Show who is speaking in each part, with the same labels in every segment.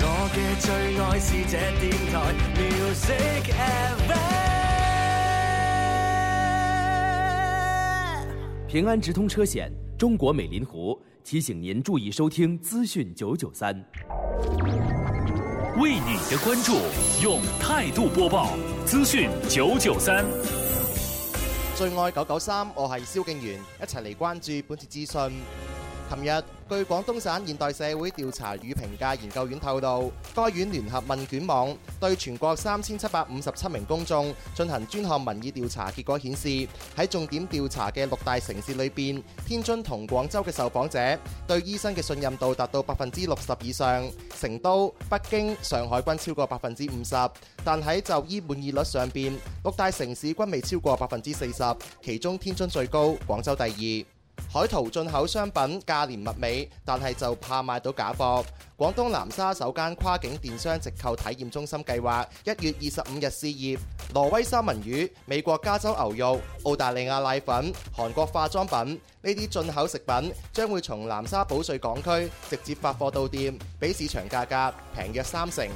Speaker 1: 我嘅最愛是這電台 Music FM。
Speaker 2: 平安直通车险，中国美林湖提醒您注意收听资讯九九三。
Speaker 3: 为你的关注，用态度播报。资讯九九三，
Speaker 4: 最愛九九三，我係蕭敬元，一齊嚟關注本次資訊。琴日，據廣東省現代社會調查與評價研究院透露，該院聯合問卷網對全國三千七百五十七名公眾進行專項民意調查，結果顯示喺重點調查嘅六大城市裏邊，天津同廣州嘅受訪者對醫生嘅信任度達到百分之六十以上，成都、北京、上海均超過百分之五十，但喺就醫滿意率上邊，六大城市均未超過百分之四十，其中天津最高，廣州第二。海淘進口商品價廉物美，但係就怕買到假貨。廣東南沙首間跨境電商直購體驗中心計劃一月二十五日試業，挪威三文魚、美國加州牛肉、澳大利亞奶粉、韓國化妝品呢啲進口食品將會從南沙保稅港區直接發貨到店，比市場價格平約三成。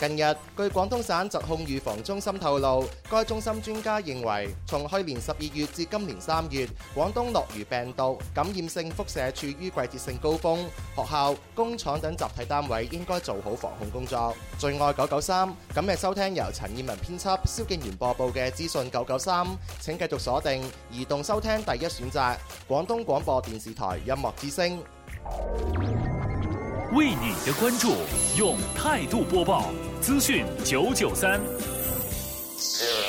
Speaker 4: 近日，據廣東省疾控預防中心透露，該中心專家認為，從去年十二月至今年三月，廣東諾如病毒感染性輻射處於季節性高峰，學校、工廠等集體單位應該做好防控工作。最愛九九三，感謝收聽由陳燕文編輯、蕭敬元播報嘅資訊九九三。請繼續鎖定移動收聽第一選擇廣東廣播電視台音樂之聲。
Speaker 3: 为你的关注，用态度播报。资讯九九三，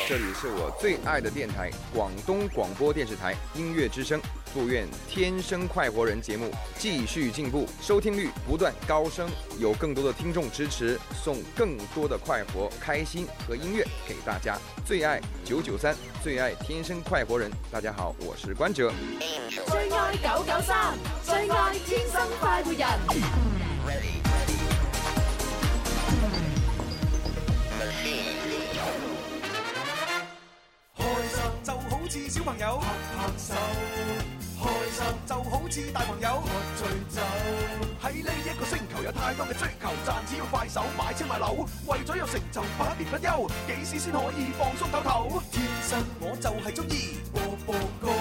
Speaker 5: 这里是我最爱的电台——广东广播电视台音乐之声。祝愿《天生快活人》节目继续进步，收听率不断高升，有更多的听众支持，送更多的快活、开心和音乐给大家。最爱九九三，最爱《天生快活人》。大家好，我是关喆。
Speaker 6: 最愛九九三，最愛天生快活人。
Speaker 7: 开心就好似小朋友拍拍手，开心就好似大朋友喝醉酒。喺呢一个星球有太多嘅追求，賺錢要快手買車買樓，為咗有成就百年不休，幾時先可以放鬆透透？天生我就係中意播播歌，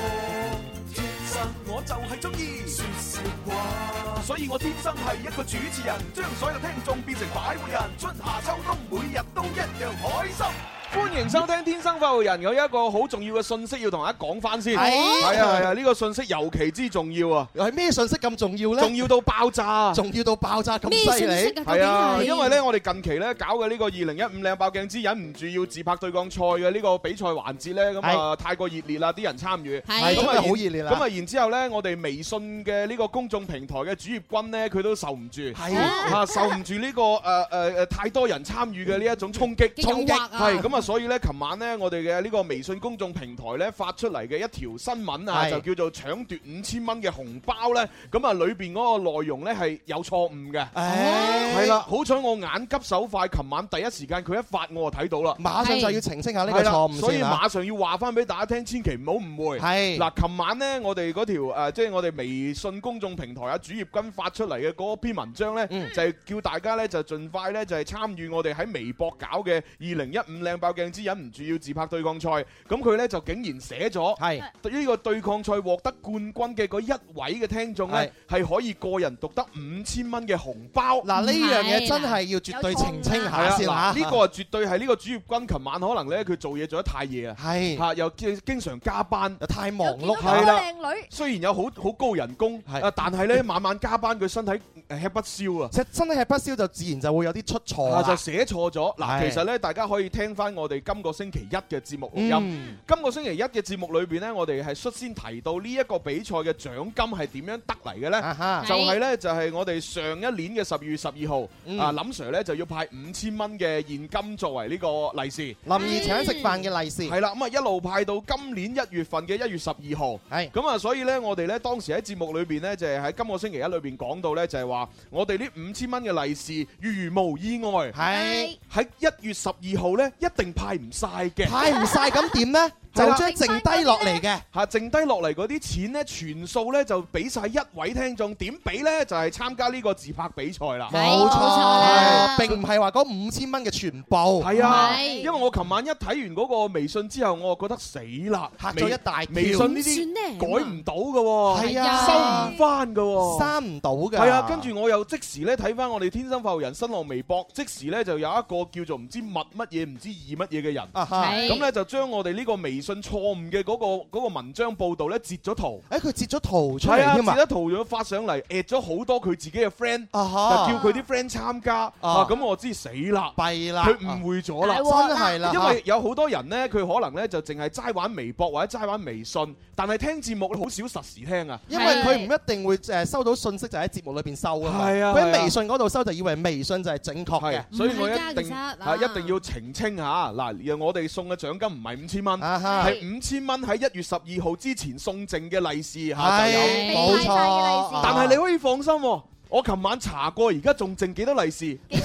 Speaker 7: 天生我就係中意说笑話，所以我天生係一個主持人，將所有聽眾變成擺活人，春夏秋冬每日都一樣開心。
Speaker 8: 歡迎收聽《天生快活人》，有一個好重要嘅信息要同大家講翻先。
Speaker 4: 係
Speaker 8: 係啊係啊，呢個信息尤其之重要啊！
Speaker 4: 係咩信息咁重要呢？
Speaker 8: 重要到爆炸！啊
Speaker 4: 重要到爆炸咁犀利！
Speaker 8: 係啊，因為咧，我哋近期咧搞嘅呢個二零一五靚爆鏡之忍唔住要自拍對抗賽嘅呢個比賽環節咧，咁啊太過熱烈啦，啲人參與，
Speaker 4: 係
Speaker 8: 咁
Speaker 4: 真
Speaker 8: 啊
Speaker 4: 係好熱烈啦
Speaker 8: 咁啊，然之後咧，我哋微信嘅呢個公眾平台嘅主頁君咧，佢都受唔住，
Speaker 4: 係啊
Speaker 8: 啊受唔住呢個誒誒誒太多人參與嘅呢一種衝擊，
Speaker 6: 衝擊啊
Speaker 8: 係咁啊，所以咧，琴晚咧，我哋嘅呢個微信公眾平台咧發出嚟嘅一條新聞啊，
Speaker 4: 係
Speaker 8: 就叫做搶奪五千蚊嘅紅包咧，咁啊裏邊嗰個內容咧係有錯誤嘅。
Speaker 4: 唉
Speaker 8: 系啦，，好彩我眼急手快，琴晚第一時間佢一發我就睇到啦。
Speaker 4: 馬上就要澄清下呢個
Speaker 8: 係啦
Speaker 4: 錯誤
Speaker 8: 所以
Speaker 4: 先啊啦。
Speaker 8: 馬上要話翻俾大家聽，千祈唔好誤會。
Speaker 4: 係
Speaker 8: 嗱，琴晚呢，我哋嗰條誒，即係我哋微信公眾平台啊，主頁君發出嚟嘅嗰篇文章呢，
Speaker 4: 嗯
Speaker 8: 就係叫大家呢，就盡快呢，就係參與我哋喺微博搞嘅二零一五靚爆鏡之忍唔住要自拍對抗賽。咁佢呢，就竟然寫咗。
Speaker 4: 係
Speaker 8: 呢個對抗賽獲得冠軍嘅嗰一位嘅聽眾呢，係可以個人獨得五千蚊嘅紅包。
Speaker 4: 嗱呢樣嘢真係要絕對澄清
Speaker 8: 係
Speaker 4: 下
Speaker 8: 啊
Speaker 4: 先啦。
Speaker 8: 嗱呢個啊絕對係呢個主業軍，琴晚可能咧佢做嘢做得太夜啊，
Speaker 4: 係
Speaker 8: 嚇又經經常加班。
Speaker 4: 又太忙碌
Speaker 8: 有見到係啦。
Speaker 6: 靚女，
Speaker 8: 雖然有好好高人工，
Speaker 4: 係
Speaker 8: 啊，但係咧晚晚加班，佢身體呃吃不消啊。
Speaker 4: 其實真係不消就自然就會有啲出錯
Speaker 8: 啊！就
Speaker 4: 啦。
Speaker 8: 寫錯咗嗱，
Speaker 4: 哦係
Speaker 8: 其實咧，大家可以聽翻我哋今個星期一嘅節目錄音。
Speaker 4: 嗯，
Speaker 8: 今個星期一嘅節目裏邊呢，我哋係率先提到呢一個比賽嘅獎金係點樣得嚟嘅呢？
Speaker 4: 啊哈，
Speaker 8: 就係呢，就係我哋上一年嘅十二月十二號，
Speaker 4: 嗯
Speaker 8: 啊林 Sir 呢就要派五千蚊嘅現金作為呢個利是。
Speaker 4: 林兒請食飯嘅利是
Speaker 8: 係啦，咁啊一路派到今年一月份嘅一月十二號。
Speaker 4: 係
Speaker 8: 咁啊，所以呢，我哋呢當時喺節目裏邊呢，就係喺今個星期一裏邊講到呢，就係話我哋呢五千蚊嘅利是，如無意外
Speaker 4: 係
Speaker 8: 喺一月十二號呢，一定派唔晒嘅。
Speaker 4: 派唔晒咁點呢？就將剩低落嚟嘅。
Speaker 8: 吓，剩低落嚟嗰啲錢咧，全數咧就俾晒一位聽眾，點俾咧就係參加呢個自拍比賽啦。
Speaker 4: 冇錯，
Speaker 6: 啦
Speaker 4: 並唔係話嗰五千蚊嘅全部，
Speaker 8: 係啊，
Speaker 6: 係
Speaker 8: 因為我琴晚一睇完嗰個微信之後，我就覺得死啦，
Speaker 4: 嚇咗一大跳
Speaker 8: 微微信呢啲改唔到嘅喎，
Speaker 4: 係
Speaker 8: 收
Speaker 4: 啊
Speaker 8: 唔，翻嘅喎。
Speaker 4: 刪唔到㗎。
Speaker 8: 係啊，跟住我又即時咧睇翻我哋天生發育人新浪微博，即時咧就有一個叫做唔知物乜嘢唔知二乜嘢嘅人，
Speaker 4: 啊哈，
Speaker 8: 咁咧就將我哋呢個微信錯誤嘅嗰個嗰個文章報導咧截咗圖，
Speaker 4: 誒佢截咗圖出
Speaker 8: 係
Speaker 4: 嚟
Speaker 8: 啊，截
Speaker 4: 添啊，
Speaker 8: 咗圖咗發上嚟，at 咗好多佢自己嘅 friend，
Speaker 4: 啊
Speaker 8: 就
Speaker 4: 哈，
Speaker 8: 叫佢啲 friend 參加，啊
Speaker 4: 啊
Speaker 8: 咁我知死啦，
Speaker 4: 弊啦，啊
Speaker 8: 佢誤會咗啦。
Speaker 6: 啊
Speaker 4: 真係啦，
Speaker 8: 因為有好多人呢，佢可能呢就淨係齋玩微博或者齋玩微信，但係聽節目呢好少實時聽啊。
Speaker 4: 因為佢唔一定會誒收到信息就喺節目裏邊收啊嘛，
Speaker 8: 係啊
Speaker 4: 佢
Speaker 8: 係啊
Speaker 4: 喺微信嗰度收就以為微信就係正確
Speaker 8: 係
Speaker 4: 嘅，，
Speaker 8: 所以我
Speaker 6: 唔係
Speaker 8: 一
Speaker 6: 㗎其
Speaker 8: 定
Speaker 6: 實
Speaker 8: 啊
Speaker 6: 嗱
Speaker 8: 一定要澄清下嗱，我哋送嘅獎金唔係五千蚊，
Speaker 4: 啊哈，
Speaker 8: 係五千蚊喺一月十二號之前送剩嘅利是嚇就有。
Speaker 4: 係啊冇
Speaker 6: 未
Speaker 4: 錯
Speaker 6: 派晒嘅利是，
Speaker 8: 但係你可以放心喎，我琴晚查過，而家仲剩幾多利是？
Speaker 4: 誒可
Speaker 6: 幾多幾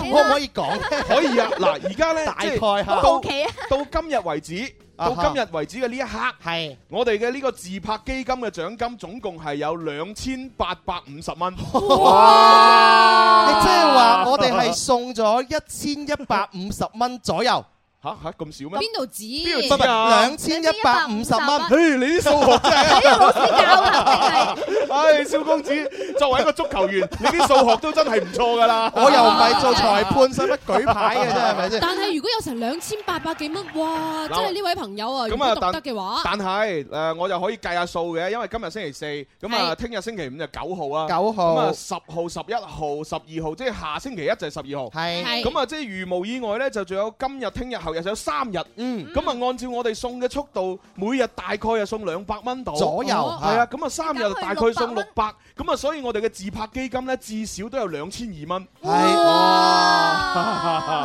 Speaker 4: 唔
Speaker 6: 多
Speaker 4: 可？以講？
Speaker 8: 可以啊，嗱，而家呢，
Speaker 4: 大
Speaker 8: 即
Speaker 4: 概
Speaker 8: 係
Speaker 4: 嚇，
Speaker 8: 到
Speaker 6: 期啊！
Speaker 8: 到今日為止，
Speaker 4: 啊
Speaker 8: 到
Speaker 4: 哈
Speaker 8: 今日為止嘅呢一刻。
Speaker 4: 係
Speaker 8: 我哋嘅呢個自拍基金嘅獎金總共係有兩千八百五十蚊，
Speaker 9: Ờ.
Speaker 4: 你即係話我哋係送咗一千一百五十蚊左右，
Speaker 8: 吓吓咁少咩？
Speaker 6: 邊度
Speaker 8: 邊
Speaker 6: 止
Speaker 8: 度？止啊
Speaker 4: 兩千一百五十
Speaker 6: 哎
Speaker 4: 蚊。
Speaker 8: 嘿，你啲數學真係，
Speaker 6: 呢個老師教啊，定係
Speaker 8: 唉，蕭公子作為一個足球員，你啲數學都真係唔錯㗎啦。
Speaker 4: 我又唔係做裁判，使乜舉牌嘅啫，係咪先？
Speaker 6: 但係如果有成兩千八百幾蚊，哇！真係呢位朋友啊，如
Speaker 8: 咁
Speaker 6: 果
Speaker 8: 啊
Speaker 6: 讀得嘅話，
Speaker 8: 但係誒，我就可以計下數嘅，因為今日星期四，咁啊，聽日星期五就九號啊，
Speaker 4: 九
Speaker 8: 咁
Speaker 4: 號
Speaker 8: 啊，十號、十一號、十二號，即係下星期一就係十二號。
Speaker 4: 係，
Speaker 6: 係
Speaker 8: 咁啊，即係如無意外呢，就仲有今日、聽日、後日，就有三日。
Speaker 4: 嗯，
Speaker 8: 咁啊，按照我哋送嘅速度，每日大概係送兩百蚊到。
Speaker 4: 左右
Speaker 6: 哦
Speaker 8: 係啊，
Speaker 4: 嚇
Speaker 8: 咁啊三日大概送六百，咁啊所以我哋嘅自拍基金咧至少都有兩千二蚊，
Speaker 4: 係 哇！
Speaker 8: 啊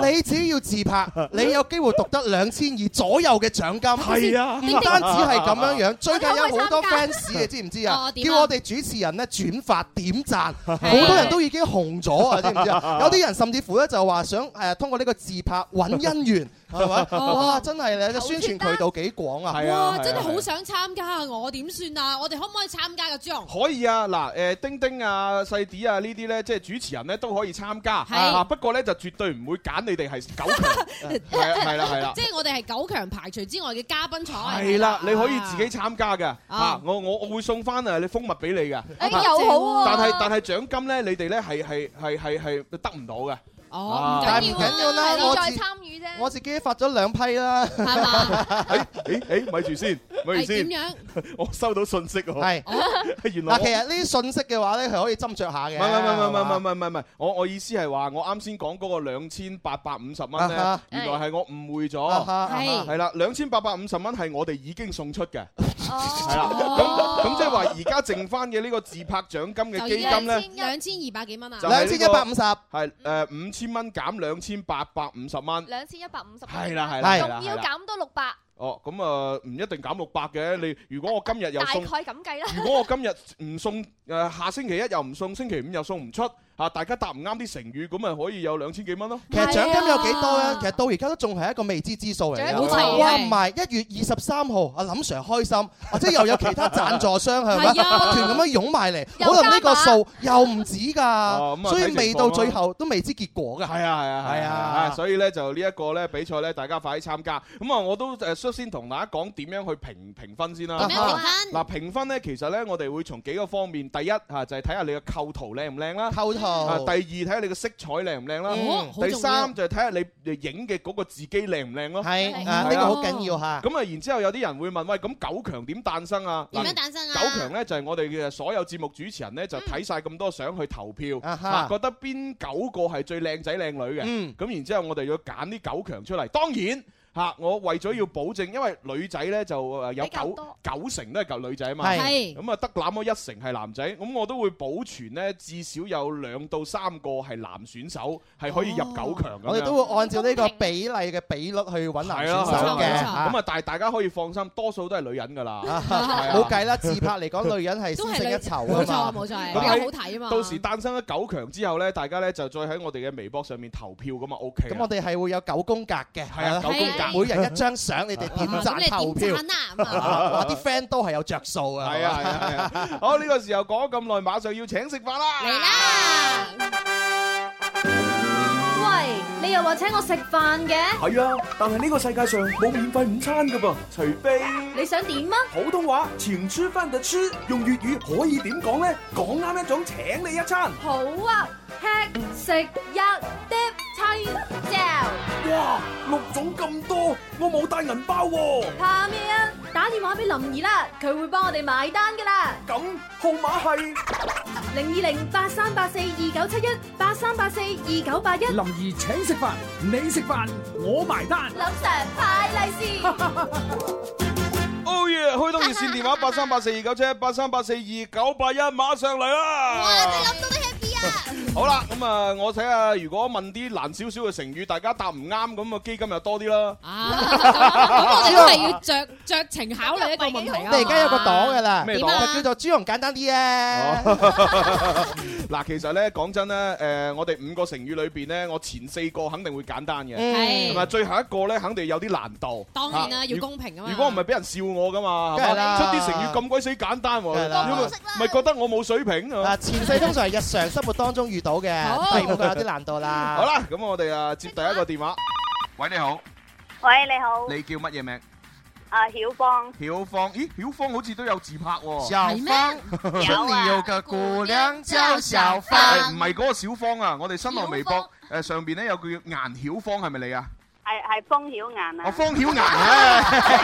Speaker 6: 哇
Speaker 4: 你只要自 拍，你有機會讀得兩千二左右嘅獎金。
Speaker 8: 係啊
Speaker 4: 唔單止係咁樣樣，最近有好多
Speaker 6: 我可唔可以
Speaker 4: fans 嘅，知唔知啊
Speaker 6: 哦？點啊
Speaker 4: 叫我哋主持人咧轉發點讚，好
Speaker 8: 啊
Speaker 4: 多人都已經紅咗啊，知唔 知啊？有啲人甚至乎咧就話想誒通過呢個自拍揾姻緣，係咪？
Speaker 6: 哦
Speaker 4: 哇！真係咧，宣傳渠道幾廣啊！
Speaker 8: 係啊，
Speaker 6: 哇！真係好
Speaker 8: 係
Speaker 6: 想參加啊！我點算啊？我哋可唔可以參加噶朱紅？
Speaker 8: 啊。可以啊，嗱，誒丁丁啊、細啲啊呢啲咧，即係主持人咧都可以參加，
Speaker 6: 係
Speaker 8: 啊不過咧就絕對唔會揀你哋係九強， 係啊係啦係啦
Speaker 6: 即，係我哋係九強排除之外嘅嘉賓賽。
Speaker 8: 係啦，你可以自己參加嘅，啊
Speaker 6: 啊
Speaker 8: 我我我會送翻啊你蜂蜜俾你嘅，
Speaker 9: 哎又好喎，
Speaker 8: 但係但係獎金咧你哋咧係係係係係得唔到嘅，
Speaker 6: 哦，唔
Speaker 4: 但係
Speaker 6: 緊要
Speaker 4: 唔
Speaker 6: 啊
Speaker 4: 緊要啦，我
Speaker 9: 再
Speaker 4: 自
Speaker 9: 參與啫。
Speaker 4: 我自己發咗兩批啦，
Speaker 6: 係嘛？
Speaker 8: 誒誒誒，咪住先，咪
Speaker 6: 係點
Speaker 8: 住先，
Speaker 6: 樣？
Speaker 8: 我收到信息喎，
Speaker 4: 係。
Speaker 8: 原來
Speaker 4: 嗱，
Speaker 8: 我
Speaker 4: 其實呢啲信息嘅話咧，係可以斟酌下
Speaker 8: 唔係唔係唔係
Speaker 4: 嘅。係
Speaker 8: 唔係唔係
Speaker 4: 嘛
Speaker 8: 唔係唔係，我我意思係話，我啱先講嗰個兩千八百五十蚊
Speaker 4: 啊
Speaker 8: 咧
Speaker 4: 哈，
Speaker 8: 原來係我誤會
Speaker 4: 啊
Speaker 8: 咗。
Speaker 4: 哈啊哈
Speaker 6: 係
Speaker 8: 係啦，兩千八百五十蚊係我哋已經送出嘅，
Speaker 6: 哦
Speaker 8: 係啦。咁咁即係話而家剩翻嘅呢個自拍獎金嘅基金
Speaker 6: 就
Speaker 8: 呢，
Speaker 6: 已經兩千二百幾蚊啊！
Speaker 8: 就
Speaker 4: 兩千一百五十，
Speaker 8: 係誒五千蚊減兩千八百五十蚊。
Speaker 9: 兩千一百五十，
Speaker 8: 係啦係啦係啦
Speaker 9: 仲
Speaker 8: 係
Speaker 9: 要
Speaker 8: 啦。
Speaker 9: 減多六百，
Speaker 8: 哦，咁啊唔一定減六百嘅。你如果我今日又
Speaker 9: 大概
Speaker 8: 送，
Speaker 9: 咁計啦。
Speaker 8: 如果我今日唔送，誒下星期一又唔送，星期五又送唔出，啊大家答唔啱啲成語，咁咪可以有兩千幾蚊咯。
Speaker 4: 其實獎金有幾多
Speaker 6: 係
Speaker 4: 咧
Speaker 6: 啊？
Speaker 4: 其實到而家都仲係一個未知之數嚟嘅。
Speaker 9: 獎金好
Speaker 6: 齊
Speaker 4: 哇，
Speaker 6: 係
Speaker 4: 唔係一月二十三號，阿林 Sir 開心，或者又有其他贊助商係咪？
Speaker 6: 係啊
Speaker 4: 不斷咁樣湧埋嚟，
Speaker 9: 又
Speaker 4: 可能呢個
Speaker 9: 加碼
Speaker 4: 數又唔止
Speaker 8: 哦咁
Speaker 4: 㗎，
Speaker 8: 啊
Speaker 4: 所
Speaker 8: 睇
Speaker 4: 以
Speaker 8: 情
Speaker 4: 未
Speaker 8: 況
Speaker 4: 到
Speaker 8: 啦
Speaker 4: 最後都未知結果㗎。
Speaker 8: 係啊係
Speaker 4: 係
Speaker 8: 啊
Speaker 4: 啊
Speaker 8: 所以咧就呢一個咧比賽咧，大家快啲參加。咁啊，我都誒率先同大家講點樣去評評分先啦
Speaker 6: 咁樣。評
Speaker 4: 啊
Speaker 6: 分
Speaker 8: 嗱，評分咧其實咧我哋會從幾個方面，第一嚇就係睇下你嘅構圖靚唔靚啦，
Speaker 4: 構圖
Speaker 8: 啊第二睇下你嘅色彩靚唔靚啦，
Speaker 6: 哦好重要
Speaker 8: 第三就係睇下你影嘅嗰個自己靚唔靚咯。
Speaker 4: 係
Speaker 9: 係
Speaker 4: 啊，呢個好緊要嚇。
Speaker 8: 咁啊，然之後有啲人會問喂，咁九強點誕生啊？
Speaker 6: 點樣
Speaker 8: 嗱
Speaker 6: 誕生啊？
Speaker 8: 九強咧就係我哋嘅所有節目主持人咧就睇晒咁多相去投票，
Speaker 4: 啊哈
Speaker 8: 啊覺得邊九個係最靚仔靚女嘅。
Speaker 4: 嗯，
Speaker 8: 咁然之後我哋要揀呢九強出嚟。當然嚇、我為咗要保證，因為女仔呢就誒有
Speaker 9: 比較
Speaker 8: 九
Speaker 9: 多
Speaker 8: 九成都係舊女仔嘛。
Speaker 4: 係
Speaker 6: 係
Speaker 8: 咁啊，得那麼一成係男仔，咁我都會保存呢，至少有兩到三個係男選手係可以入九強咁樣。
Speaker 4: 我哋都會按照呢個比例嘅比率去揾男選
Speaker 8: 係
Speaker 4: 手嘅
Speaker 6: 冇
Speaker 8: 啊
Speaker 6: 錯冇錯
Speaker 4: 嚇
Speaker 8: 咁。啊，但係大家可以放心，多數都係女人 㗎啦。係啊
Speaker 4: 冇計啦，自拍嚟講，女人係
Speaker 6: 都
Speaker 4: 先勝
Speaker 6: 係女
Speaker 4: 一籌
Speaker 6: 冇錯
Speaker 4: 啊嘛。
Speaker 6: 冇錯，比
Speaker 8: 咁
Speaker 6: 較
Speaker 8: 喺
Speaker 6: 好睇啊嘛。
Speaker 8: 到時誕生咗九強之後呢，大家呢就再喺我哋嘅微博上面投票咁啊 OK 啦。
Speaker 4: 咁我哋係會有九宮格嘅，
Speaker 8: 係啊，九
Speaker 6: 係
Speaker 8: 宮格
Speaker 6: 係。
Speaker 4: 每人一張相，你哋點贊投票？
Speaker 6: 咁你點贊啊 咁啊
Speaker 4: 哇！啲 friend 都係有着數啊！
Speaker 8: 係啊係啊係啊！好呢個時候講咗咁耐，馬上要請食飯啦！
Speaker 6: 嚟啦！
Speaker 9: 喂，你又話請我食飯嘅，
Speaker 7: 係啊，但係呢個世界上冇免費午餐㗎噃，除非
Speaker 9: 你想點啊？
Speaker 7: 普通話請吃飯的吃，用粵語可以點講呢？講啱一種請你一餐，
Speaker 9: 好啊，吃食一碟青椒，
Speaker 7: 哇，六種咁多，我冇帶銀包喎、
Speaker 9: 怕咩啊？打電話俾林兒啦，佢會幫我哋埋單噶啦。
Speaker 7: 咁號碼係
Speaker 9: 零二零八三八四二九七一八三八四二九八一，林
Speaker 3: 林兒請食飯，你食飯，我埋單。
Speaker 9: Sir 派利是。
Speaker 8: 哦耶！開通熱線電話八三八四二九七八三八四二九八一，馬上嚟啦！
Speaker 6: 哇！你諗到都 happy 啊！
Speaker 8: 好啦，咁啊，我睇下如果問啲難少少嘅成語，大家答唔啱，咁啊基金又多啲啦。
Speaker 6: 啊， 咁我哋都係要酌酌情考慮一個問題啊！
Speaker 4: 我哋而家有個黨㗎啦，
Speaker 8: 咩
Speaker 6: 點
Speaker 8: 黨
Speaker 6: 啊？
Speaker 4: 就叫做朱紅簡單啲啊！
Speaker 8: 嗱，其實咧講真咧，誒、我哋五個成語裏邊咧，我前四個肯定會簡單
Speaker 4: Ừ.
Speaker 8: 嘅，
Speaker 6: 係
Speaker 8: 同埋、最後一個咧肯定有啲難度。
Speaker 6: 當然啦，
Speaker 8: 啊
Speaker 6: 要公平啊嘛！
Speaker 8: 如果唔係俾人笑我噶嘛，
Speaker 4: 梗係
Speaker 8: 係
Speaker 4: 啦
Speaker 8: 嘛？出啲成語咁鬼死簡單
Speaker 4: 梗係啦
Speaker 8: 喎，因為咪覺得我冇水平啊
Speaker 4: 啊，？前四通常係日常生活當中遇到嘅，
Speaker 6: 好
Speaker 4: 第五個有啲難度啦。
Speaker 8: 好，啦，咁我哋啊接第一個電話。喂，你好，
Speaker 5: 喂，你好，
Speaker 8: 你叫乜嘢名？
Speaker 5: 啊，曉 邦，
Speaker 8: 曉芳，咦，曉芳好似都有自拍喎。
Speaker 4: 小
Speaker 6: 係咩
Speaker 4: 芳，村
Speaker 5: 有啊
Speaker 4: 裡有個姑娘叫小芳。
Speaker 8: 誒唔係嗰個小芳啊，我哋新浪
Speaker 6: 曉
Speaker 8: 微博誒上邊咧有個叫顏曉芳，係咪你啊？
Speaker 5: 係係方曉顏
Speaker 8: 哦，
Speaker 5: 啊，
Speaker 8: 方曉顏啊！
Speaker 6: 啊，朱紅安啊，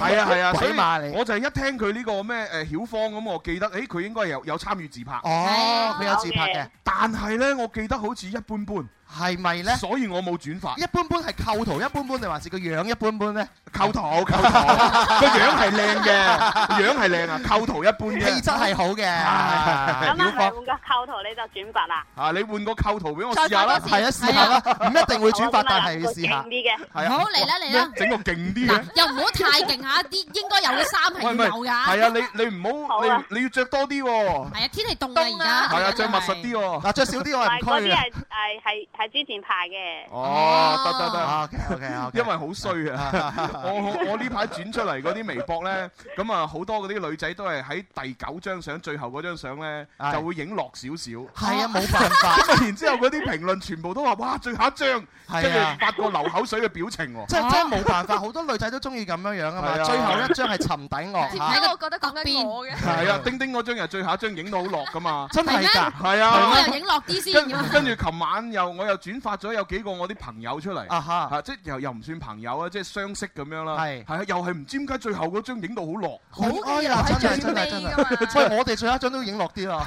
Speaker 8: 係啊係 啊，
Speaker 4: 鬼
Speaker 8: 所以
Speaker 4: 馬你
Speaker 8: 我就係一聽佢呢個咩誒曉芳咁，我記得誒佢應該有有參與自拍，
Speaker 4: 哦，佢有自拍嘅，
Speaker 8: 但係咧我記得好似一般般，
Speaker 4: 係咪咧？
Speaker 8: 所以我冇轉發。
Speaker 4: 一般般係構圖一般般，定還是個樣一般般咧？
Speaker 8: 構圖
Speaker 4: 哦
Speaker 8: 構圖， 個樣係靚嘅，樣係靚啊，構圖一般
Speaker 4: 氣
Speaker 8: 啫。
Speaker 4: 質係好嘅，
Speaker 5: 咁啱
Speaker 8: 係
Speaker 5: 咪換
Speaker 8: 曉芳
Speaker 5: 個構圖你就轉發啦，
Speaker 8: 啊，你換個構圖俾我試下啦，
Speaker 4: 係啊，試下啦，唔一定會轉發，但係
Speaker 5: 我
Speaker 4: 要
Speaker 5: 覺
Speaker 4: 試
Speaker 5: 得
Speaker 4: 下
Speaker 5: 勁。啲嘅，
Speaker 8: 係啊，
Speaker 6: 好嚟啦嚟啦
Speaker 8: 咩整個勁啲嘅
Speaker 6: 嗱，。又唔好太勁下，啲應該有嘅衫係
Speaker 8: 喂
Speaker 6: 要有㗎。
Speaker 8: 係啊，你你唔
Speaker 5: 好
Speaker 8: 好，
Speaker 5: 啊
Speaker 8: 你你要着多啲喎，
Speaker 6: 係啊，天氣凍啊，而家
Speaker 8: 係啊，着密實啲。喎。
Speaker 4: 嗱，着少啲
Speaker 5: 唔
Speaker 4: 我係
Speaker 5: 係
Speaker 4: 唔
Speaker 5: 嗰
Speaker 4: 拘
Speaker 5: 啲
Speaker 4: 嘅。
Speaker 5: 係係係係之前排嘅，
Speaker 8: 哦，得得得。
Speaker 4: OK OK OK，
Speaker 8: 因為好衰啊！我我呢排轉出嚟嗰啲微博咧，咁啊好多嗰啲女仔都係喺第九張相最後嗰張相咧，
Speaker 4: 係
Speaker 8: 就會影落少少。
Speaker 4: 係啊，冇辦 法，
Speaker 8: 咁啊，然之後嗰啲評論全部都話：哇，最後一張，跟
Speaker 4: 係
Speaker 8: 住
Speaker 4: 啊。
Speaker 8: 發個流口水嘅表情喎。
Speaker 4: 真真冇辦法，好多女仔都中意咁樣樣啊嘛。
Speaker 8: 啊係啊
Speaker 4: 最後一張係沉底 樂嚇，
Speaker 6: 喺我覺得講緊我嘅，
Speaker 8: 係啊，丁丁嗰張又最後一張影到好落噶嘛。
Speaker 4: 真係㗎。
Speaker 8: 係
Speaker 6: 我
Speaker 8: 啊，
Speaker 6: 哦又影落啲先
Speaker 8: 跟
Speaker 6: 咁啊。
Speaker 8: 跟住琴晚又我又轉發咗有幾個我啲朋友出嚟。
Speaker 4: 啊哈，
Speaker 8: 啊，即係又又唔算朋友啊，即係相識咁樣啦。
Speaker 4: 係
Speaker 8: 係啊，又係唔知點解最後嗰張影到好落。
Speaker 4: 好哀啦，哎真係真係真係。喂，我哋最後一張都影落啲 啊。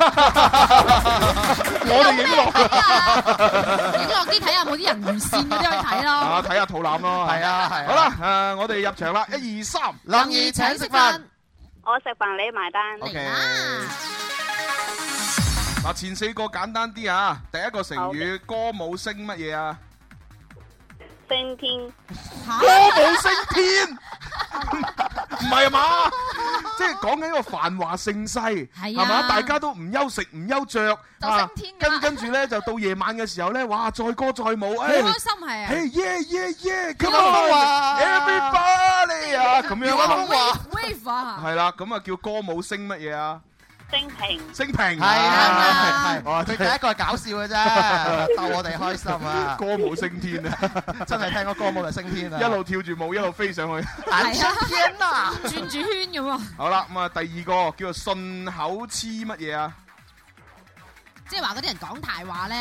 Speaker 8: 我哋影落
Speaker 6: 影落啲睇下有冇啲人魚線嗰啲去睇
Speaker 8: 啊，
Speaker 6: 咯。
Speaker 8: 睇下肚腩咯。
Speaker 4: 係啊係。
Speaker 8: 好，啦，誒，我哋入場啦，一二三。
Speaker 4: 林兒請食飯。
Speaker 5: 我食飯你埋單，
Speaker 8: OK
Speaker 6: 嚟啦！
Speaker 8: 嗱，前四個簡單啲啊，第一個成語歌舞升乜嘢啊？
Speaker 5: 升天
Speaker 8: 歌舞升天，唔係啊嘛？即係講緊一個繁華盛世，係
Speaker 6: 係啊
Speaker 8: 嘛？大家都唔休食唔休着，
Speaker 6: 就
Speaker 8: 啊
Speaker 6: 升天㗎
Speaker 8: 跟
Speaker 6: 啦
Speaker 8: 跟住咧就到夜晚嘅時候咧，哇！載歌載舞，
Speaker 6: 好開。
Speaker 8: 誒
Speaker 6: 心係啊！
Speaker 8: 嘿耶耶耶
Speaker 4: 要
Speaker 8: ，Come
Speaker 4: 玩風啊
Speaker 8: on，everybody 啊，咁樣啊，
Speaker 6: wave 啊！
Speaker 8: 係啦，咁啊叫歌舞升乜嘢啊？
Speaker 5: 升平，
Speaker 8: 升平
Speaker 4: 係 啊，係
Speaker 8: 哇
Speaker 4: 係。佢第一個係搞笑嘅啫，逗我哋開心啊！
Speaker 8: 歌舞升天 啊，
Speaker 4: 真係聽個歌舞就升天啊！
Speaker 8: 一路跳住舞一路飛上去。
Speaker 4: 眼 出天啊！
Speaker 6: 轉住圈咁啊，
Speaker 8: 好啦，咁啊第二個叫做順口黐乜嘢啊？
Speaker 6: 即係話嗰啲人講大話咧，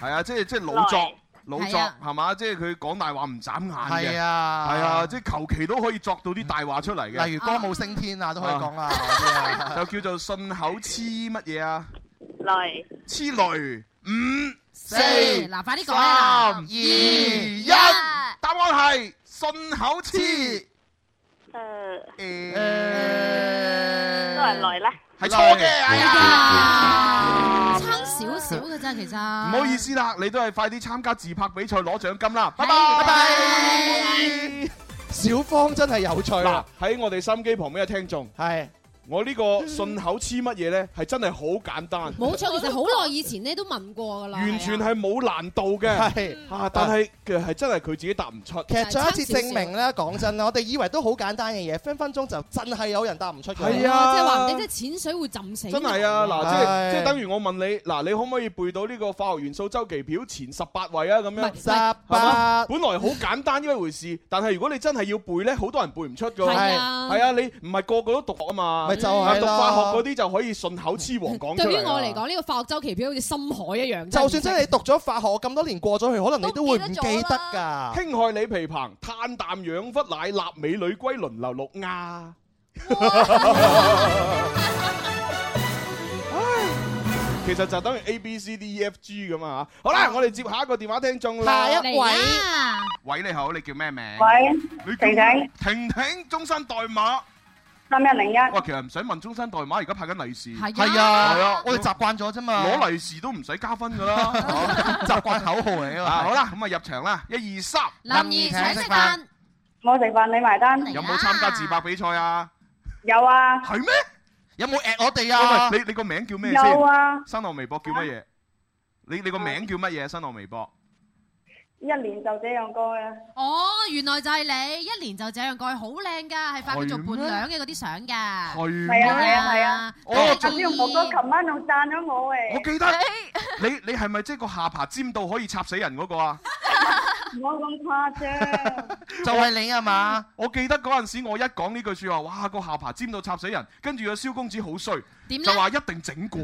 Speaker 8: 係啊，即係即係老作
Speaker 5: 來
Speaker 8: 老
Speaker 6: 係
Speaker 8: 作
Speaker 6: 啊
Speaker 8: 係嘛？即係佢講大話唔眨眼
Speaker 4: 係
Speaker 8: 嘅，
Speaker 4: 啊，嗯
Speaker 8: 係啊，即係求其都可以作到啲大話出嚟嘅
Speaker 4: 例，如歌舞升天啊，都可以講
Speaker 8: 哦
Speaker 4: 啊。嗰啲啊
Speaker 8: 就叫做順口黐乜嘢啊？
Speaker 5: 來
Speaker 8: 黐雷五。
Speaker 6: 四
Speaker 4: 嗱
Speaker 6: 嗱快啲講啊
Speaker 8: 三
Speaker 6: 啦！
Speaker 8: 二
Speaker 4: 一
Speaker 8: 一，答案係順口黐，
Speaker 5: 誒都係來
Speaker 8: 係
Speaker 5: 啦，
Speaker 8: 錯嘅，哎
Speaker 6: 啊，差少少嘅啫，其實
Speaker 8: 唔
Speaker 6: 唔
Speaker 8: 好意，思啦，你都係快啲參加自拍比賽攞獎金啦，拜
Speaker 6: 係
Speaker 8: 拜
Speaker 6: 拜
Speaker 8: 拜。
Speaker 4: 小芳真係有趣
Speaker 8: 嗱
Speaker 4: 啦，，
Speaker 8: 啊喺我哋心機旁邊嘅聽眾，
Speaker 4: 係
Speaker 8: 我呢個信口黐乜嘢呢？係真係好簡單，
Speaker 10: 冇錯，其實好耐以前咧都問過噶啦，
Speaker 8: 完全係啊冇難
Speaker 4: 嗯
Speaker 8: 度嘅。啊，但係佢係真係佢自己答唔出。
Speaker 4: 其實再一次證明咧，講真啦，我哋以為都好簡單嘅嘢，分分鐘就真係有人答唔出嘅。
Speaker 8: 係
Speaker 6: 哦
Speaker 8: 啊
Speaker 10: 即係話唔定即係淺水會浸死。
Speaker 8: 真係啊！嗱，
Speaker 4: 唉
Speaker 8: 即係即係等於我問你，嗱，你可唔可以背到呢個化學元素周期表前十八位啊？咁樣
Speaker 4: 十八
Speaker 8: 係嘛本來好簡單呢一回事，但係如果你真係要背咧，好多人背唔出㗎。
Speaker 4: 係啊
Speaker 8: 係啊，你唔係個個都讀啊嘛。
Speaker 4: 咪就係啦
Speaker 8: 讀化學嗰啲就可以順口雌黃講出
Speaker 10: 對於
Speaker 8: 嚟啦。
Speaker 10: 我嚟講，呢個化學周期表好似深海一樣。
Speaker 4: 就算真係你讀咗化學咁多年過咗去，可能你都會唔記得㗎。
Speaker 8: 輕害你皮棚，炭淡養忽奶，納美女歸輪流啊六亞。其實就等於 A B C D E F G 咁啊嚇！好啦，我哋接下一個電話聽眾啦。
Speaker 11: 下一位
Speaker 8: 喂，你好，你叫咩名？
Speaker 7: 喂
Speaker 8: 你叫
Speaker 7: 婷婷，
Speaker 8: 婷婷，中山代碼。
Speaker 7: 三一零一，
Speaker 8: 哇，其實唔使問中山代碼，而家派緊利是。
Speaker 7: 係啊係啊
Speaker 8: 係啊，
Speaker 4: 我哋習慣咗啫嘛
Speaker 8: 攞利是都唔使加分 㗎啦，習慣口號嚟啊。好啦，咁啊入場啦，一二三，
Speaker 7: 怡飯，我食飯你埋單，
Speaker 8: 有冇參加自拍比賽啊？
Speaker 7: 有啊，
Speaker 8: 係咩？
Speaker 4: 有冇 at 我哋
Speaker 8: 啊？你你個名叫咩先？
Speaker 7: 有啊
Speaker 8: 新浪微博叫乜嘢？你你個名叫乜嘢？新浪微博。
Speaker 7: 一年就這樣過啊，
Speaker 6: 哦，原來就係你，一年就這樣過去，好靚噶，係發佢做伴娘嘅嗰啲相噶。
Speaker 8: 係咩
Speaker 7: 係啊係啊係啊，
Speaker 8: 哦
Speaker 7: 阿朱紅哥琴晚仲讚咗我誒，
Speaker 8: 我記得你你係咪即係個下巴尖到可以插死人嗰 個啊？
Speaker 7: 冇咁誇張，
Speaker 8: 就係你
Speaker 4: 嗯
Speaker 8: 啊嘛！我記得嗰陣時，我一講呢句説話，哇個下巴尖到插死人，跟住阿蕭公子好衰
Speaker 6: 點，呢
Speaker 8: 就話一定整過。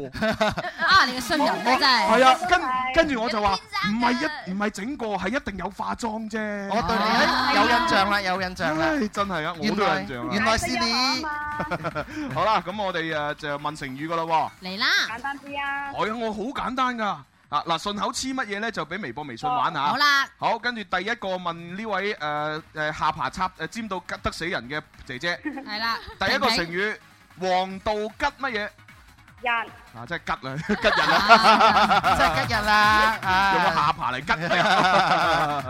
Speaker 6: 啊，你個衰人真係。
Speaker 8: 係啊，跟跟住我就話唔係一唔係整過，係一定有化妝啫。我對
Speaker 4: 你咧有印象啦，有印象啦。
Speaker 8: 真係啊，我
Speaker 4: 原
Speaker 8: 都有
Speaker 4: 來
Speaker 8: 印象啊。
Speaker 4: 原來是你。
Speaker 8: 好啦，咁我哋誒就問成語噶啦喎。
Speaker 6: 嚟啦，
Speaker 7: 簡單啲啊，
Speaker 8: 我我好簡單㗎。啊嗱，順口黐乜嘢咧，就俾微博、微信玩下。
Speaker 6: 好啦，
Speaker 8: 好，跟住第一個問呢位誒誒下巴插誒尖到吉得死人嘅姐姐，
Speaker 6: 係啦。
Speaker 8: 第一個成語黃道吉乜嘢？
Speaker 7: 人
Speaker 8: 啊，真係吉啦，吉人啦，
Speaker 4: 真係吉人啦啊
Speaker 8: 用個下巴嚟吉
Speaker 4: 啊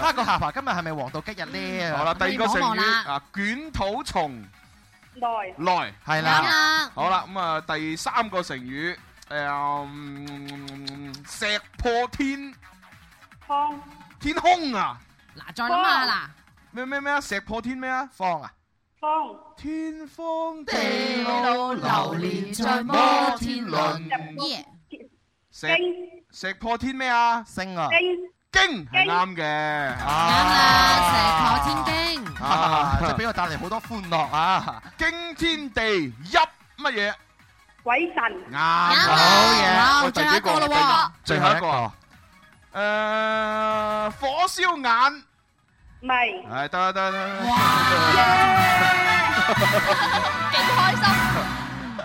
Speaker 8: 啊！
Speaker 4: 個下巴今日係咪黃道吉日呢？
Speaker 8: 好啦，第二個成語啊，捲土重
Speaker 7: 來
Speaker 8: 來
Speaker 4: 係啦啱啦
Speaker 8: 好啦，咁啊，第三個成語誒嗯石破天
Speaker 7: 康
Speaker 8: 天空啊！
Speaker 6: 嗱，再諗下啦。
Speaker 8: 咩咩咩啊？石破天咩啊？
Speaker 4: 方啊！
Speaker 7: 方
Speaker 8: 天荒地
Speaker 11: 老
Speaker 8: 流
Speaker 11: 連着摩天輪
Speaker 8: 石石破天咩啊？
Speaker 4: 星啊！
Speaker 8: 經係啱嘅，啱
Speaker 6: 啦，石破天驚。
Speaker 4: 啊！即係俾我帶嚟好多歡樂啊！
Speaker 8: 驚天地泣乜嘢？
Speaker 7: 鬼神
Speaker 8: 啱，啊好
Speaker 4: 好嘢
Speaker 8: 喂
Speaker 4: 最後一個
Speaker 8: 第幾
Speaker 4: 嘞喎
Speaker 8: 最後一個，誒，火燒眼，
Speaker 7: 迷
Speaker 8: 係得得得，
Speaker 6: 幾開心。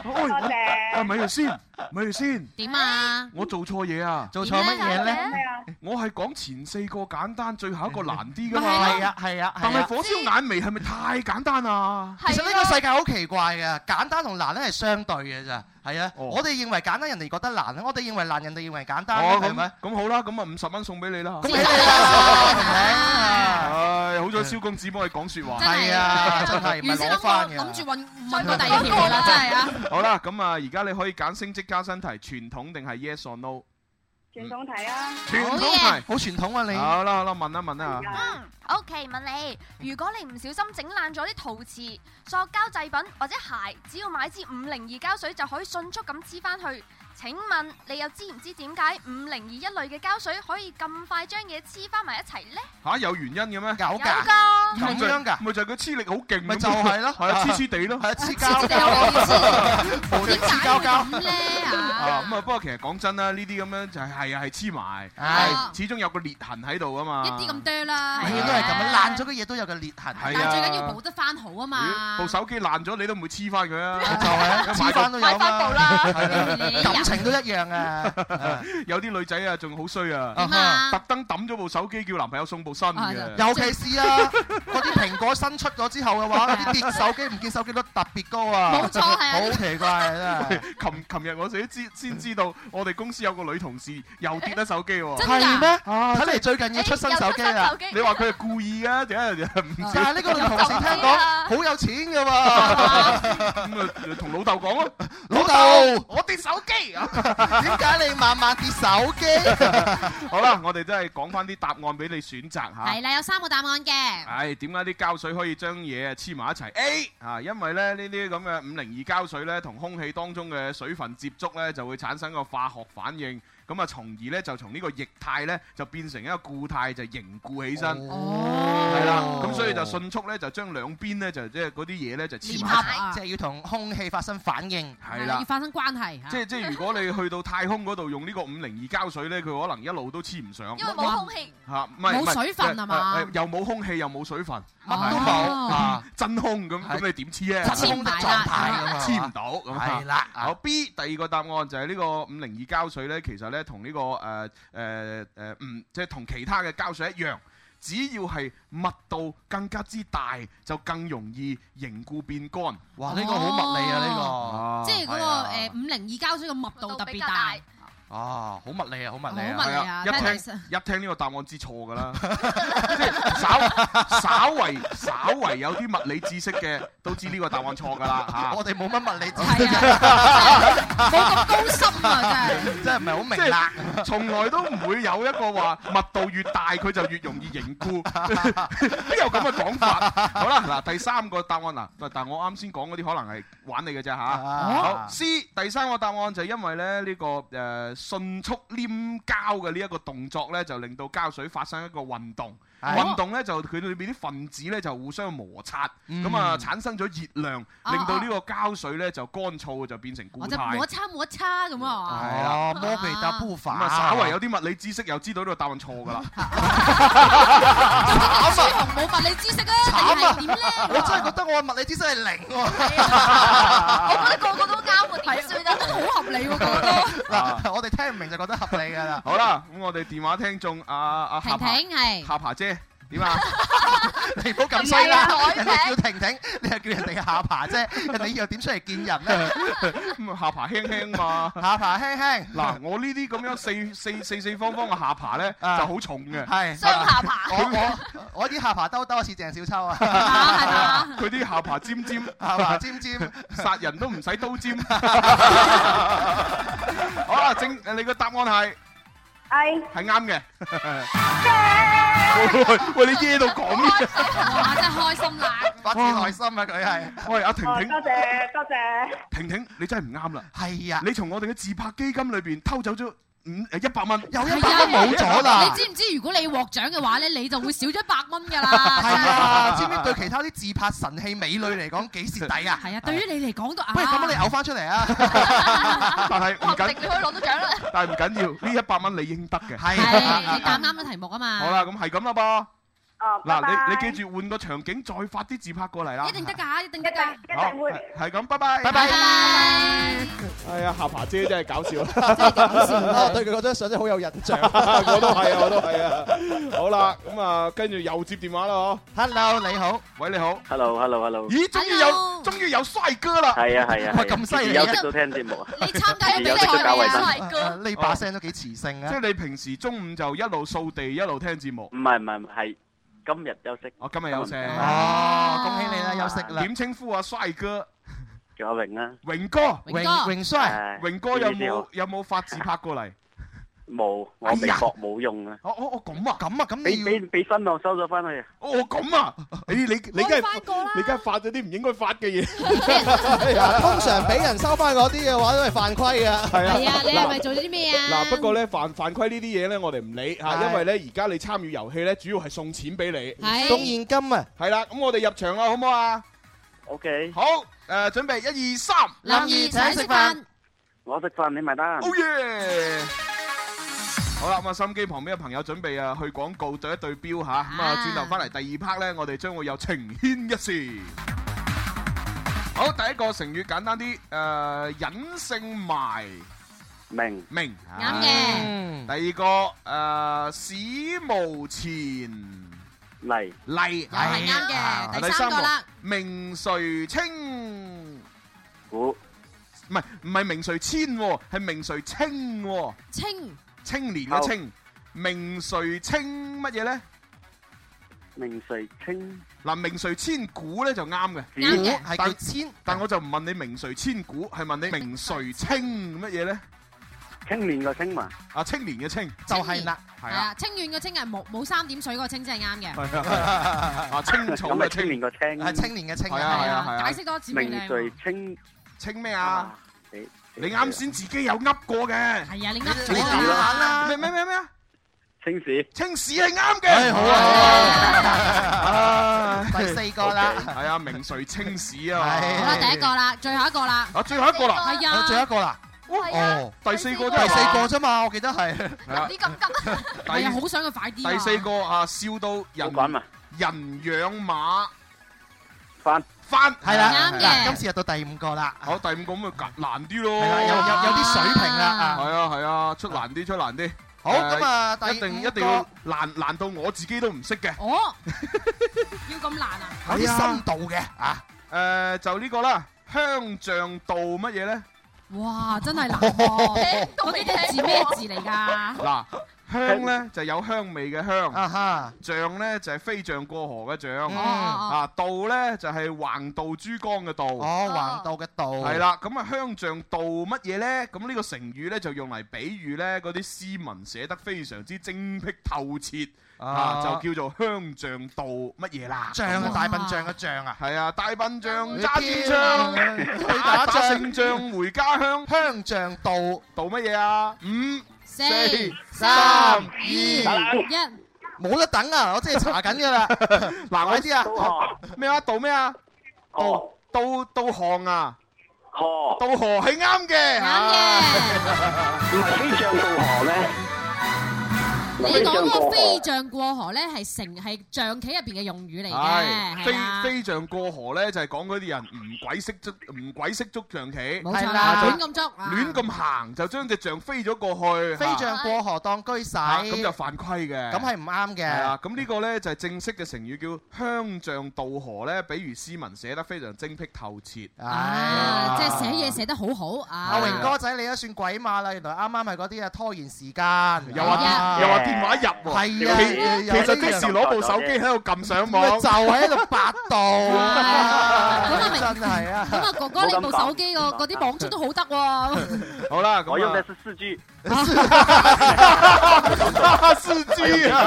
Speaker 8: 多
Speaker 7: 謝
Speaker 8: 哎啊喂，咪住先，咪住先，
Speaker 6: 點啊？
Speaker 8: 我做錯嘢啊！
Speaker 4: 做錯乜嘢咧？
Speaker 8: 我係講前四個簡單，最後一 個難啲噶嘛？
Speaker 4: 係
Speaker 7: Dạ,
Speaker 4: 啊，係啊，
Speaker 8: 但
Speaker 4: 係
Speaker 8: 係
Speaker 4: 啊
Speaker 8: 火燒眼眉係咪太簡單啊？
Speaker 4: 其實呢個世界好奇怪嘅，簡單同難咧係相對嘅咋，係
Speaker 8: 哦
Speaker 4: 啊。我哋認為簡單，人哋覺得難；啊我哋認為難，人哋認為簡單
Speaker 8: 哦，
Speaker 4: 嘅，係咪？
Speaker 8: 咁咁好啦，咁啊五十蚊送俾 你啦。
Speaker 4: 恭喜你啦！
Speaker 8: 唉，好彩蕭公子幫你講説話。
Speaker 4: 真係係啊真係唔係
Speaker 6: 原先諗
Speaker 4: 攞返
Speaker 6: 過
Speaker 4: 嘅
Speaker 6: 諗住問問個第二條啦，真係啊！
Speaker 8: 好啦，咁啊，而家你可以揀升職加薪題，傳統定係 yes or no？
Speaker 7: 傳統題啊，
Speaker 8: 傳統題，
Speaker 4: 好傳統啊你
Speaker 8: 好啦好啦，問啦問啦。
Speaker 9: 嗯，OK，問你，如果你唔小心整爛咗啲陶瓷、塑膠製品或者鞋，只要買支五零二膠水就可以迅速咁黐翻去。請問你又知唔知點解五零二一類嘅膠水可以咁快將嘢黐翻埋一齊呢？
Speaker 8: 嚇有原因嘅咩？有
Speaker 4: 㗎
Speaker 9: 㗎
Speaker 4: 咁樣㗎
Speaker 8: 咪就係佢黐力好勁咁樣。
Speaker 4: 咪就係咯
Speaker 8: 係啊，黐黐地咯，係啊，
Speaker 4: 黐
Speaker 11: 膠點解會
Speaker 4: 咁哦
Speaker 6: 咧
Speaker 8: 膠啊咁啊，不過其實講真啦，呢啲咁樣就係係啊係黐埋，
Speaker 4: 係
Speaker 8: 始終有個裂痕喺度啊嘛。
Speaker 6: 一啲咁多啦，啊
Speaker 8: 永遠
Speaker 4: 都係咁樣，爛咗啊嘅嘢都有個 裂痕。
Speaker 8: 係啊
Speaker 6: 但係最緊要補得翻好啊嘛。
Speaker 8: 部手機爛咗，你都唔會黐翻佢啊！
Speaker 4: 就係啊
Speaker 8: 一買
Speaker 4: 黐返都有啊買返部啦
Speaker 8: 係啊
Speaker 4: 感情都一 樣啊！
Speaker 8: 有啲女仔啊，仲好衰
Speaker 4: 點啊
Speaker 8: 啊，特登抌咗部手機叫男朋友送部新嘅，
Speaker 4: 尤其是啊，嗰啲蘋果新出咗之後嘅 話，啲跌手機唔見手機率特別高啊！
Speaker 8: 冇錯係啊
Speaker 4: 好奇怪啊！真係。
Speaker 8: 琴琴日我自己知先知道，我哋公司有個女同事又跌得手機喎，
Speaker 4: 真
Speaker 6: 哎
Speaker 4: 㗎係咩睇嚟最近要出新手機啊啦誒又出新手機
Speaker 8: 你話佢係故意啊？定係 唔知？
Speaker 4: 但係呢個女同事聽講好有錢嘅 喎，
Speaker 8: 咁啊，同老豆講咯，
Speaker 4: 老豆，
Speaker 8: 我跌手機啊！
Speaker 4: 點解你慢慢跌手機？
Speaker 8: 好啦，我哋真係講翻啲答案俾你選擇嚇。
Speaker 6: 係啦，有三個答案嘅。
Speaker 8: 唉，點解啲膠水可以將嘢黐埋一齊？A 啊，因為咧呢啲咁嘅五零二膠水咧，同空氣當中嘅水分接觸咧，就會產生個化學反應，咁啊，從而咧就從呢個液態咧就變成一個固態，就凝固起身。哦，係啦，咁所以就迅速咧就將兩邊咧就即係嗰啲嘢咧就黐
Speaker 6: 啊
Speaker 8: 埋一齊。
Speaker 4: 即係要同空氣發生反應，
Speaker 8: 係啦要
Speaker 6: 發生關係啊
Speaker 8: 即係即係，如果你去到太空嗰度用呢個五零二膠水咧，佢可能一路都黐唔上，
Speaker 12: 因為冇空氣。
Speaker 8: 嚇，唔係
Speaker 12: 冇
Speaker 8: 唔係
Speaker 12: 水分
Speaker 8: 誒
Speaker 12: 啊嘛哦
Speaker 8: 誒誒又冇空氣，又冇水分，
Speaker 12: 乜都冇
Speaker 8: 係啊，真空咁，咁你點黐啊？
Speaker 4: 真空的狀態咁啊
Speaker 8: 黐唔到咁啊
Speaker 4: 係啦啊
Speaker 8: 好 B 第二個答案就係呢個五零二膠水咧，其實咧同呢個呃誒誒誒唔嗯即係同其他嘅膠水一樣。只要係密度更加之大，就更容易凝固變乾。哇！
Speaker 4: 呢個好物理
Speaker 7: à,
Speaker 4: 啊呢個哦
Speaker 6: 即係嗰個誒五零二膠水嘅密度特別大。
Speaker 7: Ờ,
Speaker 8: 啊，好物理
Speaker 7: à,
Speaker 8: 啊，好物
Speaker 6: 理啊好物理啊
Speaker 8: 一
Speaker 6: 睇
Speaker 8: 聽
Speaker 6: 嚟實
Speaker 8: 一聽呢個答案知錯㗎啦，即係稍稍為稍為有啲物理知識嘅都知呢個答案錯㗎啦嚇。
Speaker 4: 我哋冇乜物理知
Speaker 8: 識，
Speaker 6: 冇咁高深啊真
Speaker 4: 係，真係唔係好明啦。
Speaker 8: 從來都唔會有一個話密度越大佢就越容易凝 固，邊有咁嘅講法？好啦，嗱第三個答案嗱，但我啱先講嗰啲可能係玩你嘅啫嚇。
Speaker 4: 啊
Speaker 8: 好 C 第三個答案就係因為咧呢個誒迅速黏膠嘅呢一個動作咧，就令到膠水發生一個運動。
Speaker 13: 係
Speaker 8: 運動咧就佢裏邊啲分子咧就互相摩擦，咁啊
Speaker 4: 嗯
Speaker 8: 產生咗熱量，
Speaker 6: 哦
Speaker 8: 令到呢個膠水咧就乾燥就變成固
Speaker 4: 哦
Speaker 6: 我就摩
Speaker 8: 態。
Speaker 6: 擦摩擦咁啊！
Speaker 8: 係啦，
Speaker 4: 摩哦皮搭步伐
Speaker 8: 咁啊，稍為有啲物理知識又知道呢個答案錯㗎啦。
Speaker 6: 朱紅冇物理知識啊，定係點咧？
Speaker 4: 我真係覺得我嘅物理知識係零喎。
Speaker 12: 我覺得個個都交換點算啊？
Speaker 6: 好合理喎，個
Speaker 4: 嗱， 我哋聽唔明就覺得合理㗎啦。
Speaker 8: 好啦，咁我哋電話聽眾阿阿夏
Speaker 4: 婷
Speaker 8: 爬
Speaker 4: 婷係
Speaker 8: 夏爬姐 點啊？
Speaker 4: 你唔好咁衰啦，人哋叫婷婷，你係叫人哋下爬啫，人哋又點出嚟見人咧？
Speaker 8: 咁啊下爬輕輕嘛，
Speaker 4: 下爬輕輕。
Speaker 8: 嗱，我呢啲咁樣四四四四方方嘅下爬咧，就好重嘅，
Speaker 4: 係我我我啲下爬兜兜似鄭少
Speaker 7: à?
Speaker 4: 秋啊，
Speaker 8: 佢啲下巴尖尖，
Speaker 4: 下巴尖尖，
Speaker 8: 殺人都唔使刀 尖。好啦，正你個答案係
Speaker 9: 係
Speaker 8: 係 啱嘅。喂，你耶到咁嘅，
Speaker 6: 哇！真係開心啦！
Speaker 4: 發自內心啊！佢係
Speaker 8: 喂阿婷
Speaker 9: 哦
Speaker 8: 婷，
Speaker 9: 多謝多謝，
Speaker 8: 婷婷你真係唔啱啦。
Speaker 4: 係啊，
Speaker 8: 你從我哋嘅自拍基金裏邊偷走咗五誒一百蚊，
Speaker 4: 有
Speaker 6: 係啊你知唔知？如果你獲獎嘅話咧，你就會少咗一百蚊㗎啦。
Speaker 4: 係 啊，知唔知對 其他啲自拍神器美女嚟講幾蝕底啊？
Speaker 6: 係啊，對於你嚟講都啱。
Speaker 4: 不如咁啊，你嘔翻出嚟啊！
Speaker 8: 但係唔緊，
Speaker 6: 可以攞到獎 啦。
Speaker 8: 但係唔緊要，呢一百蚊你應得嘅。
Speaker 6: 係你答啱咗題目啊嘛。
Speaker 8: 好啦，，咁係咁啦噃。
Speaker 9: 哦，
Speaker 8: 嗱，你你記住換個場景，再發啲自拍過嚟啦。
Speaker 6: 一定得㗎，一定得㗎。
Speaker 8: 好，
Speaker 7: Ờ.
Speaker 8: 係係咁，拜拜，
Speaker 4: 拜拜。
Speaker 8: 哎呀，下爬姐真係搞 笑，
Speaker 4: 真係搞 笑啊！對佢嗰張相真係好有印 象。
Speaker 8: 我都係啊，我都係啊。好啦，咁啊，跟住又接電話啦，嗬。
Speaker 4: Hello，你好。
Speaker 8: 喂，你好。
Speaker 7: Hello，Hello，Hello。
Speaker 8: 咦，終於有終於有衰哥啦。
Speaker 7: 係啊係啊，係啊
Speaker 4: 咁犀利
Speaker 7: 有識到聽節目啊！
Speaker 6: 你參加咗
Speaker 7: 有識到搞衞生。
Speaker 4: 生，呢把聲都幾磁性
Speaker 8: 即
Speaker 4: 啊！
Speaker 8: 係你平時中午就一路掃地一路聽節目。
Speaker 7: 唔係唔係唔係，今日休息。
Speaker 8: 我今日休息。
Speaker 7: 啊
Speaker 4: 哦，恭喜你啦，休息啦。
Speaker 8: 點稱呼啊，衰哥？
Speaker 7: 仲有榮啦，
Speaker 8: 榮哥，
Speaker 4: 榮哥榮帥
Speaker 7: 係
Speaker 8: 榮哥有
Speaker 7: 呢啲
Speaker 8: 冇
Speaker 7: 好
Speaker 8: 有冇發自拍過嚟？
Speaker 7: 冇我微博冇用啊！
Speaker 8: 我我我咁啊，
Speaker 4: 咁啊，咁
Speaker 7: 俾俾俾新浪收咗翻去啊！
Speaker 8: 哦咁啊， 誒你你梗係你梗係發咗啲唔應該發嘅嘢。
Speaker 4: 嗱，通常俾人收翻嗰啲嘅話都係犯規㗎。
Speaker 8: 係啊
Speaker 6: 係啊，你係咪做咗啲咩啊？
Speaker 8: 嗱，不過咧犯犯規呢啲嘢咧，我哋唔理嚇，
Speaker 4: 係
Speaker 8: 因為咧而家你參與遊戲咧，主要係送錢俾你，
Speaker 6: 係
Speaker 4: 送現金啊！
Speaker 8: 係啦。咁我哋入場啦，好唔好啊
Speaker 7: ，OK，
Speaker 8: 好，誒，準備一二三，
Speaker 7: 林兒請食飯，我食飯你埋單。
Speaker 8: Oh yeah！好啦，咁啊，心機旁邊嘅朋友準備啊去廣告對一對標嚇，咁啊，轉頭翻嚟第二 part 咧，我哋將會有情牽一線。呃好，第一個成語簡單啲，誒，隱姓埋。
Speaker 7: 明
Speaker 8: 明
Speaker 6: 啱嘅
Speaker 8: 第二個誒史無前
Speaker 7: 例
Speaker 8: 例啊
Speaker 6: 又係啱嘅第三個啦，
Speaker 8: 名垂青古，唔係唔係名垂千喎，係名垂青喎，
Speaker 6: 清
Speaker 8: 青年嘅青，名垂青乜嘢咧？
Speaker 7: 名垂青
Speaker 8: 嗱，名垂千古咧就啱嘅，
Speaker 7: 啱嘅係叫
Speaker 8: 但但我就唔問你名垂千古，係問你名垂青乜嘢咧？
Speaker 7: 青年嘅青嘛，
Speaker 8: 啊青年嘅青
Speaker 6: 就係啦，
Speaker 8: 係
Speaker 6: 係
Speaker 8: 啊
Speaker 6: 啊，。清遠嘅清係冇冇三點水嗰個清先係啱嘅。
Speaker 8: 系啊，啊青草嘅青年
Speaker 7: 個青，
Speaker 8: 係
Speaker 4: 青年嘅青
Speaker 8: 係啊係啊係啊，
Speaker 6: 解釋多次未靚喎。
Speaker 7: 清
Speaker 8: 清咩
Speaker 7: À,
Speaker 8: 啊？你啱先自己有噏過
Speaker 6: 係
Speaker 8: 嘅，
Speaker 6: 啊，你啱
Speaker 8: 你
Speaker 6: 咗
Speaker 8: 玩
Speaker 6: 啊。
Speaker 8: 啦，咩咩咩咩啊？
Speaker 7: 青史，
Speaker 8: 青史係啱嘅，哎好啊，
Speaker 4: 第四個 啦
Speaker 8: 係啊，名垂青史啊，
Speaker 6: 好啦，第一個啦，最後一個啦。
Speaker 8: 啊，最後一個啦，
Speaker 6: 係啊，
Speaker 4: 最後一個啦，
Speaker 6: 係啊。
Speaker 4: 哦，
Speaker 8: 第四個
Speaker 4: 第四個啫嘛，我記得係。
Speaker 8: 係
Speaker 6: 咁
Speaker 8: 啊
Speaker 6: 急，啊係啊，好想佢快啲啊。
Speaker 8: 第四個啊，笑到人人仰馬
Speaker 7: 翻
Speaker 8: 翻，
Speaker 4: 係啦，
Speaker 6: 啱嘅
Speaker 4: 嗱今次又到第五個啦，
Speaker 8: 好，第五個咁啊難啲咯，
Speaker 4: 係啦，有有有啲水平啦啊。
Speaker 8: 係啊係啊，出難啲出難啲。
Speaker 4: 好咁啊
Speaker 8: 誒一
Speaker 4: 第
Speaker 8: 定
Speaker 4: 五
Speaker 8: 一定要難難到我自己都唔識嘅，
Speaker 6: 哦，要咁難啊？
Speaker 8: 有啲深
Speaker 4: 度嘅
Speaker 8: 啊。誒就呢個啦，香象道乜嘢咧？
Speaker 6: 哇，真 係難喎！嗰幾隻字咩字嚟㗎？
Speaker 8: 嗱，香咧就有香味嘅香，
Speaker 4: 啊哈，
Speaker 8: 象咧就係飛象過河嘅象，
Speaker 4: 嗯哦
Speaker 8: 啊道咧就係橫渡珠江嘅道。
Speaker 4: 哦，橫道嘅道。
Speaker 8: 係啦，咁啊香象道乜嘢呢？咁呢個成語呢，就用嚟比喻呢嗰啲詩文寫得非常之精辟透徹啊，就叫做香象道乜嘢啦。
Speaker 4: 象啊
Speaker 8: 咁
Speaker 4: 大笨象嘅象啊。
Speaker 8: 係啊，大笨象
Speaker 4: 你
Speaker 8: 揸支槍，
Speaker 4: 去
Speaker 8: 打
Speaker 4: 啊打
Speaker 8: 打
Speaker 4: 仗
Speaker 8: 勝仗回家鄉，
Speaker 4: 香象道
Speaker 8: 道乜嘢啊？五
Speaker 6: 四
Speaker 4: 三二
Speaker 6: 一，
Speaker 4: 冇得等啊！我真係查緊㗎啦。
Speaker 8: 嗱，
Speaker 4: 快啲啊！
Speaker 8: 咩啊？道咩啊？道道道項啊！河道河係啱嘅， 啊
Speaker 6: 啱
Speaker 8: 嘅。唔係飛象道河咩？
Speaker 6: 你講嗰個飛象過河咧，係成係象棋入邊嘅用語嚟嘅，係
Speaker 8: 係
Speaker 6: 啊
Speaker 8: 飛飛象過河咧，就係講嗰啲人唔鬼識捉唔鬼識捉象棋，
Speaker 6: 冇錯
Speaker 8: 係
Speaker 6: 啦，亂
Speaker 8: 就
Speaker 6: 咁捉啊！
Speaker 8: 亂咁行就將只象飛咗過去，
Speaker 4: 飛象過河當居使，
Speaker 8: 啊咁就犯規嘅，
Speaker 4: 咁係唔啱嘅
Speaker 8: 係啊，咁呢個咧就係正式嘅成語叫香象渡河咧，比如詩文寫得非常精辟透徹，
Speaker 6: 啊，即係寫嘢寫得好好啊！
Speaker 4: 阿榮哥仔，你都算鬼馬啦！原來啱啱係嗰啲啊拖延時間，啊
Speaker 8: 又話又話電話入喎，
Speaker 4: 係啊
Speaker 8: 其
Speaker 4: 有
Speaker 8: 其實
Speaker 4: 呢
Speaker 8: 即
Speaker 4: 樣
Speaker 8: 時攞部手機喺度 撳上
Speaker 4: 咪
Speaker 8: 網，
Speaker 4: 就喺度百
Speaker 6: 咁啊
Speaker 4: 度，真係啊！
Speaker 6: 咁啊，哥哥你部手機個嗰啲網速都好得喎，
Speaker 8: 好啦，咁
Speaker 7: 我用
Speaker 8: 啊
Speaker 7: 的是四 G，
Speaker 8: 四 G 啊！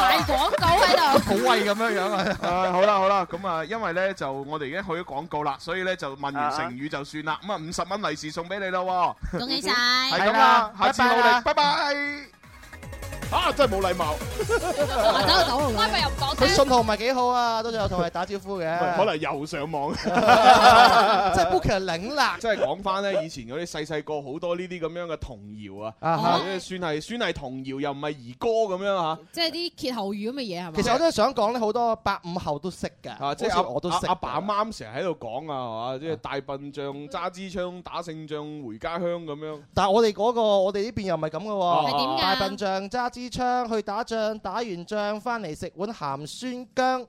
Speaker 6: 賣廣告喺度。
Speaker 8: 好威咁樣樣啊！ 啊好啦好啦，咁啊，因為咧就我哋已經去咗廣告啦，所以咧就問
Speaker 4: 啊
Speaker 8: 完成語就算啦。咁啊，五十蚊利是送俾你咯喎，
Speaker 6: 恭喜晒
Speaker 8: 係咁啦，下次努力，拜拜。啊，真係冇禮貌，
Speaker 6: 走就走啦，咪又唔講
Speaker 4: 佢信號唔係幾好啊，都仲有同我哋打招呼嘅，
Speaker 8: 可能又上網。
Speaker 4: 即係 book 零啦。
Speaker 8: 即係講翻咧，以前嗰啲細細個好多呢啲咁樣嘅童謠啊，
Speaker 4: 啊
Speaker 8: 啊
Speaker 4: 哈
Speaker 8: 算係算係童謠，又唔係兒歌咁樣啊嚇。
Speaker 6: 即係啲歇後語咁嘅嘢係嘛？
Speaker 4: 其實我都係想講咧，好多八五後都識㗎，
Speaker 8: 啊！
Speaker 4: 好
Speaker 8: 即係
Speaker 4: 似
Speaker 8: 阿
Speaker 4: 我都識
Speaker 8: 阿。阿爸阿媽成日喺度講啊，係嘛？即係大笨象揸支槍打勝仗回家鄉咁樣。
Speaker 4: 但係我哋嗰個，我哋呢邊又唔係咁嘅
Speaker 8: 哦係點
Speaker 4: 喎。
Speaker 8: 㗎
Speaker 4: 大笨象揸支槍去打仗，打完仗翻嚟食碗鹹酸薑。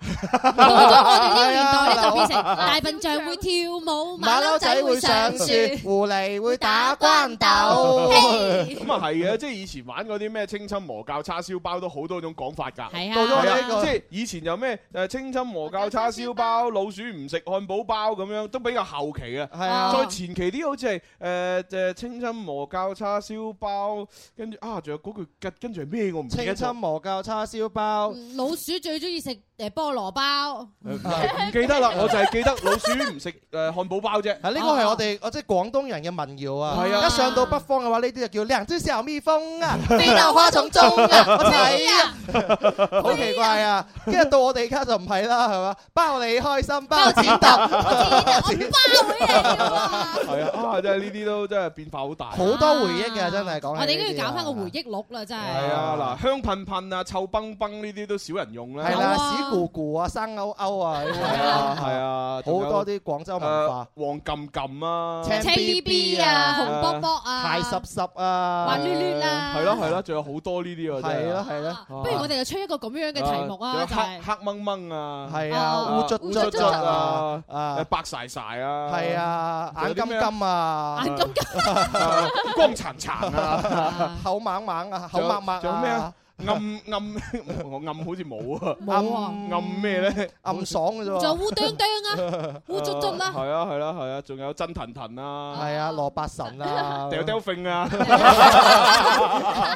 Speaker 6: 到咗我哋 呢個年代咧，就變成
Speaker 4: 係啊
Speaker 6: 大笨象會跳舞，
Speaker 4: 馬騮
Speaker 6: 馬
Speaker 4: 仔
Speaker 6: 騮仔
Speaker 4: 會
Speaker 6: 會
Speaker 4: 上
Speaker 6: 上
Speaker 4: 樹
Speaker 6: 樹。，
Speaker 4: 狐狸會打關鬥。
Speaker 8: 咁啊係嘅，即係以前玩嗰啲咩清侵磨教叉燒包都好多種講法㗎。
Speaker 6: 係啊
Speaker 4: 到咗我哋呢
Speaker 8: 係啊，
Speaker 4: 個
Speaker 8: 即係以前有咩誒清侵磨教叉燒包、老鼠唔食漢堡包咁樣，都比較後期嘅。
Speaker 4: 係啊
Speaker 8: 再前期啲好似係誒誒清侵磨教叉燒包，跟住啊仲有嗰句跟跟住係咩我唔記
Speaker 4: 清
Speaker 8: 得咗
Speaker 4: 侵。磨教叉燒包，
Speaker 6: 老鼠最中意食誒菠蘿包，
Speaker 8: 唔記得啦，我就係記得老鼠唔食誒漢堡包啫。
Speaker 4: 啊呢個係我哋我即係廣東人嘅民謠啊！
Speaker 8: 係啊
Speaker 4: 一上到北方嘅話，呢啲就叫兩隻小蜜蜂啊，飛
Speaker 6: 到
Speaker 4: 到花
Speaker 6: 花
Speaker 4: 叢
Speaker 6: 叢
Speaker 4: 中
Speaker 6: 中
Speaker 4: 啊，我
Speaker 6: 飛
Speaker 4: 睇啊，
Speaker 6: 啊！
Speaker 4: 好奇怪啊！跟住到我哋而家就唔係啦，係嘛？包你開心，
Speaker 6: 啊
Speaker 4: 包剪揼，
Speaker 8: 係啊，啊真係呢啲都真係變化好大。
Speaker 4: 好多回憶嘅真係講起呢啲啊。
Speaker 6: 我哋應該要搞翻個回憶錄啦，真係。
Speaker 8: 係啊，啊，嗱，香噴噴啊、臭崩崩呢啲都少人用啦。
Speaker 4: 係啦，屎咕咕啊，生勾勾啊，呢
Speaker 8: 係
Speaker 4: 啲
Speaker 8: 啊，係啊，仲有
Speaker 4: 好多啲廣州文化，
Speaker 8: 誒黃撳撳啊，
Speaker 4: 青 BB 啊
Speaker 8: 紅卜卜
Speaker 4: 啊，鞋濕濕啊，
Speaker 6: 滑捋捋啊
Speaker 8: 係咯係咯，仲有好多呢啲啊，
Speaker 4: 係咯
Speaker 8: 係
Speaker 4: 咯，
Speaker 6: 不如我哋就出一個咁樣嘅題目
Speaker 8: 仲有
Speaker 6: 啊，就
Speaker 8: 黑
Speaker 6: 係
Speaker 8: 黑掹掹啊，
Speaker 4: 係啊烏卒
Speaker 8: 烏
Speaker 4: 卒
Speaker 8: 卒
Speaker 4: 啊
Speaker 8: 啊，
Speaker 4: 啊
Speaker 8: 誒白晒晒啊，
Speaker 4: 係啊，
Speaker 8: 仲有
Speaker 4: 眼
Speaker 8: 啲
Speaker 4: 金
Speaker 8: 咩啊
Speaker 4: 金啊，
Speaker 8: 眼 金啊光殘殘
Speaker 6: à?
Speaker 8: 啊，
Speaker 4: 口猛猛啊，口默默啊，
Speaker 8: 仲有咩啊？暗暗 我暗好似冇啊，
Speaker 4: 冇啊
Speaker 8: 暗咩咧？
Speaker 4: 暗爽嘅啫喎仲有烏啄 啄啊烏卒卒啦
Speaker 8: 係啊係啦係啊，仲有真騰騰啊，
Speaker 4: 係啊，蘿蔔神啊，
Speaker 8: 掉掉揈啊，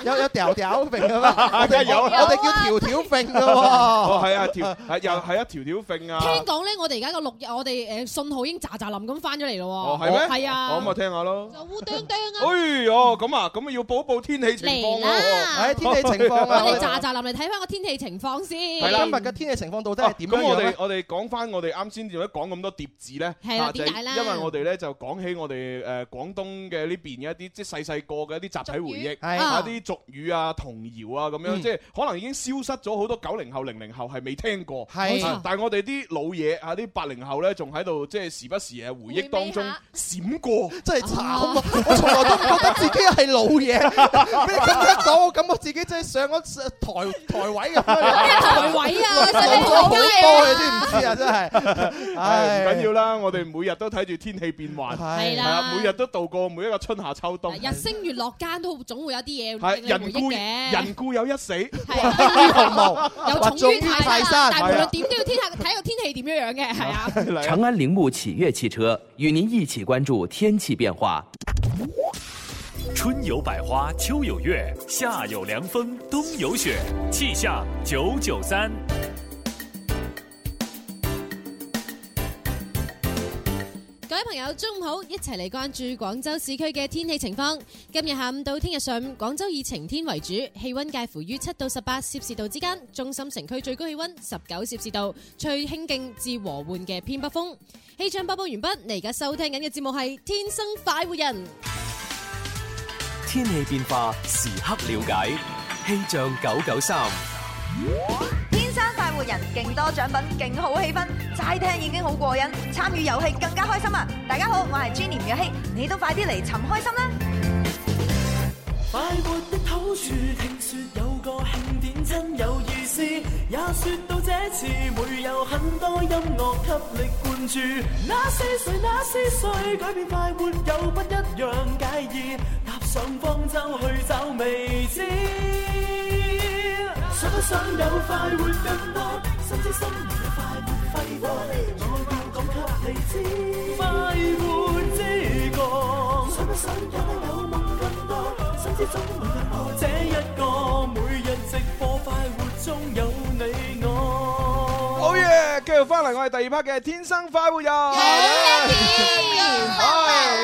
Speaker 4: 有有掉掉揈啊嘛，我
Speaker 8: 梗
Speaker 4: 哋
Speaker 8: 係有
Speaker 4: 我
Speaker 8: 啦
Speaker 4: 哋叫條條揈噶
Speaker 8: 哦
Speaker 4: 喎，
Speaker 8: 係啊條係又係一條條揈啊，
Speaker 6: 聽講咧，我哋而家個錄音，我哋誒呃信號已經喳喳冧咁翻咗嚟咯
Speaker 8: 哦
Speaker 6: 喎。
Speaker 8: 係咩？
Speaker 6: 係
Speaker 8: 哦咁
Speaker 6: 啊
Speaker 8: 啊，聽下咯。
Speaker 6: 烏啄啄啊！
Speaker 8: 哎呦，咁啊，咁啊要報一報天氣情況
Speaker 6: 嚟
Speaker 8: 咯
Speaker 6: 啦
Speaker 8: 喎。哎
Speaker 4: 係天氣情況啊
Speaker 6: 我哋喳喳臨嚟睇翻個天氣情況先。啊
Speaker 8: 係啦
Speaker 4: 今日嘅天氣情況到底係點
Speaker 8: 咁
Speaker 4: 樣樣
Speaker 8: 我哋
Speaker 4: 咧？
Speaker 8: 我哋講翻我哋啱先點解講咁多疊字咧？
Speaker 6: 係啊
Speaker 8: 就係
Speaker 6: 點解咧
Speaker 8: 因為我哋咧就講起我哋誒廣東嘅呢邊嘅一啲即係細細個嘅一啲集體回憶，
Speaker 4: 係
Speaker 8: 啊一啲俗語啊、童謠啊咁樣，即係可能已經消失咗好多九零後、零零後係未聽過。
Speaker 4: 係
Speaker 8: 啊但係我哋啲老嘢啊，啲八零後咧仲喺度即係時不時誒回憶當中閃過。
Speaker 4: 真係慘啊！我從來都唔覺得自己係老嘢，俾你咁樣講，我感覺自己真係上咗台台位咁樣。
Speaker 6: 咩台 位啊
Speaker 4: 我
Speaker 6: 使唔使
Speaker 4: 講好
Speaker 6: 台階啊
Speaker 4: 多你都唔知啊！真係。
Speaker 8: 唉，唔緊要啦，我哋每日都睇住天氣變幻，
Speaker 6: 係
Speaker 8: 係啊，每日都度過每一個春夏秋冬。
Speaker 6: 日升月落間都總會有啲嘢
Speaker 8: 係
Speaker 6: 令你回憶
Speaker 8: 人固
Speaker 6: 嘅。
Speaker 8: 人固有一死，
Speaker 6: 係
Speaker 8: 係
Speaker 6: 啊
Speaker 4: 英雄無
Speaker 6: 有重於泰山，但係無
Speaker 8: 係
Speaker 6: 論
Speaker 8: 啊
Speaker 6: 點都要天下睇個天氣點樣樣嘅， 係啊。
Speaker 2: 长安铃木启悦汽车与您一起关注天气变化。
Speaker 3: 春有百花，秋有月，夏有凉风，冬有雪。气象九九三。
Speaker 6: 各位朋友，中午好，一齊嚟關注廣州市區嘅天氣情況。今日下午到聽日上午，廣州以晴天為主，氣温介乎於七到十八攝氏度之間，中心城區最高氣温十九攝氏度，吹輕勁至和緩嘅偏北風。氣象播報完畢，你而家收聽緊嘅節目係《天生快活人》。
Speaker 14: 天氣變化時刻了解，氣象九九三。
Speaker 9: 天生快活人，勁多獎品，勁好氣氛，齋聽已經好過癮，參與遊戲更加開心啊！大家好，我係 Jenny 吳若希，你都快啲嚟尋開心啦！
Speaker 7: 快活的好處，聽說有個慶典真有意思，也說到這次會有很多音樂給力灌注。那是誰？那是誰？改變快活又不一樣介意，踏上方舟去找未知。想不想有快活更多？心知心意有快活揮霍，我要講給你知。快活之歌，想不想有得有夢更多？心知總會有我這一個，每日直播快活中有你我。
Speaker 8: 好嘢！繼續翻嚟，我係第二 part 嘅天生快活人。Dạ. 係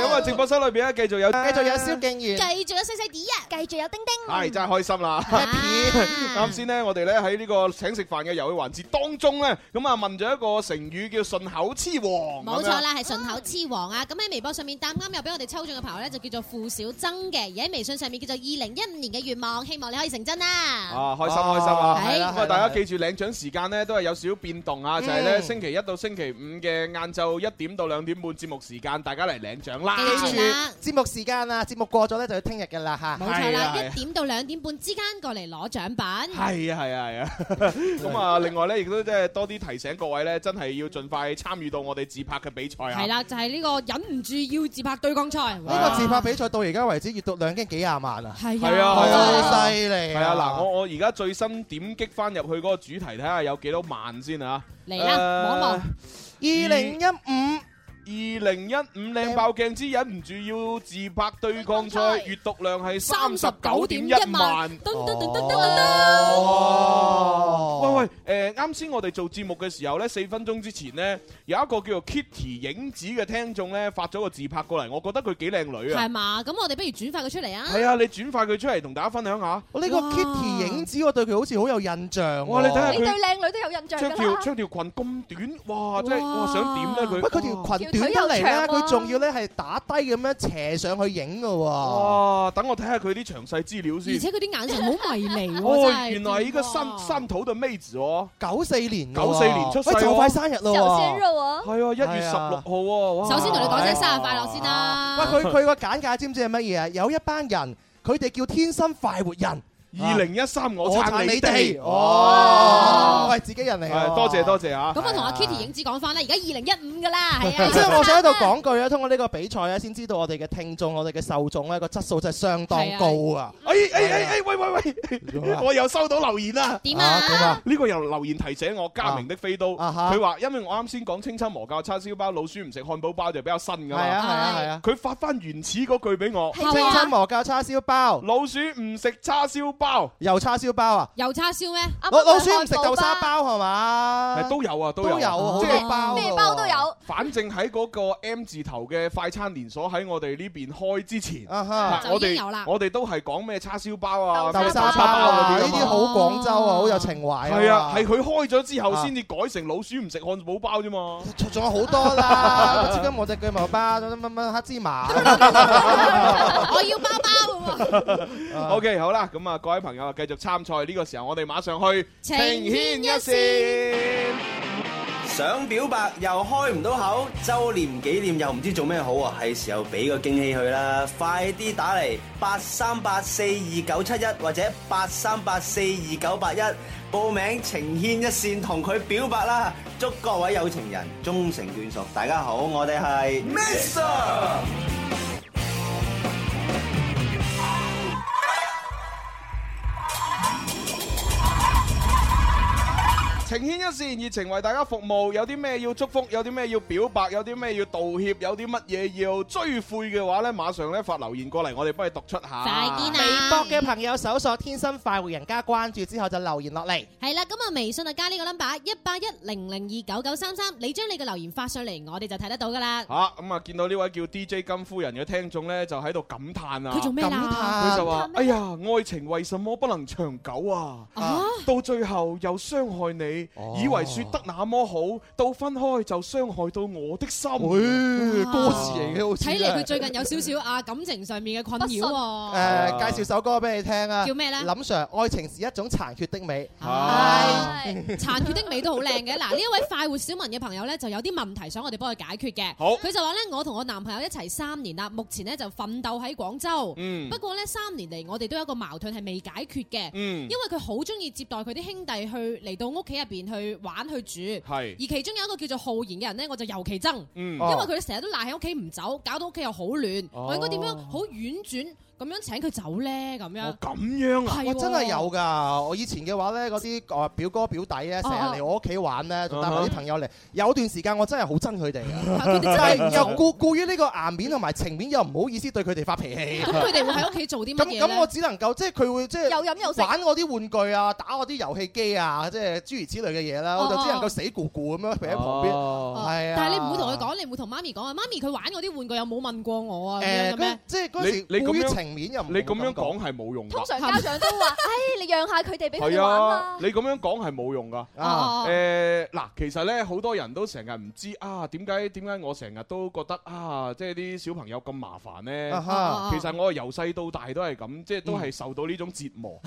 Speaker 8: 咁啊！直播室裏邊咧，繼續有繼
Speaker 4: 繼續有蕭敬
Speaker 6: 繼
Speaker 4: 元。
Speaker 6: 續有細細啲啊，繼續有丁丁
Speaker 8: 係真係開心啦！ 啱先咧，我哋咧喺呢個請食飯嘅遊戲環節當中咧，咁啊問咗一個成語叫順口雌黃。
Speaker 6: 冇錯啦，係順口雌黃啊！咁喺微博上面答啱又俾我哋抽中嘅朋友咧，就叫做付小曾嘅；而喺微信上面叫做二零一五年嘅願望，希望你可以成真啦！
Speaker 8: 啊，開心開心啊！
Speaker 6: 係啦
Speaker 8: 咁啊，大家記住領獎時間咧都係有少少變動啊，就係咧
Speaker 6: 嗯
Speaker 8: 星期一到星期五嘅晏晝一點到兩點半節目時間，大家嚟領獎啦！
Speaker 4: 記住節目時間啦，節目過咗咧就要聽日嘅啦嚇。
Speaker 6: 冇錯
Speaker 8: 係
Speaker 6: 啦
Speaker 8: 啊，係啊
Speaker 6: 一點到兩點半之間過嚟攞獎品。
Speaker 8: 係啊係啊係啊！咁啊，另外咧，亦都即係多啲提醒各位咧，真係要盡快參與到我哋自拍嘅比賽啊！
Speaker 6: 係啦，就係呢個忍唔住要自拍對抗賽。呢
Speaker 4: 呢個自拍比賽到而家為止閱讀量已經幾廿萬啊！
Speaker 6: 係
Speaker 8: 係啊，係啊，
Speaker 4: 好犀利
Speaker 8: 係啊！嗱，我我而家最新點擊翻入去嗰個主題，睇下有幾多萬先啊！
Speaker 6: 嚟啦望一望
Speaker 4: 二零一五。
Speaker 8: 二零一五靚爆鏡之忍唔住要自拍對抗賽，閱讀量係三十九點一萬。
Speaker 6: 噔噔噔噔噔噔噔
Speaker 8: 哦，喂喂，誒、誒啱先我哋做節目嘅時候呢，四分鐘之前呢，有一個叫做 Kitty 影子嘅聽眾呢，發咗個自拍過嚟，我覺得佢幾靚女啊
Speaker 6: 係！嘛？咁我哋不如轉發佢出嚟啊！
Speaker 8: 係啊，你轉發佢出嚟同大家分享下。
Speaker 4: 我呢個 Kitty 影子，我對佢好似好有印象。
Speaker 8: 哇你睇下佢
Speaker 4: 佢對
Speaker 8: 呢對
Speaker 15: 靚女都有印象
Speaker 8: 着
Speaker 6: 啊
Speaker 15: 㗎
Speaker 8: 條
Speaker 15: 啦。
Speaker 8: 着條裙咁短，哇！真係哇想點呢？佢？
Speaker 4: 喂，佢條裙短得嚟咧，佢仲要咧係打低咁樣斜上去影嘅喎。
Speaker 8: 哇！等我睇下佢啲詳細資料
Speaker 6: 而且
Speaker 8: 先。
Speaker 6: 佢啲眼神好迷離喎，
Speaker 8: 哦
Speaker 6: 真，係
Speaker 8: 原來一個三三頭的妹子哦，
Speaker 4: 九四年
Speaker 8: 九四年出世
Speaker 4: 喂
Speaker 8: 喎，
Speaker 4: 就快生日咯喎小鮮肉
Speaker 15: 啊
Speaker 8: 係啊，一月十六號喎。哇
Speaker 6: 首先同你講聲生日快樂先啦。
Speaker 4: 喂，佢佢個簡介知唔知係乜嘢啊？有一班人，佢哋叫天生快活人。
Speaker 8: 二零一三我
Speaker 4: 我撐
Speaker 8: 撐
Speaker 4: 你
Speaker 8: 你
Speaker 4: 哋
Speaker 8: 哋，哦
Speaker 4: 哦，喂，自己人嚟
Speaker 8: 係
Speaker 4: 喎
Speaker 8: 多謝多謝啊！
Speaker 6: 咁我同阿 Kitty 影子講翻啦，而家二零一五噶啦，係啊，
Speaker 4: 即係我想喺度講句啊咧，通過呢個比賽咧，先知道我哋嘅聽眾、我哋嘅受眾咧個質素真係相當高啊！
Speaker 8: 哎哎哎哎，喂喂喂，我又收到留言啦。
Speaker 6: 點
Speaker 4: 啊點啊？
Speaker 8: 呢個又留言提醒我加明的飛刀，佢話因為我啱先講清真磨教叉燒包，老鼠唔食漢堡包就比較新㗎嘛。
Speaker 4: 係啊係啊係啊！
Speaker 8: 佢發翻原始嗰句俾我，
Speaker 6: 啊
Speaker 4: 清真磨教叉燒包，
Speaker 8: 老鼠唔食叉燒包，
Speaker 4: 油叉燒包啊！
Speaker 6: 油叉燒咩？
Speaker 4: 老老鼠唔食豆沙包係嘛？
Speaker 8: 係都有啊，都
Speaker 4: 都有好
Speaker 8: 即
Speaker 4: 多
Speaker 8: 係
Speaker 4: 包，
Speaker 15: 咩包都有。
Speaker 8: 反正喺嗰個 M 字頭嘅快餐連鎖喺我哋呢邊開之前，
Speaker 4: 啊哈
Speaker 8: 嗱我
Speaker 4: 就已
Speaker 8: 哋
Speaker 4: 經有啦
Speaker 8: 我哋都係講咩叉燒包啊、
Speaker 4: 豆
Speaker 8: 咩
Speaker 4: 沙包啊，呢啲好廣州啊，好有情懷啊！
Speaker 8: 係啊，係佢開咗之後
Speaker 4: 啊
Speaker 8: 先至改成老鼠唔食漢堡包啫嘛。
Speaker 4: 仲有好多 啦，資金我隻巨無霸，乜乜乜黑芝麻。
Speaker 6: 我要包包喎。
Speaker 8: OK，好啦，咁啊，各位朋友啊，繼續參賽。呢個時候我哋馬上去
Speaker 6: 情
Speaker 8: 牽一線。
Speaker 7: 想表白又開唔到口，周年紀念又唔知做咩好啊！係時候俾個驚喜佢啦，快啲打嚟八三八四二九七一或者八三八四二九八一報名情牽一線同佢表白啦！祝各位有情人終成眷屬。大家好，我哋係
Speaker 16: Mr.
Speaker 8: 情牽一線，熱情為大家服務。有啲咩要祝福，有啲咩要表白，有啲咩要道歉，有啲乜嘢要追悔嘅話呢，馬上咧發留言過嚟，我哋幫你讀出
Speaker 6: 啊
Speaker 8: 下。
Speaker 4: 微博嘅朋友搜索“天生快活人家”，關注之後就留言落嚟。
Speaker 6: 係啦，咁啊，微信啊加呢個 number 一八一零零二九九三三，你將你嘅留言發上嚟，我哋就睇得到噶啦。
Speaker 8: 吓咁啊！見到呢位叫 DJ 金夫人嘅聽眾呢，就喺度感嘆啊！
Speaker 6: 佢做咩啦感嘆
Speaker 8: 佢就話：哎呀，愛情為什麼不能長久啊？到最後又傷害你，
Speaker 4: 哦
Speaker 8: 以為説得那麼好，到分開就傷害到我的心。
Speaker 4: 歌詞嚟嘅好似
Speaker 6: 睇嚟佢最近有少少啊感情上面嘅困擾喎。
Speaker 4: 誒，介紹首歌俾你聽啊！
Speaker 6: 叫咩呢
Speaker 4: 林 Sir，愛情是一種殘缺的美。
Speaker 6: 係殘缺的美都好靚嘅。嗱，呢一位快活小民嘅朋友呢，就有啲問題想我哋幫佢解決嘅。
Speaker 16: 好
Speaker 6: 佢就話呢，我同我男朋友一齊三年啦，目前呢就奮鬥喺廣州。
Speaker 16: 嗯
Speaker 6: 不過呢，三年嚟我哋都有一個矛盾係未解決嘅。
Speaker 16: 嗯
Speaker 6: 因為佢好中意接待佢啲兄弟去嚟到屋企入邊去玩去煮。
Speaker 16: 係
Speaker 8: 嗯
Speaker 6: 而其中有一個叫做浩然嘅人呢，我就尤其憎。
Speaker 16: 嗯
Speaker 6: 因
Speaker 4: 哦
Speaker 6: 為佢成日都賴喺屋企唔走，搞到屋企又好亂。
Speaker 16: 哦
Speaker 6: 我應該點樣好婉轉咁樣請佢走呢？咁樣。
Speaker 8: 哦咁樣
Speaker 6: 啊係喎
Speaker 4: 我真係有㗎！我以前嘅話咧，嗰啲誒表哥表弟
Speaker 6: 哦
Speaker 4: 咧，成日嚟我屋企玩咧，仲帶埋啲朋友嚟。有段時間我真係好憎佢哋
Speaker 6: 啊佢
Speaker 4: 㗎，
Speaker 6: 哋真
Speaker 4: 但
Speaker 6: 係唔
Speaker 4: 係
Speaker 6: 做
Speaker 4: 又顧顧於呢個顏面同埋情面，又唔好意思對佢哋發脾氣。
Speaker 6: 咁 佢哋會喺屋企做啲乜嘢
Speaker 4: 咁
Speaker 6: 咧
Speaker 4: 咁我只能夠即係佢會即係
Speaker 6: 又飲又食
Speaker 4: 玩我啲玩具啊，打我啲遊戲機啊，即係諸如此類嘅嘢啦。
Speaker 6: 哦
Speaker 4: 我就只能夠死咕咕咁樣陪喺旁邊。
Speaker 8: 哦
Speaker 4: 係啊，
Speaker 6: 但係你唔會同佢講，你唔會同媽咪講啊，媽咪佢玩嗰啲玩具有冇問過我啊？咁樣
Speaker 4: 誒
Speaker 6: 嘅咩
Speaker 4: 嗰？即係嗰時
Speaker 8: 你你咁
Speaker 4: 顧於
Speaker 8: 樣
Speaker 4: 情面又唔
Speaker 8: 你咁樣講係冇用㗎。
Speaker 9: 通常家長都話：，唉，你讓下佢哋俾佢
Speaker 8: 係
Speaker 9: 哋玩啦。
Speaker 8: 啊，你咁樣講係冇用
Speaker 6: 哦
Speaker 8: 噶。
Speaker 9: 啊
Speaker 8: 誒嗱，其實咧好多人都成日唔知啊，點解點解我成日都覺得啊，即係啲小朋友咁麻煩
Speaker 6: 哦
Speaker 8: 咧
Speaker 4: 啊哈？
Speaker 8: 其實我由細到大都係咁，即係都係受到呢種折磨。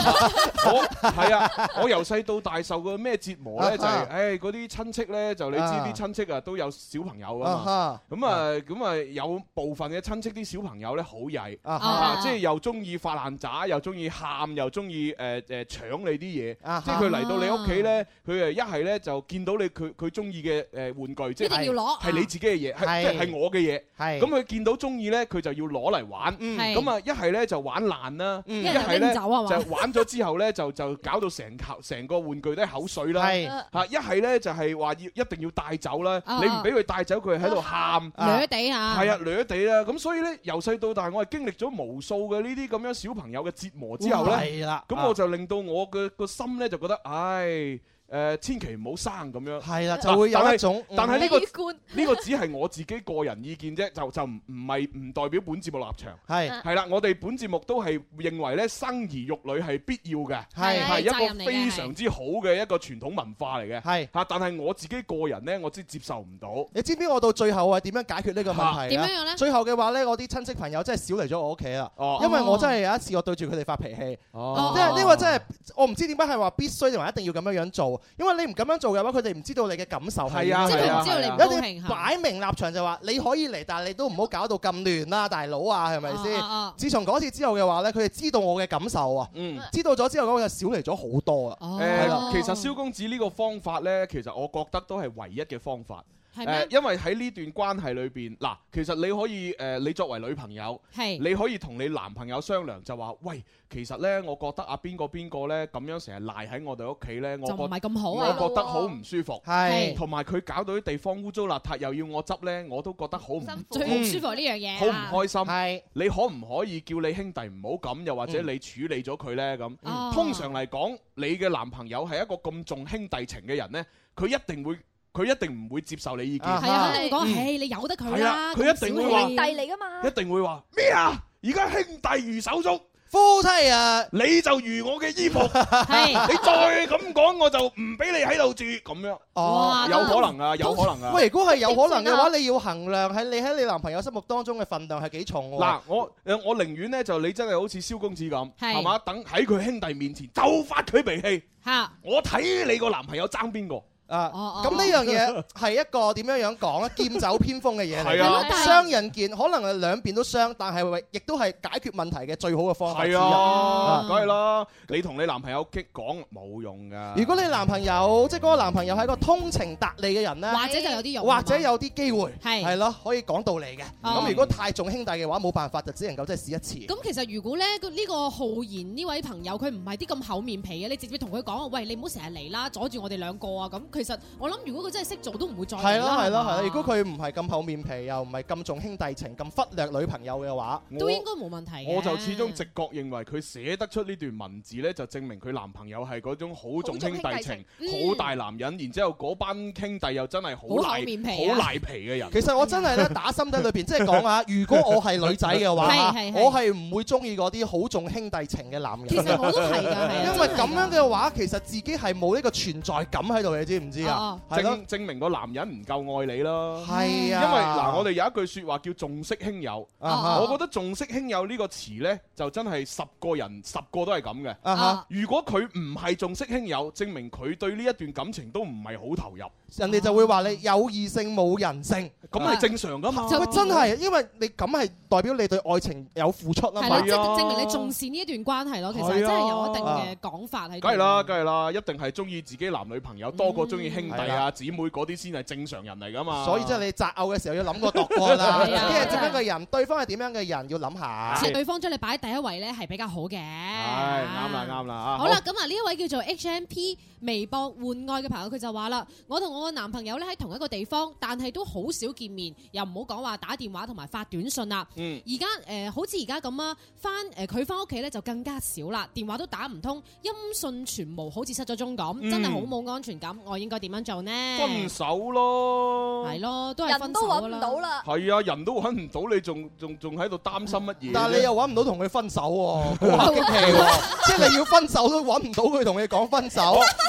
Speaker 8: 我係啊，我由細到大受過咩折磨咧？就
Speaker 4: 啊
Speaker 8: 係
Speaker 4: 哈
Speaker 8: 誒嗰啲親戚咧，就你知
Speaker 4: 啊
Speaker 8: 啲親戚啊都有小朋
Speaker 6: 哦
Speaker 8: 友
Speaker 4: 啊
Speaker 8: 啊嘛
Speaker 4: 哈。
Speaker 8: 咁啊咁啊，有部分嘅親戚啲小朋友咧好曳
Speaker 4: 啊哈
Speaker 6: 哦
Speaker 8: 啊，即係。又中意發爛渣，又中意喊，又中意誒誒搶你啲
Speaker 4: 啊
Speaker 6: 啊
Speaker 8: 嘢，即係佢嚟到你屋企咧，佢呃誒一係咧就見到你佢佢中意嘅誒玩具，即
Speaker 6: 一
Speaker 8: 係
Speaker 6: 定要攞啊
Speaker 8: 係你自己嘅嘢，係即
Speaker 4: 係
Speaker 8: 係係我嘅嘢。
Speaker 4: 係
Speaker 8: 咁佢見到中意咧，佢就要攞嚟玩。
Speaker 6: 嗯
Speaker 4: 係
Speaker 8: 咁啊，一係咧就玩爛啦，
Speaker 4: 嗯
Speaker 8: 一係咧
Speaker 4: 一係拎走
Speaker 6: 啊
Speaker 4: 係嘛
Speaker 8: 就玩咗之後咧就就搞到成球成個玩具都係口水啦。
Speaker 4: 係
Speaker 8: 嚇一係咧就係話要一定要帶走啦，
Speaker 6: 啊
Speaker 8: 你唔俾佢帶走，佢喺度喊。
Speaker 6: 掠地嚇
Speaker 8: 係啊，掠地啦。咁所以咧，由細到大，我係經歷咗無數嘅呢啲咁樣小朋友嘅折磨之後咧，
Speaker 4: 哦係啦啊
Speaker 8: 咁我就令到我嘅個心咧就覺得，唉。誒千祈唔好生咁 樣，
Speaker 4: 係啦就會有
Speaker 8: 啊但係
Speaker 4: 一種嗯
Speaker 8: 但係呢個
Speaker 4: 悲觀
Speaker 8: 呢個只係我自己個人意見啫，就就唔唔係唔代表本節目立場。
Speaker 4: 係
Speaker 8: 係啦，我哋本節目都係認為咧生兒育女係必要嘅，
Speaker 4: 係
Speaker 8: 係
Speaker 4: 係責任
Speaker 8: 一
Speaker 4: 嚟
Speaker 8: 個
Speaker 4: 嘅
Speaker 8: 非常之好嘅一個傳統文化嚟嘅。
Speaker 4: 係
Speaker 8: 嚇，但係我自己個人咧，我知接受唔到。
Speaker 4: 你知唔知我到最後係點樣解決呢個問題啊？
Speaker 8: 嚇點樣樣呢
Speaker 4: 最後嘅話呢，我啲親戚朋友真係少嚟咗我屋企啦。
Speaker 8: 哦
Speaker 4: 因為我真係有一次我對住佢哋發脾氣，
Speaker 8: 哦
Speaker 4: 即係呢個真係我唔知點解係話必須定話一定要咁樣樣做，因為你唔咁樣做嘅話，佢哋唔知道你嘅感受係
Speaker 8: 係
Speaker 4: 點
Speaker 8: 啊即係佢唔係啊知道你唔
Speaker 4: 有
Speaker 8: 高
Speaker 4: 啲擺明立場就話你可以嚟，但係你都唔好搞到咁亂啦，大佬啊，係咪先
Speaker 8: 哦哦哦？
Speaker 4: 自從嗰次之後嘅話呢，佢哋知道我嘅感受啊，
Speaker 8: 嗯
Speaker 4: 知道咗之後嘅話就少嚟咗好多啊
Speaker 6: 哦
Speaker 4: 啦。
Speaker 8: 誒、
Speaker 4: 係啦
Speaker 8: 其實蕭公子呢個方法呢，其實我覺得都係唯一嘅方法。
Speaker 4: 係
Speaker 8: 誒、
Speaker 4: 咩
Speaker 8: 因為喺呢段關係裏邊，嗱，其實你可以誒、你作為女朋友，
Speaker 6: 係
Speaker 8: 你可以同你男朋友商量，就話，喂，其實呢，我覺得啊邊個邊個呢，咁樣成日賴喺我哋屋企呢，我覺
Speaker 6: 就唔係咁好啊
Speaker 8: 我覺得好唔舒服，
Speaker 6: 係
Speaker 8: 同埋佢搞到啲地方污糟邋遢，又要我執呢，我都覺得好唔
Speaker 6: 最唔舒服呢樣嘢
Speaker 8: 好唔
Speaker 6: 啊。
Speaker 8: 開心。你可唔可以叫你兄弟唔好咁，又或者
Speaker 4: 嗯
Speaker 8: 你處理咗佢呢？咁、
Speaker 4: 哦
Speaker 6: 嗯
Speaker 8: 通常嚟講，你嘅男朋友係一個咁重兄弟情嘅人呢，佢一定會，佢一定唔會接受你意見。
Speaker 6: 係啊，肯定會講，
Speaker 8: 嗯
Speaker 6: 唉，你由得佢
Speaker 8: 係
Speaker 6: 啦，
Speaker 8: 啊
Speaker 6: 咁
Speaker 8: 佢一定會話
Speaker 6: 小氣
Speaker 8: 弟
Speaker 17: 嚟噶嘛
Speaker 8: 一定會話咩啊？而家兄弟如手足。
Speaker 4: 夫妻啊，
Speaker 8: 你就如我嘅衣 服，
Speaker 6: 你
Speaker 8: 再咁講我就唔俾你喺度住咁樣。
Speaker 4: 哦
Speaker 8: 有可能啊，有可能啊。
Speaker 4: 喂，如果係有可能嘅話，你要衡量喺你喺你男朋友心目當中嘅份量係幾重喎。
Speaker 8: 嗱，我誒我寧願咧就你真係好似蕭公子咁，
Speaker 4: 係
Speaker 8: 係嘛？等喺佢兄弟面前就發佢脾氣，
Speaker 6: 嚇！
Speaker 8: 我睇你個男朋友爭邊個
Speaker 4: 啊
Speaker 6: 哦
Speaker 4: 咁呢樣嘢係一個點樣樣講咧？劍走偏鋒嘅嘢嚟
Speaker 8: 係啊
Speaker 4: 嘅，傷人見，可能係兩邊都傷，但係亦都係解決問題嘅最好嘅方法之一。
Speaker 8: 係啊，梗係啦！你同你男朋友激講冇用噶。
Speaker 4: 如果你男朋友即係嗰個男朋友係一個通情達理嘅人咧，
Speaker 6: 或者就有啲用
Speaker 4: 或者有啲機會
Speaker 6: 係
Speaker 4: 係咯，可以講道理嘅。
Speaker 6: 哦
Speaker 4: 咁如果太重兄弟嘅話，冇辦法就只能夠即係試一次。
Speaker 6: 咁其實如果咧個呢個浩然呢位朋友佢唔係啲咁厚面皮嘅，你直接同佢講啊，喂，你唔好成日嚟啦，阻住我哋兩個啊！咁其實我諗，如果佢真係識做，都唔會再
Speaker 4: 係
Speaker 6: 嚟
Speaker 4: 咯係咯
Speaker 6: 啦。
Speaker 4: 係咯，
Speaker 6: 嘛
Speaker 4: 如果佢唔係咁厚面皮，又唔係咁重兄弟情，咁忽略女朋友嘅話，
Speaker 6: 都應該啊冇問題嘅。
Speaker 8: 我就始終直覺認為佢寫得出呢段文字呢，就證明佢男朋友係嗰種好重兄弟情、
Speaker 4: 嗯
Speaker 8: 好大男人，然之後嗰班兄弟又真係
Speaker 4: 好厚
Speaker 8: 好賴
Speaker 4: 面皮啊
Speaker 8: 好賴皮嘅人。
Speaker 4: 其實我真係咧打心底裏邊，即係講下，如果我係女仔嘅話
Speaker 8: 係係，係
Speaker 4: 我係唔會中意嗰啲好重兄弟情嘅男人。
Speaker 8: 其實我都係㗎係啊
Speaker 4: 因為咁樣嘅話，其實自己係冇呢個存在感喺度，你知唔知啊？係咯，
Speaker 8: 證證明個男人唔夠愛你啦。
Speaker 4: 係啊
Speaker 8: 因為嗱，我哋有一句説話叫重色輕友。
Speaker 4: 啊哈
Speaker 8: 我覺得重色輕友呢個詞呢，就真係十個人十個都係咁嘅。
Speaker 4: 啊哈
Speaker 8: 如果佢唔係重色輕友，證明佢對呢一段感情都唔係好投入。
Speaker 4: 人哋就會話你有異性冇人性，
Speaker 8: 咁係正常㗎嘛
Speaker 4: 喂真係，因為你咁係代表你對愛情有付出啊
Speaker 6: 係
Speaker 4: 嘛。
Speaker 6: 啦，即係證明你重視呢一段關係咯。其實
Speaker 8: 係啊
Speaker 6: 真係有一定嘅講法喺度。
Speaker 8: 梗係啦，梗係啦，一定係中意自己男女朋友多過中意兄弟
Speaker 4: 係啦
Speaker 8: 啊、姊妹嗰啲先係正常人嚟㗎嘛。
Speaker 4: 所以即係你擇偶嘅時候要諗過度過啦，即
Speaker 8: 係啊
Speaker 4: 係點樣嘅人，對方係點樣嘅人要諗下。
Speaker 6: 其實對方將你擺喺第一位咧係比較好嘅。
Speaker 8: 唉，啱啦啱啦啊！
Speaker 6: 好啦，咁啊呢一位叫做 HMP 微博換愛嘅朋友，佢就話啦：我同我個男朋友咧喺同一個地方，但係都好少見面，又唔好講話打電話同埋發短信啦。
Speaker 8: 嗯
Speaker 6: 而家誒好似而家咁啊，翻誒佢翻屋企咧就更加少啦，電話都打唔通，音訊全無，好似失咗蹤咁，
Speaker 8: 嗯
Speaker 6: 真係好冇安全感。我應該點樣做呢？
Speaker 8: 分手咯，
Speaker 6: 係咯，都係分手㗎啦。
Speaker 8: 係啊，人都揾唔到你，仲仲仲喺度擔心乜嘢啫？
Speaker 4: 但係你又揾唔到同佢分手 喎，好激氣喎！即係你要分手都揾唔到佢同你講分 手，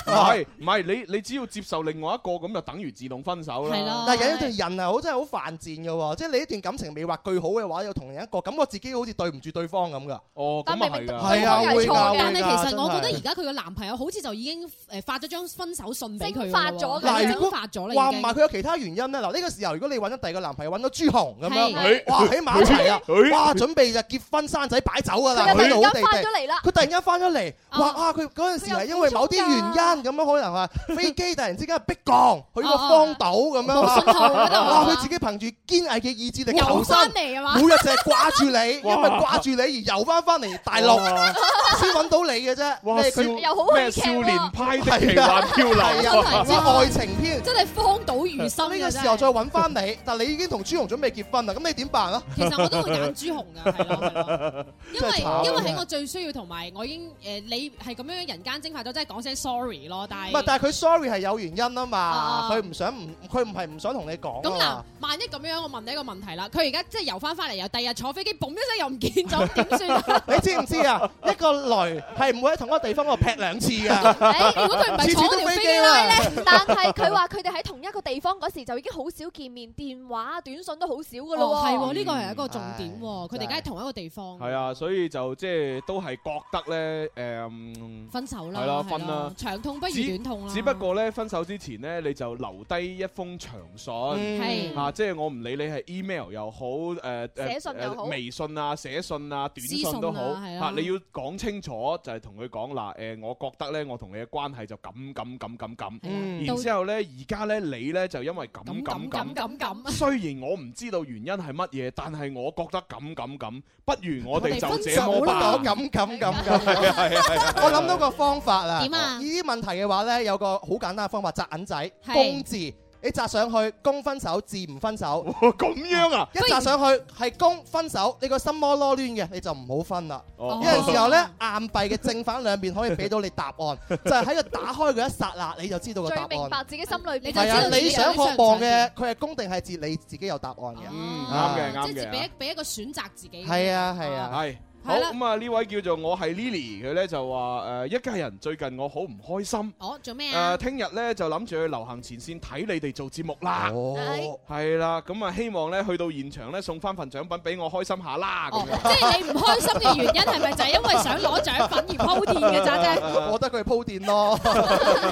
Speaker 8: 唔係唔係，你你只要接受另外一個咁就等於自動分手啦。
Speaker 4: 但係有一段人係好真係好犯賤嘅喎，即係你一段感情未畫句好嘅話，又同人一個感覺自己好似對唔住對方咁噶。
Speaker 8: 哦，
Speaker 4: 咁
Speaker 6: 明
Speaker 4: 啊係㗎。係
Speaker 6: 對方
Speaker 4: 啊，
Speaker 6: 係
Speaker 4: 會
Speaker 6: 錯
Speaker 4: 㗎
Speaker 6: 嘅但係其實我
Speaker 4: 真
Speaker 6: 覺得
Speaker 4: 係
Speaker 6: 而家佢嘅男朋友好似就已經誒發咗張分手信俾佢㗎喎，
Speaker 4: 發
Speaker 6: 係
Speaker 4: 嗱，如
Speaker 6: 蒸
Speaker 4: 果
Speaker 6: 發咗啦，
Speaker 4: 話
Speaker 6: 已
Speaker 4: 唔
Speaker 6: 經
Speaker 4: 係佢有其他原因咧，嗱呢個時候如果你揾咗第二個男朋友揾咗朱紅咁
Speaker 6: 係
Speaker 4: 樣，哇
Speaker 6: 佢
Speaker 4: 喺埋一齊啊
Speaker 6: 佢，
Speaker 4: 哇準備就結婚生仔擺酒㗎啦，
Speaker 17: 佢突然間
Speaker 4: 好地地
Speaker 17: 返咗嚟啦
Speaker 4: 佢突然間翻咗嚟，話啊佢嗰陣時係因為某啲原因咁樣，可能話飛機突然之間逼降去個荒島咁樣
Speaker 8: 哦
Speaker 4: 啊，
Speaker 8: 信號嗰度啊
Speaker 4: 哇佢自己憑住堅毅嘅意志力
Speaker 8: 游
Speaker 4: 求生
Speaker 8: 返，
Speaker 4: 每
Speaker 8: 嚟
Speaker 4: 日
Speaker 8: 啊嘛
Speaker 4: 就係掛住你，因
Speaker 8: 哇
Speaker 4: 為掛住你而游翻翻嚟大陸
Speaker 8: 哇
Speaker 4: 先揾到你嘅啫，
Speaker 8: 哇
Speaker 4: 即係佢
Speaker 8: 少咩少年派的奇幻漂
Speaker 4: 係
Speaker 8: 流
Speaker 4: 啊係啲愛情篇，
Speaker 6: 真係荒島餘 生啊
Speaker 4: 呢個
Speaker 6: 真係
Speaker 4: 時候再揾翻你，但係你已經同朱紅準備結婚啦，咁你點辦啊？
Speaker 6: 其實我都會揀朱紅㗎，係 咯，因
Speaker 4: 真
Speaker 6: 為
Speaker 4: 係慘啊
Speaker 6: 因為喺我最需要同埋我已經誒你係咁樣人間蒸發咗，真係講聲 sorry 咯，但
Speaker 4: 唔係，
Speaker 6: 係。
Speaker 4: 但係佢 sorry 係有原因啊嘛，
Speaker 6: 啊
Speaker 4: 佢唔想唔，佢唔係唔想同你講
Speaker 6: 咁
Speaker 4: 啊
Speaker 6: 嗱
Speaker 4: 嘛。，
Speaker 6: 萬一咁樣，我問你一個問題啦。佢而家即係遊翻翻嚟，又第二日坐飛機，嘣一聲又唔見咗，點算啊？
Speaker 4: 你知唔知 啊？一個雷係唔會喺同一個地方嗰度劈兩次㗎。
Speaker 9: 誒如果佢唔係
Speaker 4: 次次
Speaker 9: 坐
Speaker 4: 都
Speaker 9: 嗰條
Speaker 4: 飛
Speaker 9: 飛
Speaker 4: 機
Speaker 9: 機
Speaker 4: 啦
Speaker 9: 拉咧，哎但係佢話佢哋喺同一個地方嗰時就已經好少見面，電話、短信都好少噶咯
Speaker 6: 哦，
Speaker 9: 喎。
Speaker 6: 係喎，呢個係一個重點喎。佢哋而家係同一個地方，
Speaker 8: 係啊，所以就即係都係覺得咧，誒，
Speaker 6: 分手啦，
Speaker 8: 係啦分啦
Speaker 6: 長痛不如
Speaker 8: 只
Speaker 6: 短痛啦。
Speaker 8: 只不過咧，分手之前咧，你就留低一封長信，
Speaker 6: 嗯係
Speaker 8: 啊，即係我唔理你係 email 又好，誒誒
Speaker 6: 寫信又好
Speaker 8: 誒微信啊、寫信啊、短
Speaker 6: 私
Speaker 8: 信
Speaker 6: 信
Speaker 8: 都
Speaker 6: 啊
Speaker 8: 好，
Speaker 6: 係
Speaker 8: 嚇
Speaker 6: 啊
Speaker 8: 你要講清楚，就係同佢講嗱，誒，我覺得咧，我同你嘅關係就咁咁咁咁
Speaker 6: 嗯
Speaker 8: 咁，然之後咧，而家咧你咧就因為咁咁咁
Speaker 6: 咁咁咁。
Speaker 8: 雖然我唔知道原因係乜嘢，但係我覺得咁咁咁，不如我哋 就
Speaker 4: 分
Speaker 8: 這
Speaker 4: 手
Speaker 8: 麼
Speaker 4: 啦
Speaker 8: 吧。
Speaker 4: 咁咁咁咁。
Speaker 8: 係啊係啊係啊
Speaker 4: 我諗到個方法啦。
Speaker 8: 點啊
Speaker 4: 呢啲問題嘅話咧，有個好簡單嘅方法，擲銀仔，
Speaker 8: 係
Speaker 4: 公字。你擲上去，公分手，字唔分手。
Speaker 8: 咁樣啊！
Speaker 4: 一擲上去係公分手，你個心魔囉攣嘅，你就唔好分啦。
Speaker 8: 哦
Speaker 4: 有陣時候咧，硬幣嘅正反兩邊可以俾到你答 案，就係喺個打開嗰一剎那，你就知道個答
Speaker 9: 最明
Speaker 4: 案。
Speaker 9: 白自己心裏邊。
Speaker 4: 係啊，你想渴望嘅，佢係公定係字，你自己有答案嘅。
Speaker 6: 哦
Speaker 8: 嗯
Speaker 4: 啊
Speaker 8: 啱嘅啱
Speaker 6: 即係
Speaker 8: 嘅
Speaker 6: 俾一俾一個選擇自己。
Speaker 4: 係啊係啊
Speaker 8: 係。好
Speaker 6: 係啦
Speaker 8: 咁啊！呢位叫做我係 Lily，佢咧就話誒一家人最近我好唔開心。
Speaker 6: 哦，做咩啊
Speaker 8: 誒，？聽日咧就諗住去流行前線睇你哋做節目
Speaker 4: 啊
Speaker 8: 啦。
Speaker 6: 係
Speaker 8: 係啦，咁啊希望咧去到現場咧送翻份獎品俾我開心下啦。咁樣
Speaker 6: 哦即係你唔開心嘅原因係咪就係因為想攞獎品而鋪墊嘅咋
Speaker 8: 啊
Speaker 6: 啫？
Speaker 4: 我覺得佢鋪墊咯，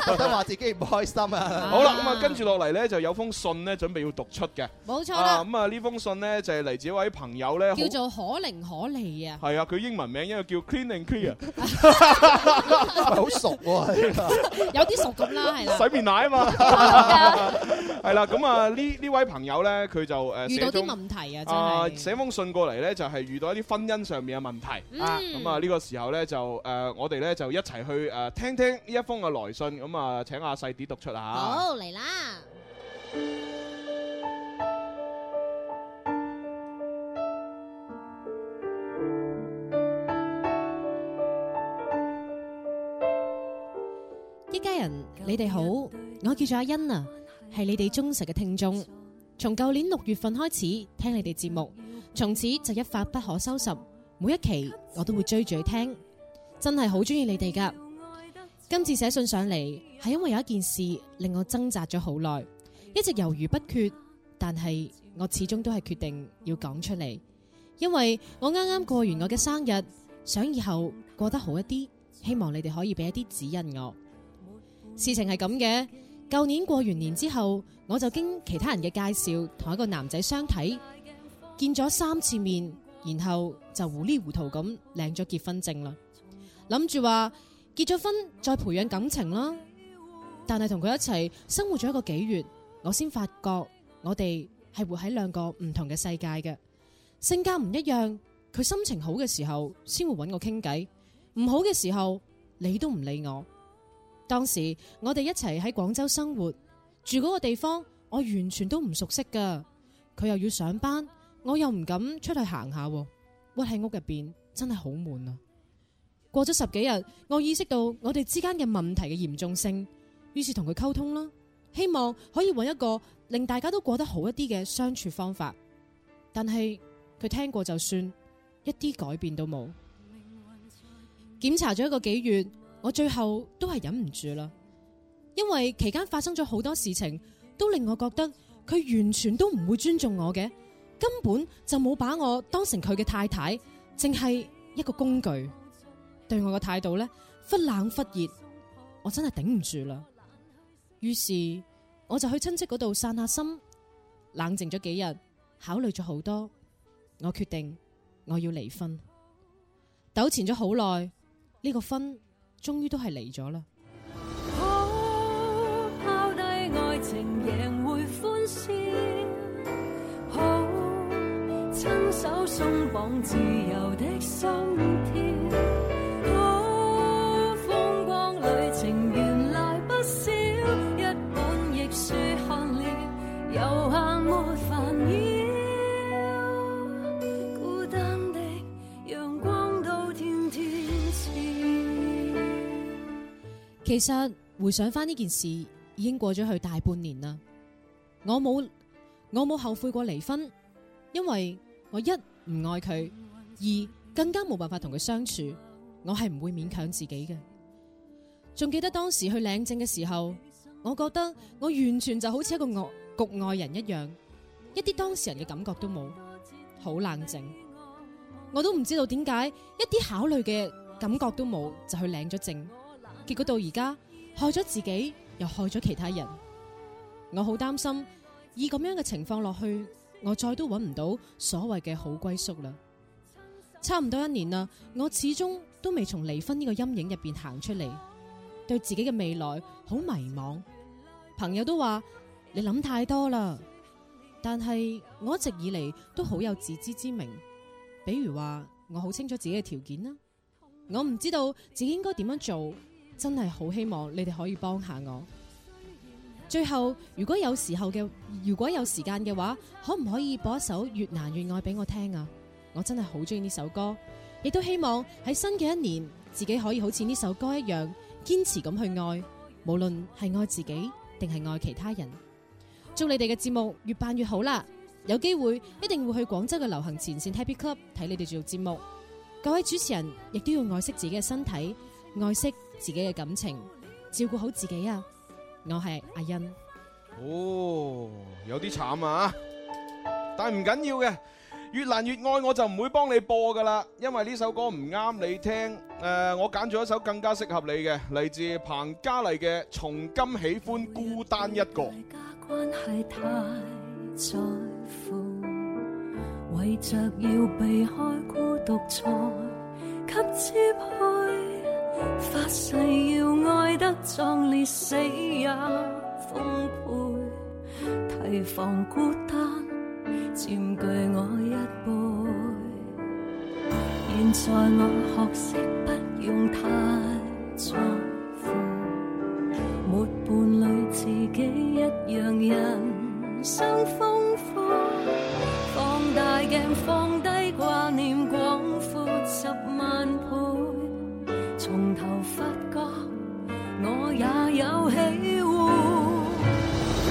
Speaker 4: 覺得話自己唔開心啊。
Speaker 8: 好啦，咁啊，跟住落嚟呢，就有封信呢，準備要讀出嘅。
Speaker 6: 冇錯
Speaker 8: 啊
Speaker 6: 啦，
Speaker 8: 咁啊，呢封信呢，就係嚟自一位朋友呢，
Speaker 6: 叫做可伶可俐啊！
Speaker 8: 好係啊，佢英文名因為叫 Clean and Clear，
Speaker 4: 好熟喎，
Speaker 6: 有啲熟咁啦， 係啦。
Speaker 8: 洗面奶 啊嘛。係啦，咁啊呢呢位朋友呢，佢就誒
Speaker 6: 遇到啲問
Speaker 8: 題
Speaker 6: 題啊，真
Speaker 8: 啊
Speaker 6: 係。
Speaker 8: 寫封信過嚟呢，就係遇到一啲婚姻上面嘅問題
Speaker 6: 嗯
Speaker 8: 啊。咁啊呢個時候呢，就誒我哋呢，就一齊去誒聽聽呢一封嘅來信，咁啊請阿細啲讀出啊。
Speaker 6: 好嚟啦！一家人，你哋好，我叫做阿欣啊，係你哋忠實嘅聽眾。從舊年六月份開始聽你哋節目，從此就一發不可收拾，每一期我都會追住去聽，真係好中意你哋噶。今次寫信上嚟係因為有一件事令我掙扎咗好耐，一直猶豫不決，但係我始終都係決定要講出嚟，因為我啱啱過完我嘅生日，想以後過得好一啲，希望你哋可以俾一啲指引我。事情係咁嘅，舊年過完年之後，我就經其他人嘅介紹，同一個男仔相睇，見咗三次面，然後就糊里糊塗咁領咗結婚證啦，諗住話。結咗婚再培養感情啦。但係同佢一齊生活咗一個幾月，我先發覺我哋係活喺兩個唔同嘅世界嘅，性格唔一樣。佢心情好嘅時候先會揾我傾偈，唔好嘅時候你都唔理我。當時我哋一齊喺廣州生活，住嗰個地方我完全都唔熟悉噶。佢又要上班，我又唔敢出去行下喎，屈喺屋入邊真係好悶啊！過咗十幾日，我意識到我哋之間嘅問題嘅嚴重性，於是同佢溝通啦，希望可以揾一個令大家都過得好一啲嘅相處方法。但係佢聽過就算，一啲改變都冇。檢查咗一個幾月，我最後都係忍唔住啦，因為期間發生咗好多事情，都令我覺得佢完全都唔會尊重我嘅，根本就冇把我當成佢嘅太太，淨係一個工具。對我嘅態度呢，忽冷忽熱，我真係頂唔住啦。於是我就去親戚嗰度散下心，冷靜咗幾日，考慮咗好多，我決定我要離婚。糾纏咗好耐，呢個婚終於都係離咗啦。
Speaker 7: 好拋低愛情，贏回歡笑。好親手鬆綁自由的心跳。好風光旅程，原來不少，一
Speaker 6: 其實回想翻呢件事，已經過咗去大半年啦。我冇我冇後悔過離婚，因為我一唔愛佢，二更加冇辦法同佢相處。我係唔會勉強自己嘅。仲記得當時去領證嘅時候，我覺得我完全就好似一個外局外人一樣，一啲當事人嘅感覺都冇，好冷靜。我都唔知道點解一啲考慮嘅感覺都冇，就去領咗證。結果到而家害咗自己，又害咗其他人。我好擔心，以咁樣嘅情況落去，我再都揾唔到所謂嘅好歸宿啦。差唔多一年啦，我始終都未從離婚呢個陰影入邊行出嚟，對自己嘅未來好迷茫。朋友都話你諗太多啦，但係我一直以嚟都好有自知之明。比如話，我好清楚自己嘅條件啦，我唔知道自己應該點樣做，真係好希望你哋可以幫下我。最後，如果有時候嘅，如果有時間嘅話，可唔可以播一首《越難越愛》俾我聽啊？我真係好中意呢首歌，亦都希望喺新嘅一年，自己可以好似呢首歌一樣，堅持咁去愛，無論係愛自己定係愛其他人。祝你哋嘅節目越辦越好啦！有機會一定會去廣州嘅流行前線 Happy Club 睇你哋做節目。各位主持人亦都要愛惜自己嘅身體，愛惜自己嘅感情，照顧好自己啊！我係阿欣。
Speaker 8: 哦，有啲慘啊！但係唔緊要嘅，越難越愛我就唔會幫你播噶啦，因為呢首歌唔啱你聽。誒、我揀咗一首更加適合你嘅，嚟自彭嘉麗嘅《從今喜歡孤單一個》。
Speaker 7: 關係太在乎，為着要避開孤獨才給接去，發誓要愛得壯烈，死也奉陪，提防孤單佔據我一輩。現在我學識不用太在乎。沒伴侶，自己一樣人生豐富。放大鏡，放低掛念，廣闊十萬倍。從頭發覺，我也有喜惡。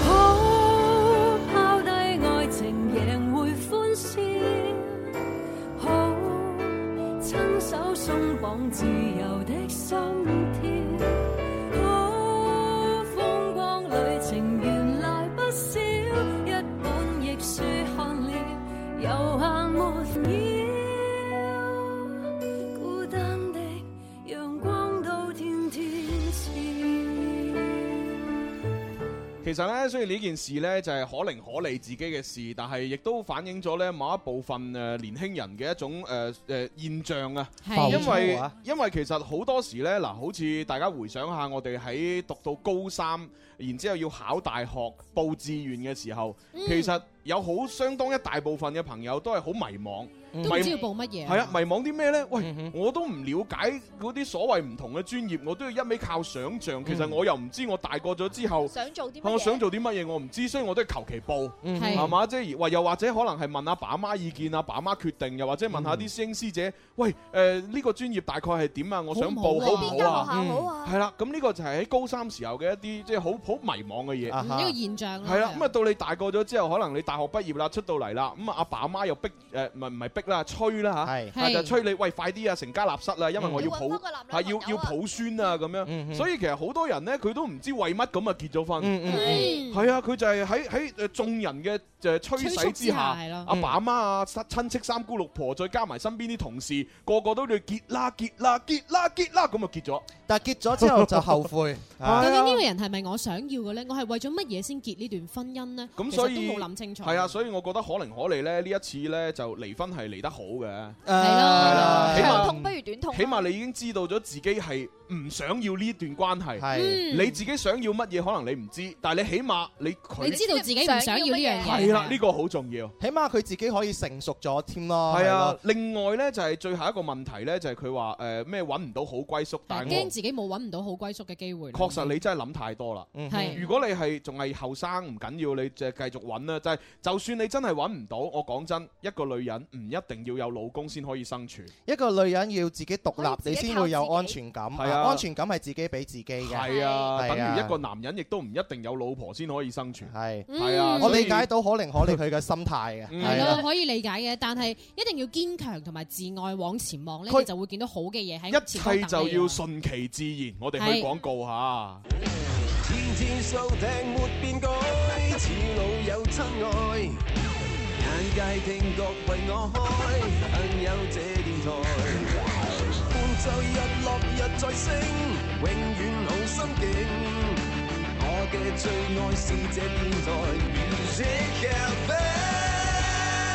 Speaker 7: 好拋低愛情，贏回歡笑。好親手鬆綁自由的心跳。好風光旅程原來不少，一本亦書看了，遊客沒擾，孤單的陽光都天天照。
Speaker 8: 其實呢，雖然呢件事呢就係可伶可俐自己嘅事，但係亦都反映咗呢某一部分誒年輕人嘅一種誒誒現象啊。
Speaker 7: 係
Speaker 8: 因為
Speaker 7: 冇錯啊
Speaker 8: 因為其實好多時呢，嗱，好似大家回想下，我哋喺讀到高三，然之後要考大學報志願嘅時候，
Speaker 18: 嗯
Speaker 8: 其實有好相當一大部分嘅朋友都係好迷茫，
Speaker 18: 都唔知
Speaker 8: 迷
Speaker 18: 要報乜嘢。
Speaker 8: 係啊，迷茫啲咩呢？喂，我都唔了解嗰啲所謂唔同嘅專業，我都要一味靠想像。其實我又唔知我大個咗之後
Speaker 9: 想做啲乜嘢
Speaker 8: 我想做啲乜嘢我唔知，所以我都係求其報，
Speaker 9: 嗯係
Speaker 8: 係嘛？即係或又或者可能係問阿爸阿媽意見，阿啊爸阿媽決定，又或者問下啲師兄師姐，喂誒呢個專業大概係點啊？我想報好
Speaker 9: 好唔好
Speaker 8: 唔
Speaker 9: 啊邊間
Speaker 8: 好
Speaker 9: 學
Speaker 8: 啊？
Speaker 9: 校好啊
Speaker 8: 係啦，咁呢個就係喺高三時候嘅一啲即係好好迷茫嘅嘢，
Speaker 9: 啊
Speaker 4: 啊
Speaker 18: 嗯呢個現象啦
Speaker 8: 係啦，咁啊到你大個咗之後，可能你大學畢業啦，出到嚟啦，咁啊阿爸阿媽又逼誒，唔係唔係逼啦，催啦嚇，啊就
Speaker 18: 係
Speaker 8: 催你喂快啲啊，成家立室啦，
Speaker 9: 嗯
Speaker 8: 因為我要
Speaker 18: 要
Speaker 8: 抱
Speaker 18: 搵返個
Speaker 8: 係要要抱孫啊咁
Speaker 4: 嗯
Speaker 8: 樣，所以其實好多人呢，佢都唔知為乜咁啊結咗婚，
Speaker 7: 嗯嗯
Speaker 8: 係啊，佢就係喺喺誒眾人嘅誒催使之下，
Speaker 7: 催促之下係咯
Speaker 8: 阿爸阿媽啊親親戚三姑六婆，再加埋身邊啲同事，個個都要結啦結啦結啦結啦，咁啊結咗，
Speaker 4: 但係結咗之後就後 悔。
Speaker 18: 究
Speaker 8: 係啊
Speaker 18: 竟呢個人係咪我想要嘅咧？我係為咗乜嘢先結呢段婚姻呢？
Speaker 8: 咁
Speaker 18: 其實
Speaker 8: 所以
Speaker 18: 都冇諗清楚。
Speaker 8: 係啊，所以我覺得可能可離咧呢一次咧就離婚係離得好嘅，
Speaker 4: 呃
Speaker 8: 係
Speaker 9: 咯長
Speaker 6: 啊
Speaker 8: 啦，
Speaker 9: 痛
Speaker 8: 起
Speaker 9: 不
Speaker 8: 碼
Speaker 9: 如短痛。
Speaker 8: 起碼你已經知道咗自己係唔想要呢段關係，
Speaker 4: 係
Speaker 9: 嗯
Speaker 8: 你自己想要乜嘢可能你唔知，但係你起碼你佢
Speaker 18: 你知道自己唔想要呢樣嘢
Speaker 8: 係啦，呢個好重要。
Speaker 4: 起碼佢自己可以成熟咗添咯。哦
Speaker 8: 係
Speaker 4: 係
Speaker 8: 啊
Speaker 4: 咯，，
Speaker 8: 另外呢，就係最後一個問題呢，就係佢話誒咩揾唔到好歸宿，但係
Speaker 6: 驚
Speaker 8: 我
Speaker 6: 自己冇揾唔到好歸宿嘅機會啦。
Speaker 8: 確實你真係諗太多啦。
Speaker 4: 嗯
Speaker 6: 係
Speaker 8: 如果你係仲係後生唔緊要，你就繼續揾啦。就係就算你真係揾唔到，我講真，一個女人唔一定要有老公先可以生存。
Speaker 4: 一個女人要自己獨立，
Speaker 8: 可以
Speaker 4: 你
Speaker 8: 自己
Speaker 4: 先
Speaker 8: 靠
Speaker 4: 會有
Speaker 8: 自己
Speaker 4: 安全感。
Speaker 8: 係啊
Speaker 4: 安全感係自己俾自己嘅。
Speaker 8: 係啊，
Speaker 4: 係
Speaker 8: 等於一個男人亦都唔一定有老婆先可以生存。
Speaker 4: 係
Speaker 8: 係啊，
Speaker 4: 我
Speaker 8: 所以
Speaker 4: 理解到可能可理佢嘅心態嘅。
Speaker 8: 嗯
Speaker 4: 係
Speaker 6: 係
Speaker 4: 啊
Speaker 6: 咯，可以理解嘅，但係一定要堅強同埋自愛往前望咧，
Speaker 8: 佢
Speaker 6: 你就會見到好嘅嘢喺
Speaker 8: 一
Speaker 6: 前方
Speaker 8: 切就
Speaker 6: 等你
Speaker 8: 要
Speaker 6: 啊
Speaker 8: 順其自然。我哋去
Speaker 6: 係
Speaker 8: 廣告下。
Speaker 7: 天天數訂沒變改，似老友親愛，眼界聽覺為我開，幸有這電台，伴奏日落日再升，永遠好心境。我嘅最愛是這電台 Music Cafe。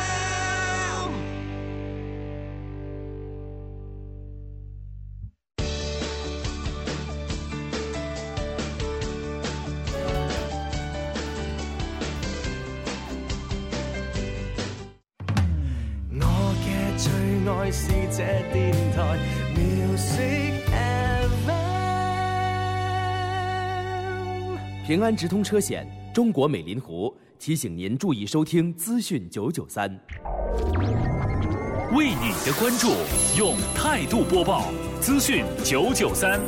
Speaker 19: 我嘅最愛是這電台 Music FM。
Speaker 2: 平安直通车险，中国美林湖提醒您注意收听资讯九九三。
Speaker 3: 为你的关注用态度播报，资讯九九三。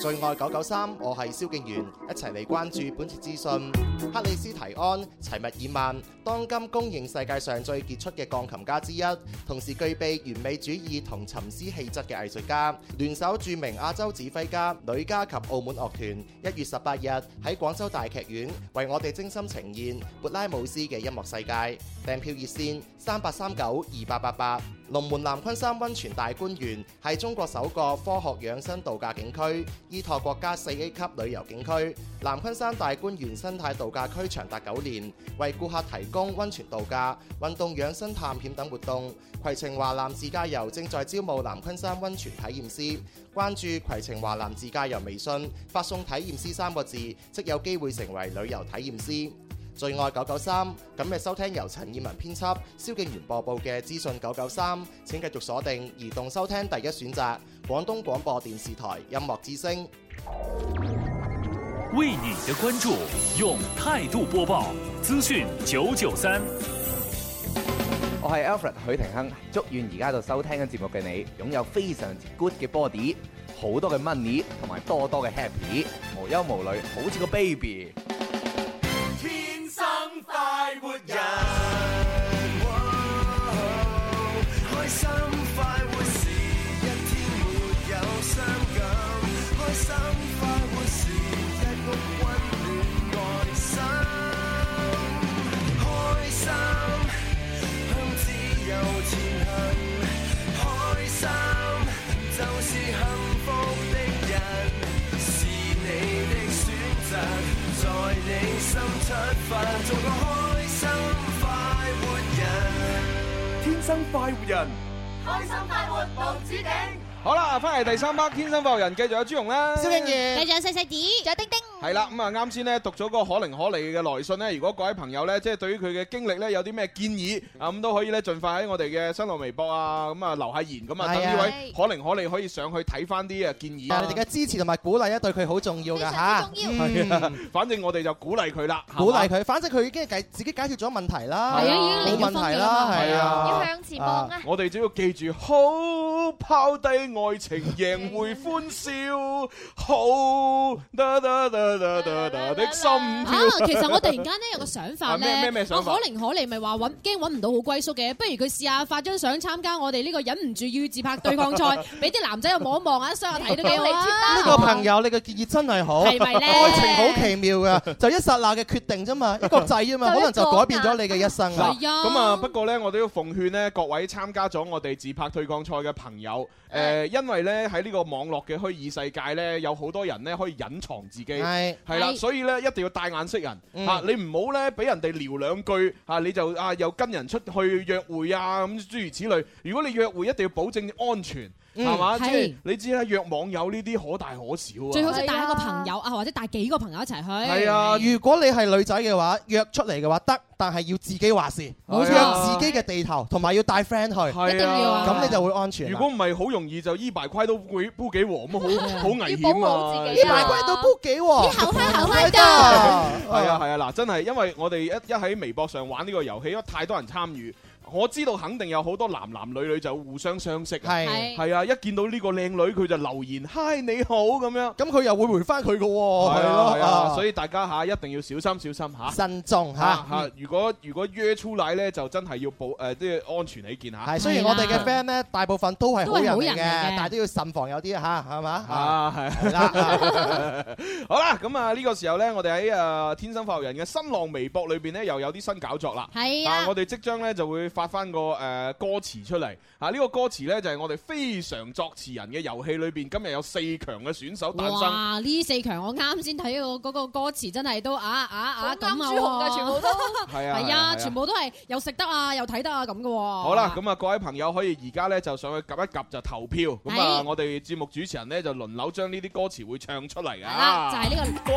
Speaker 4: 最愛九九三，我係蕭敬元，一齊嚟關注本次資訊。克里斯提安齊密爾曼，當今公認世界上最傑出嘅鋼琴家之一，同時具備完美主義同沉思氣質嘅藝術家，聯手著名亞洲指揮家、女家及澳門樂團，一月十八日喺廣州大劇院為我哋精心呈現勃拉姆斯嘅音樂世界。訂票熱線三八三九二八八八。龍門南昆山温泉大觀園係中國首個科學養生度假景區，依托國家四 A 級旅遊景區。南昆山大觀園生態度假區長達九年，為顧客提供温泉度假、運動養生探險等活動。攜程華南自駕遊正在招募南昆山温泉體驗師，關注攜程華南自駕遊微信，發送體驗師三個字，即有機會成為旅遊體驗師。最愛九九三，咁嘅收聽由陳燕文編輯、蕭敬元播報嘅資訊九九三，請繼續鎖定移動收聽第一選擇廣東廣播電視台音樂之聲。
Speaker 3: 为你的关注用态度播报，资讯九九三。
Speaker 20: 我係 Alfred 許廷鏗，祝願而家度收聽緊節目嘅你，擁有非常之 good 嘅 body，好多嘅 money，同埋多多嘅 happy，無憂無慮，好似個 baby。
Speaker 7: 天生快活人，開心快活是一天沒有傷感，開心快活是一屋温暖愛心，開心向自由前行，開心就是幸福的人。是你的選擇，在你心出發，做個開心快活人。天生快活人，開心快活無止境。
Speaker 8: 好啦，翻嚟第三 part《天生浮人》，繼續有朱容啦，蕭
Speaker 4: 敬
Speaker 18: 繼續有細細啲，
Speaker 9: 仲有丁丁。
Speaker 8: 系啦，咁啊啱先咧讀咗個可伶可俐嘅來信咧，如果各位朋友咧，即係對於佢嘅經歷咧有啲咩建議啊，咁都可以咧盡快喺我哋嘅新浪微博啊，咁啊留下言，咁啊
Speaker 4: 係
Speaker 8: 等
Speaker 4: 啊
Speaker 8: 呢位可伶可俐可以上去睇翻啲啊建議啊。
Speaker 4: 你哋嘅支持同埋鼓勵咧，對佢好重要㗎嚇。
Speaker 8: 係
Speaker 4: 嗯
Speaker 8: 啊，反正我哋就鼓勵佢啦，
Speaker 4: 鼓勵佢，反正佢已經解自己解決咗問題啦，
Speaker 8: 係啊已經
Speaker 4: 冇
Speaker 8: 離咗
Speaker 4: 問
Speaker 8: 婚
Speaker 4: 題
Speaker 8: 㗎
Speaker 4: 啦，
Speaker 8: 啦嘛
Speaker 4: 係啊，
Speaker 8: 要向
Speaker 9: 前望
Speaker 8: 係嘛！我哋只要記住，好拋低愛情，贏回歡笑，好得得得得得得的心
Speaker 6: 啊
Speaker 8: 跳。，
Speaker 6: 其實我突然間咧有個想法
Speaker 8: 啊咩
Speaker 6: 咧，
Speaker 8: 咩咩想法
Speaker 6: 我可伶可俐咪話揾驚揾唔到好歸宿嘅，不如佢試下發張相參加我哋呢個忍唔住要自拍對抗 賽，俾啲男仔又望一望啊，所有睇都幾好啊！
Speaker 4: 呢個朋友你嘅建議真係好，愛
Speaker 6: 係咪咧
Speaker 4: 情好奇妙㗎，就一剎那嘅決定啫嘛，一個掣啊嘛，
Speaker 6: 就一
Speaker 4: 可能就改
Speaker 6: 個
Speaker 4: 變咗你嘅一生啊
Speaker 8: 嗱，。咁
Speaker 6: 哦
Speaker 8: 啊，不過呢，我都要奉勸呢各位參加咗我哋自拍對抗賽嘅朋友，誒，因為呢喺呢個網絡嘅虛擬世界呢，有好多人呢可以隱藏自己，
Speaker 4: 係
Speaker 8: 係啦，
Speaker 4: 係
Speaker 8: 所以呢一定要帶眼識人嚇，你唔好呢俾人哋聊兩句嚇，你就啊又跟人出去約會啊咁諸如此類。如果你約會一定要保證安全。
Speaker 6: 嗯
Speaker 8: 係嘛？即
Speaker 6: 係
Speaker 8: 係你知啦，約網友呢啲可大可小啊。
Speaker 6: 最好就帶一個朋友啊，或者帶幾個朋友一齊去。
Speaker 8: 係啊
Speaker 4: 如果你係女仔嘅話，約出嚟嘅話得，但係要自己話事，
Speaker 8: 冇錯
Speaker 4: 約自己嘅地頭，同埋要帶 friend
Speaker 8: 啊係啊
Speaker 4: 去，咁你就會安全啦。
Speaker 8: 如果唔係，好容易就依排虧都杯杯幾黃咁，好好危
Speaker 4: 要保
Speaker 8: 險啊！
Speaker 4: 護自己啊依排虧都杯幾黃你後
Speaker 8: 開
Speaker 4: 後
Speaker 8: 開
Speaker 4: 開
Speaker 8: 㗎。
Speaker 4: 㗎
Speaker 8: 係啊係啊，嗱，真係因為我哋一一喺微博上玩呢個遊戲，因為太多人參與。我知道肯定有好多男男女女就互相相識啊，
Speaker 4: 係
Speaker 8: 係啊，一見到呢個靚女佢就留言 hi 你好咁樣，
Speaker 4: 咁佢又會回翻佢嘅喎，
Speaker 8: 係啊係啊，所
Speaker 4: 以
Speaker 8: 以啊大家嚇一定要小心小心嚇，嗯
Speaker 4: 慎重嚇
Speaker 8: 嚇。嚇。如果如果約出嚟咧，就真係要保誒即係安全起見嚇。
Speaker 4: 係，雖然我哋嘅 friend 咧，大部分都係好人
Speaker 8: 都
Speaker 4: 嚟
Speaker 8: 係好
Speaker 4: 嘅，
Speaker 8: 人嚟嘅
Speaker 4: 但係都要慎防有啲嚇，係嘛？
Speaker 8: 啊，係
Speaker 4: 啦。
Speaker 8: 好啦，咁啊呢個時候呢，我哋喺誒天生發育人嘅新浪微博裏邊呢，又有啲新搞作啦。
Speaker 6: 係啊
Speaker 8: 我哋即將呢就會發翻個誒歌詞出嚟。啊，呢個歌詞呢，就係我哋非常作詞人嘅遊戲裏邊，今日有四強嘅選手誕生。
Speaker 6: 哇！呢四強我啱先睇嗰個嗰個歌詞真係都啊啊啊咁啊
Speaker 9: 啱豬紅
Speaker 6: 喎
Speaker 9: 嘅全部都
Speaker 8: 係啊
Speaker 6: 係
Speaker 8: 係啊
Speaker 6: 啊，全部都係又食得啊又睇得啊咁嘅喎。
Speaker 8: 好啦，咁啊，各位朋友可以而家呢就上去 𥄫 一 𥄫 就投票。咁啊，
Speaker 6: 係
Speaker 8: 我哋節目主持人呢，就輪流將呢啲歌詞會唱出嚟
Speaker 6: 係啦，就
Speaker 8: 啊。
Speaker 6: 係呢個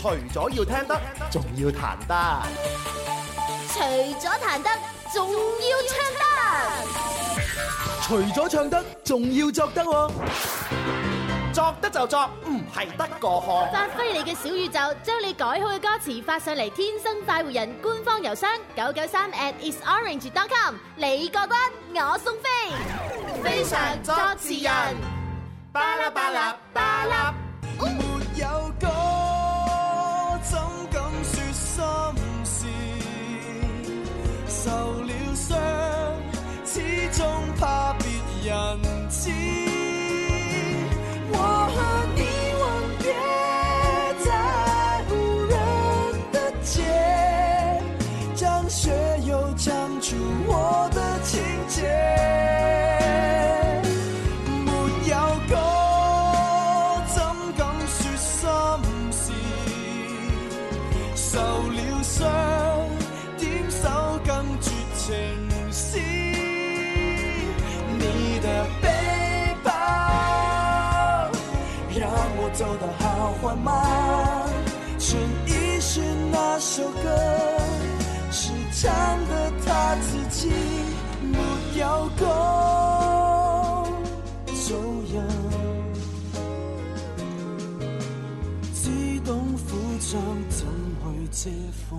Speaker 4: 除咗要聽得，仲要彈得。
Speaker 7: 除咗彈得，仲要唱得。
Speaker 1: 除咗唱得，仲要作得喎。
Speaker 7: 作得就作，唔係得過看。
Speaker 21: 發揮你嘅小宇宙，將你改好嘅歌詞發上嚟，天生快活人官方郵箱九九三 at isorange.com，你過關，我送飛，
Speaker 7: 非常作詞人，巴拉巴拉巴拉。沒有歌怎敢説心事？受了傷，始終怕別人知。我和你吻別在無人的街，張學友唱出我的情節。沒有歌怎敢説心事？受了傷，點首更絕情詩。你的背包，讓我走得好緩慢。順一順那首歌，是唱的他自己，沒有歌，就有只懂苦唱，怎去遮風？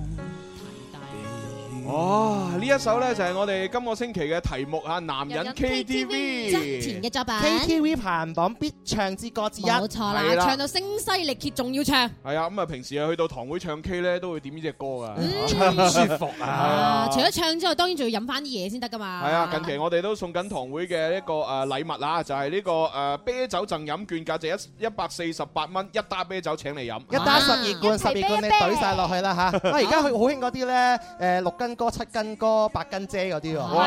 Speaker 8: 哦，呢一首呢，就係我哋今個星期嘅題目啊，男人 KTV。
Speaker 6: 側田嘅作品
Speaker 4: KTV 排行榜必唱之歌之一，
Speaker 6: 冇錯啦
Speaker 8: 係，啦
Speaker 6: 唱到聲嘶力竭仲要唱。
Speaker 8: 係啊，咁啊，平時啊去到堂會唱 K 咧，都會點呢只歌啊噶，
Speaker 6: 嗯唱
Speaker 8: 唔舒服
Speaker 6: 啊
Speaker 8: 啊！
Speaker 6: 除咗唱之外，當然仲要飲翻啲嘢先得噶嘛。
Speaker 8: 係啊，近期我哋都送緊堂會嘅一個誒禮物啊，就係呢個誒啤酒贈飲券，價值一一百四十八蚊，一打啤酒請你飲，
Speaker 4: 一打十二罐，十二罐你懟晒落去啦吓！啊，而家佢好興嗰啲咧，誒六斤哥、七斤哥、八斤姐嗰啲喎。係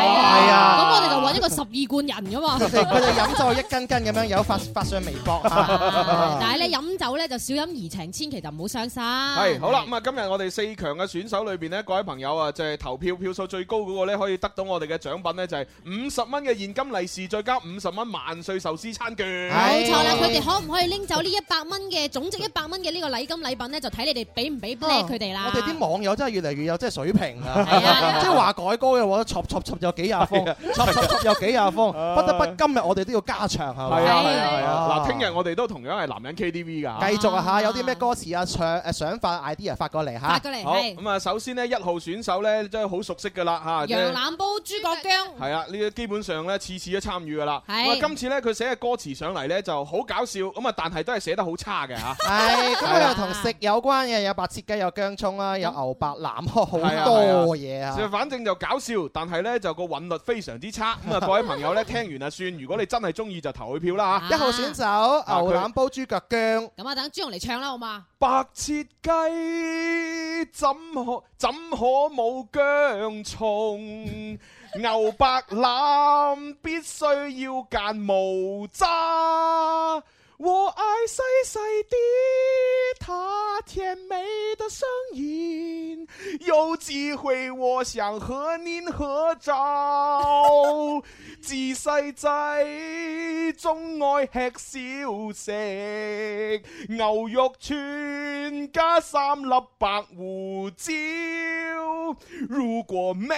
Speaker 4: 啊，
Speaker 6: 咁我哋就揾一個十二罐人噶嘛。
Speaker 4: 佢哋佢哋飲咗一斤斤咁樣，有發發上微博啊。
Speaker 6: 但係咧飲酒咧就少飲怡情，千祈就唔好傷身。
Speaker 8: 係
Speaker 6: 係
Speaker 8: 好啦，，咁啊，今日我哋四強嘅選手裏邊呢，各位朋友啊，就係投票票數最高嗰個呢，可以得到我哋嘅獎品呢，就係五十蚊嘅現金利是，再加五十蚊萬歲壽司餐券。
Speaker 6: 冇錯啦。佢哋可唔可以拎走呢一百蚊嘅總值一百蚊嘅呢個禮金禮品咧？就睇你哋俾唔
Speaker 8: 哦
Speaker 6: 俾叻佢哋啦。
Speaker 4: 哦我哋啲網友真係越嚟越有真係水平
Speaker 6: 係
Speaker 4: 啊
Speaker 6: 啊！
Speaker 4: 即係話改歌嘅話，戳戳戳有幾廿 封，戳戳戳有幾廿封，
Speaker 6: 哦
Speaker 4: 不得不今日我哋都要加長係咪？
Speaker 8: 係啊係啊係啊！嗱，聽日我哋都同樣係男人 KTV 噶。
Speaker 4: 繼續啊嚇，有啲咩歌詞啊、想誒想法 idea 發過嚟嚇。
Speaker 8: 好咁啊，首先呢，一號選手呢，真係好熟悉噶啦嚇。即係
Speaker 6: 羊腩煲豬角姜。
Speaker 8: 係啊，呢個基本上咧次次都參與噶啦。
Speaker 6: 係
Speaker 8: 咁啊今次咧佢寫嘅歌詞上嚟咧就好搞笑，咁啊但係都係寫得好差嘅嚇。
Speaker 4: 係，咁
Speaker 8: 係
Speaker 4: 佢又
Speaker 8: 啊
Speaker 4: 同食有關嘅，有白切雞，有姜葱啦，有牛白腩，好
Speaker 8: 係啊
Speaker 4: 多嘢
Speaker 8: 就
Speaker 4: 啊！
Speaker 8: 反正就搞笑，但係咧就個韻律非常之差。咁啊，各位朋友咧聽完啊算，如果你真係啊中意就投佢票啦嚇。
Speaker 4: 一號選手牛腩煲豬腳姜，
Speaker 6: 咁啊，等朱紅嚟唱啦，好嘛？
Speaker 8: 白切雞怎可怎可冇姜葱？牛白腩必須要間無渣。我愛細細的他，甜美的聲音。有机会我想和您合照。 自細仔中愛吃小食，牛肉串加三粒白胡椒。如果沒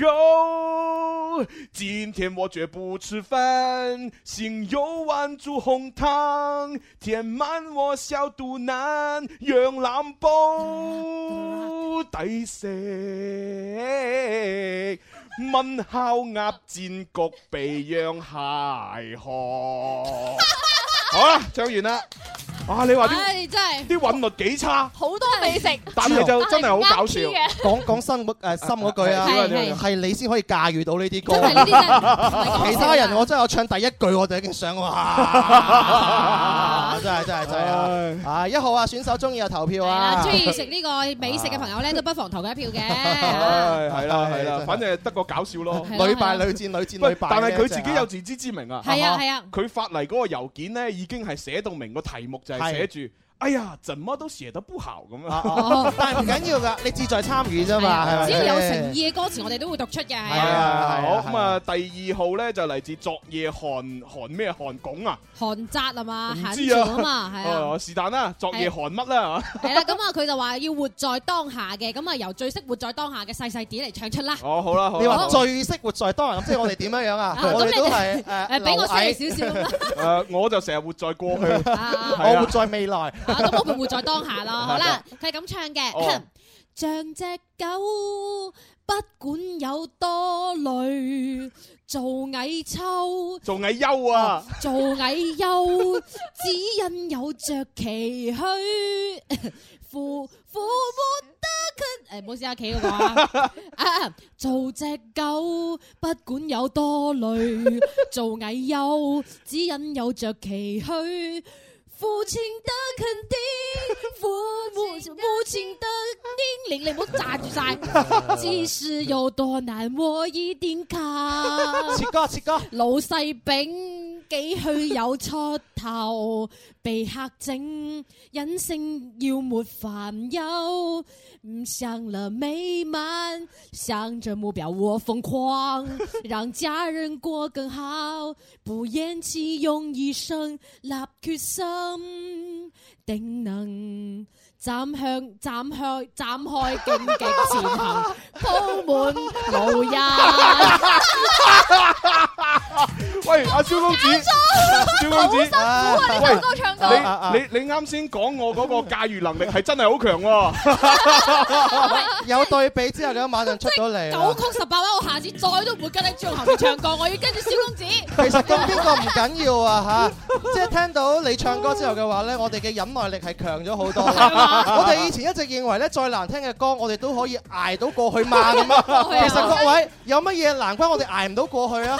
Speaker 8: 有，今天我絕不吃飯。心有碗煮紅湯，填滿我小肚腩，讓腩煲抵食。炆烤鴨煎焗鼻釀蟹殼。好啦，唱完啦。啊，你話啲
Speaker 6: 唉，真係
Speaker 8: 啲韻律幾差？
Speaker 9: 好多美食，
Speaker 8: 但係
Speaker 9: 啊
Speaker 8: 就真係好搞笑
Speaker 4: 講講 深誒深嗰句啊，
Speaker 8: 係係
Speaker 4: 係你先可以駕馭到呢啲歌。
Speaker 8: 真係呢啲真係唔係講笑
Speaker 4: 其他人我真係我唱第一句我就已經想 哇，真係真係真係啊！啊一號啊選手中意就投票啊，
Speaker 6: 中意食呢個美食嘅朋友咧，都不妨投佢一票嘅。啊
Speaker 8: 唉，係啦係啦，反正係得個搞笑 咯。
Speaker 4: 女扮女戰女戰
Speaker 8: 喂
Speaker 4: 女扮
Speaker 8: 但
Speaker 4: 啫，
Speaker 8: 係佢自
Speaker 4: 真
Speaker 8: 己有自知之明啊。
Speaker 4: 係啊係
Speaker 6: 啊
Speaker 8: 佢發嚟嗰個郵件咧，已經係寫到明個題目就係寫
Speaker 4: 係
Speaker 8: 住。哎呀，怎麼都寫得不好咁
Speaker 4: 哦
Speaker 8: 啊！
Speaker 4: 但係唔緊要㗎，你志在參與啫嘛，係咪
Speaker 6: 啊只要有誠意嘅歌詞，我哋都會讀出嘅。係
Speaker 8: 係啊，
Speaker 4: 係啊
Speaker 8: 好咁啊，第二號咧就嚟自昨夜寒寒咩寒拱啊，
Speaker 6: 寒澤啊嘛，
Speaker 8: 唔
Speaker 6: 限
Speaker 8: 知
Speaker 6: 住
Speaker 8: 啊
Speaker 6: 啊嘛，係啊。
Speaker 8: 哦，是但啦，昨夜寒乜啦
Speaker 6: 係啦，咁啊，佢就話要活在當下嘅，咁啊由最識活在當下嘅細細啲嚟唱出 啦。
Speaker 8: 哦，好啦，好啦
Speaker 4: 你
Speaker 8: 好
Speaker 4: 話
Speaker 8: 啦
Speaker 4: 最識活在當下，即係我哋點樣樣啊？我哋都係誒，
Speaker 6: 俾我犀利少少啦。
Speaker 8: 誒，我就成日活在過去，
Speaker 4: 我活在未來。
Speaker 6: 啊，咁我咪活在當下咯。好啦，佢係咁唱嘅
Speaker 8: 哦。
Speaker 6: 像只狗，不管有多累，做矮秋，
Speaker 8: 做矮優啊！
Speaker 6: 做矮幼，只因有着崎嶇，父父母得佢誒，哎唔好試下企嗰個啊！啊，做只狗，不管有多累，做矮幼，只因有着崎嶇。父親的肯定，父母母親的叮嚀，你唔好炸住晒。即使有多難，我一定扛。
Speaker 4: 切歌切歌，
Speaker 6: 老細丙幾許有出頭，被嚇整，人性要沒煩憂。唔想了美滿，向着目標我瘋狂，讓家人過更好，不厭其用一生立決心，定能斬向斬向斬開荊棘前行，鋪滿路
Speaker 8: 啊
Speaker 6: 人。
Speaker 8: 喂，阿蕭公子，蕭公子，
Speaker 9: 好辛苦啊你首歌唱到
Speaker 8: 喂你你你啱先講我嗰個駕馭能力係真係好強喎，
Speaker 4: 有對比之後，你都馬上出到嚟啦。
Speaker 6: 九曲十八彎，我下次再都唔會跟喺張後面唱歌，我要跟住小公子。
Speaker 4: 其實咁邊個唔緊要啊吓， 即係聽到你唱歌之後嘅話咧，我哋嘅忍耐力係強咗好多
Speaker 6: 係嘛
Speaker 4: 啦。我哋以前一直認為咧，再難聽嘅歌我哋都可以捱到過去 嘛咁
Speaker 6: 過去啊
Speaker 4: 啊。其實各位有乜嘢難關我哋捱唔到過去 啊？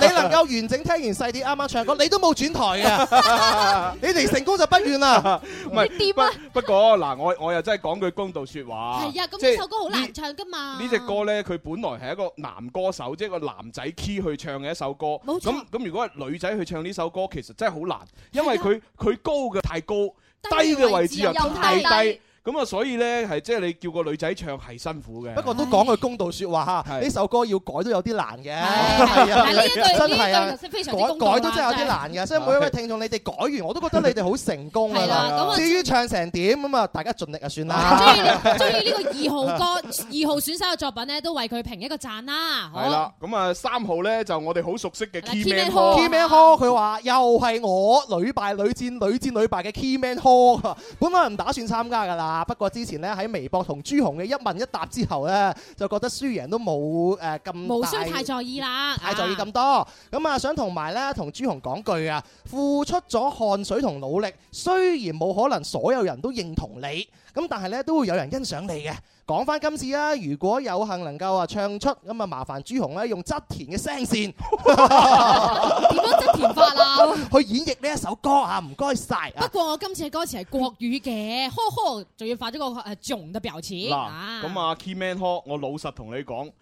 Speaker 4: 你能夠完整聽完細啲啱啱唱歌，你都冇轉台 嘅，你哋成功就不遠啦。
Speaker 8: 唔係不不過嗱，我我又真係講句公道説話，
Speaker 6: 係啊，咁
Speaker 8: 即係
Speaker 6: 呢首歌好難唱噶嘛。
Speaker 8: 呢只歌咧，佢本來係一個男歌手，即係個男仔 key 去唱嘅一首歌。
Speaker 6: 冇錯
Speaker 8: 咁咁，如果係女仔去唱呢首歌，其實真係好難，因為佢佢高嘅太高，低嘅位置啊又太低。咁啊，所以咧係即係你叫個女仔唱係辛苦嘅。
Speaker 4: 不過都講句公道説話嚇，呢首歌要改都有啲難嘅，
Speaker 8: 係
Speaker 4: 係啊
Speaker 8: 嗱呢一句
Speaker 4: 真係
Speaker 8: 呢
Speaker 4: 啊
Speaker 8: 一句，就非常之公道
Speaker 4: 改
Speaker 8: 啦
Speaker 4: 改都真係有啲難嘅，所以每一位聽眾你哋改完，我都覺得你哋好成功㗎
Speaker 6: 係啦咁
Speaker 4: 啦
Speaker 6: 啊。
Speaker 4: 至於唱成點咁啊，大家盡力就 算
Speaker 6: 中意
Speaker 4: 啦。
Speaker 6: 呢中意呢個 二號歌二號選手嘅作品咧，都為佢評一個讚啦。好
Speaker 8: 係啦，咁啊三號咧就我哋好熟悉嘅 Keyman Hall
Speaker 4: Keyman Hall 佢話又係我女敗女戰女戰女敗嘅 Keyman Hall，本來唔打算參加㗎啦，不過之前呢，喺微博同朱紅嘅一問一答之後呢，就覺得輸贏都冇誒咁
Speaker 6: 無需
Speaker 4: 大
Speaker 6: 太在意啦，
Speaker 4: 太在意咁
Speaker 6: 啊。
Speaker 4: 多。咁啊，想同埋咧，同朱紅講句啊，付出咗汗水同努力，雖然冇可能所有人都認同你，咁但係咧都會有人欣賞你嘅。講翻今次啊，如果有幸能夠啊唱出，咁啊麻煩朱紅咧用側田嘅聲線， 點樣
Speaker 6: 側田法啊？
Speaker 4: 去演繹呢一首歌啊，唔該晒啊
Speaker 6: 不！過我今次嘅歌詞係國語嘅，呵呵，仲要發咗個誒重嘅表情
Speaker 8: 嗱，
Speaker 6: 啊。
Speaker 8: 咁啊 Keyman Hall，我老實同你講。唔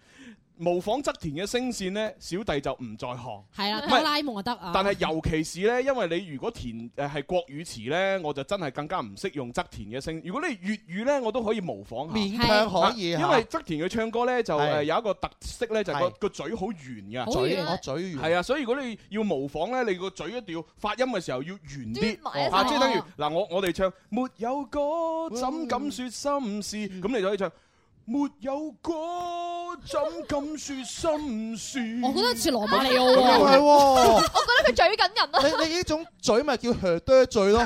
Speaker 8: 模仿側田嘅聲線咧，小弟就唔在行。
Speaker 18: 係啦，
Speaker 8: 唔係
Speaker 18: 哆啦 A 夢就得啊。
Speaker 8: 但係尤其是咧，因為你如果填誒係國語詞咧，我就真係更加唔識用側田嘅聲。如果你粵語咧，我都可以模仿下，
Speaker 4: 勉強可以
Speaker 8: 啊
Speaker 4: 嚇
Speaker 8: 因為側田佢唱歌咧就呃
Speaker 4: 係
Speaker 8: 誒有一個特色咧，就係個
Speaker 4: 係
Speaker 8: 個嘴好圓嘅，
Speaker 4: 好圓嘴哦嘴圓
Speaker 8: 係啊，所以如果你要模仿咧，你個嘴一定要發音嘅時候要圓
Speaker 4: 端埋一
Speaker 8: 啲，
Speaker 4: 齊
Speaker 8: 啊，即係等於嗱，我我哋唱沒有歌怎敢説心事，咁你就可以唱。沒有歌怎敢説心事？
Speaker 18: 我覺得似羅馬
Speaker 8: 馬
Speaker 18: 里
Speaker 8: 里
Speaker 18: 奧
Speaker 8: 奧
Speaker 18: 喎
Speaker 8: 喎
Speaker 4: 係喎。
Speaker 9: 我覺得佢嘴緊 人咯。
Speaker 4: 你你呢種嘴咪叫靴哆嘴 咯，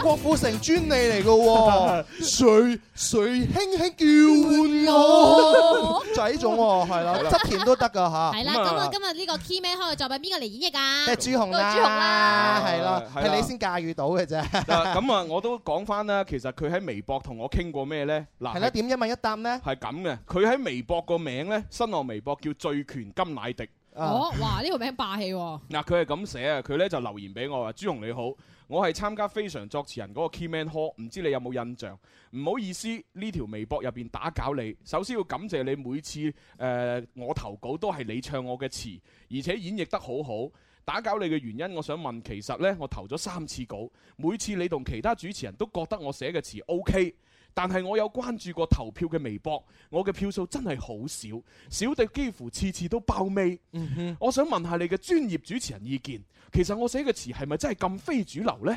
Speaker 4: 郭富城專利嚟嘅喎，誰誰輕輕叫喚
Speaker 6: 哦
Speaker 4: 我， 就係呢種喎，係啦，側田都得㗎吓。
Speaker 18: 係啦，咁啊，今日呢個 Key Man 開嘅作品邊個嚟演繹啊？
Speaker 4: 即係朱紅
Speaker 18: 都係
Speaker 4: 啦，
Speaker 18: 朱紅啦。
Speaker 4: 係啦，
Speaker 8: 係啦
Speaker 4: 係你先駕馭到嘅啫。
Speaker 8: 嗱咁啊，我都講翻啦。其實佢喺微博同我傾過咩呢？嗱，
Speaker 4: 係啦，點一問一答呢？
Speaker 8: 係咁嘅。佢喺微博個名呢，新浪微博叫醉拳金乃迪。
Speaker 4: 啊
Speaker 18: 哦，哇！呢個名霸氣喎。
Speaker 8: 嗱，佢係咁寫啊，佢呢就留言俾我話：朱紅你好，我係參加非常作詞人嗰個 Keyman Hall，唔知你有冇印象？唔好意思，呢條微博入邊打攪你。首先要感謝你每次誒、呃我投稿都係你唱我嘅詞，而且演繹得好好。打攪你嘅原因，我想問，其實呢，我投咗三次稿，每次你同其他主持人都覺得我寫嘅詞 OK。但係我有關注過投票嘅微博，我嘅票數真係好少，少到幾乎次次都包尾。
Speaker 4: 嗯
Speaker 8: 我想問下你嘅專業主持人意見，其實我寫嘅詞係咪真係咁非主流呢？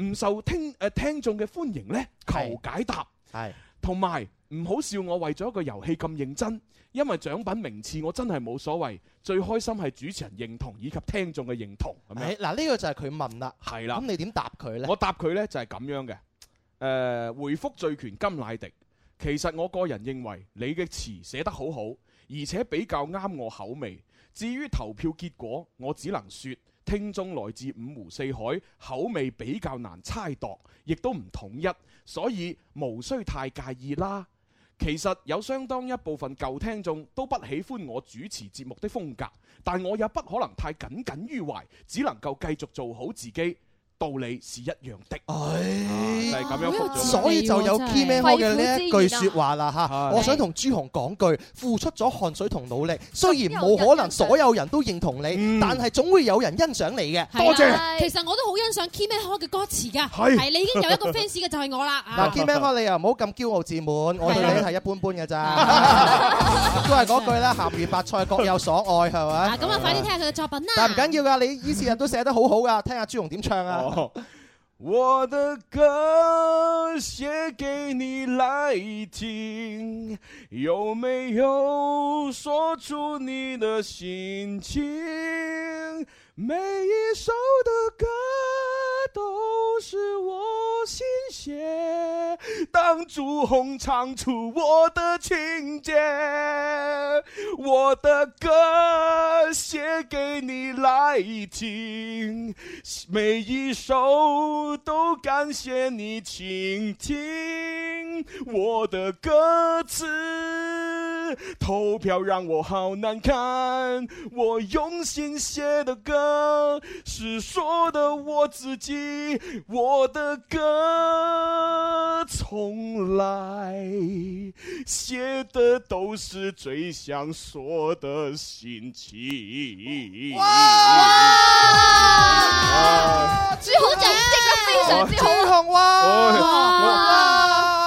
Speaker 8: 唔受聽誒、呃、聽眾嘅歡迎呢？求解答。
Speaker 4: 嗯係。
Speaker 8: 同埋唔好笑我為咗一個遊戲咁認真，因為獎品名次我真係冇所謂，最開心係主持人認同以及聽眾嘅認同咁
Speaker 4: 誒
Speaker 8: 樣。
Speaker 4: 嗱，呢個就係佢問啦。
Speaker 8: 係啦
Speaker 4: 咁你點答佢呢？
Speaker 8: 我答佢呢就係咁樣嘅。誒、回覆醉拳金乃迪，其實我個人認為你嘅詞寫得好好，而且比較啱我口味。至於投票結果，我只能說聽眾來自五湖四海，口味比較難猜度，亦都唔統一，所以無需太介意啦。其實有相當一部分舊聽眾都不喜歡我主持節目的風格，但我也不可能太耿耿於懷，只能夠繼續做好自己。道理是一樣的，
Speaker 4: 嗯
Speaker 8: 啊就係咁樣覆咗佢
Speaker 4: 所以就有 Key Man 開嘅呢一句
Speaker 18: 啊
Speaker 4: 説話啦嚇，
Speaker 8: 係
Speaker 4: 我想同朱紅講句，付出咗汗水同努力，雖然冇可能所有人都認同
Speaker 8: 嗯
Speaker 4: 你，但係總會有人欣賞你嘅。
Speaker 18: 係啊其實我都好欣賞 Key Man 開嘅歌詞㗎，
Speaker 4: 係
Speaker 18: 係你已經有一個 fans 嘅就係我啦。啊
Speaker 4: 嗱，Key Man 開你又唔好咁驕傲自滿，我對你係一般般嘅咋， 都係嗰句啦，鹹魚白菜各有所愛係咪？
Speaker 18: 咁啊，快啲聽下佢嘅作品啦。
Speaker 4: 但唔緊要㗎，你呢次日都寫得好好㗎，聽下朱紅點唱啊！
Speaker 8: 哦我的歌写给你来听，有没有说出你的心情？每一首的歌都是我心血，当朱红唱出我的情节，我的歌写给你来听，每一首都感谢你倾听，我的歌词投票让我好难堪，我用心写的歌是说的我自己，我的歌从来写的都是最想说的心情。
Speaker 9: 朱紅就識得非常之好。
Speaker 4: 紅
Speaker 18: 哇
Speaker 8: 哎我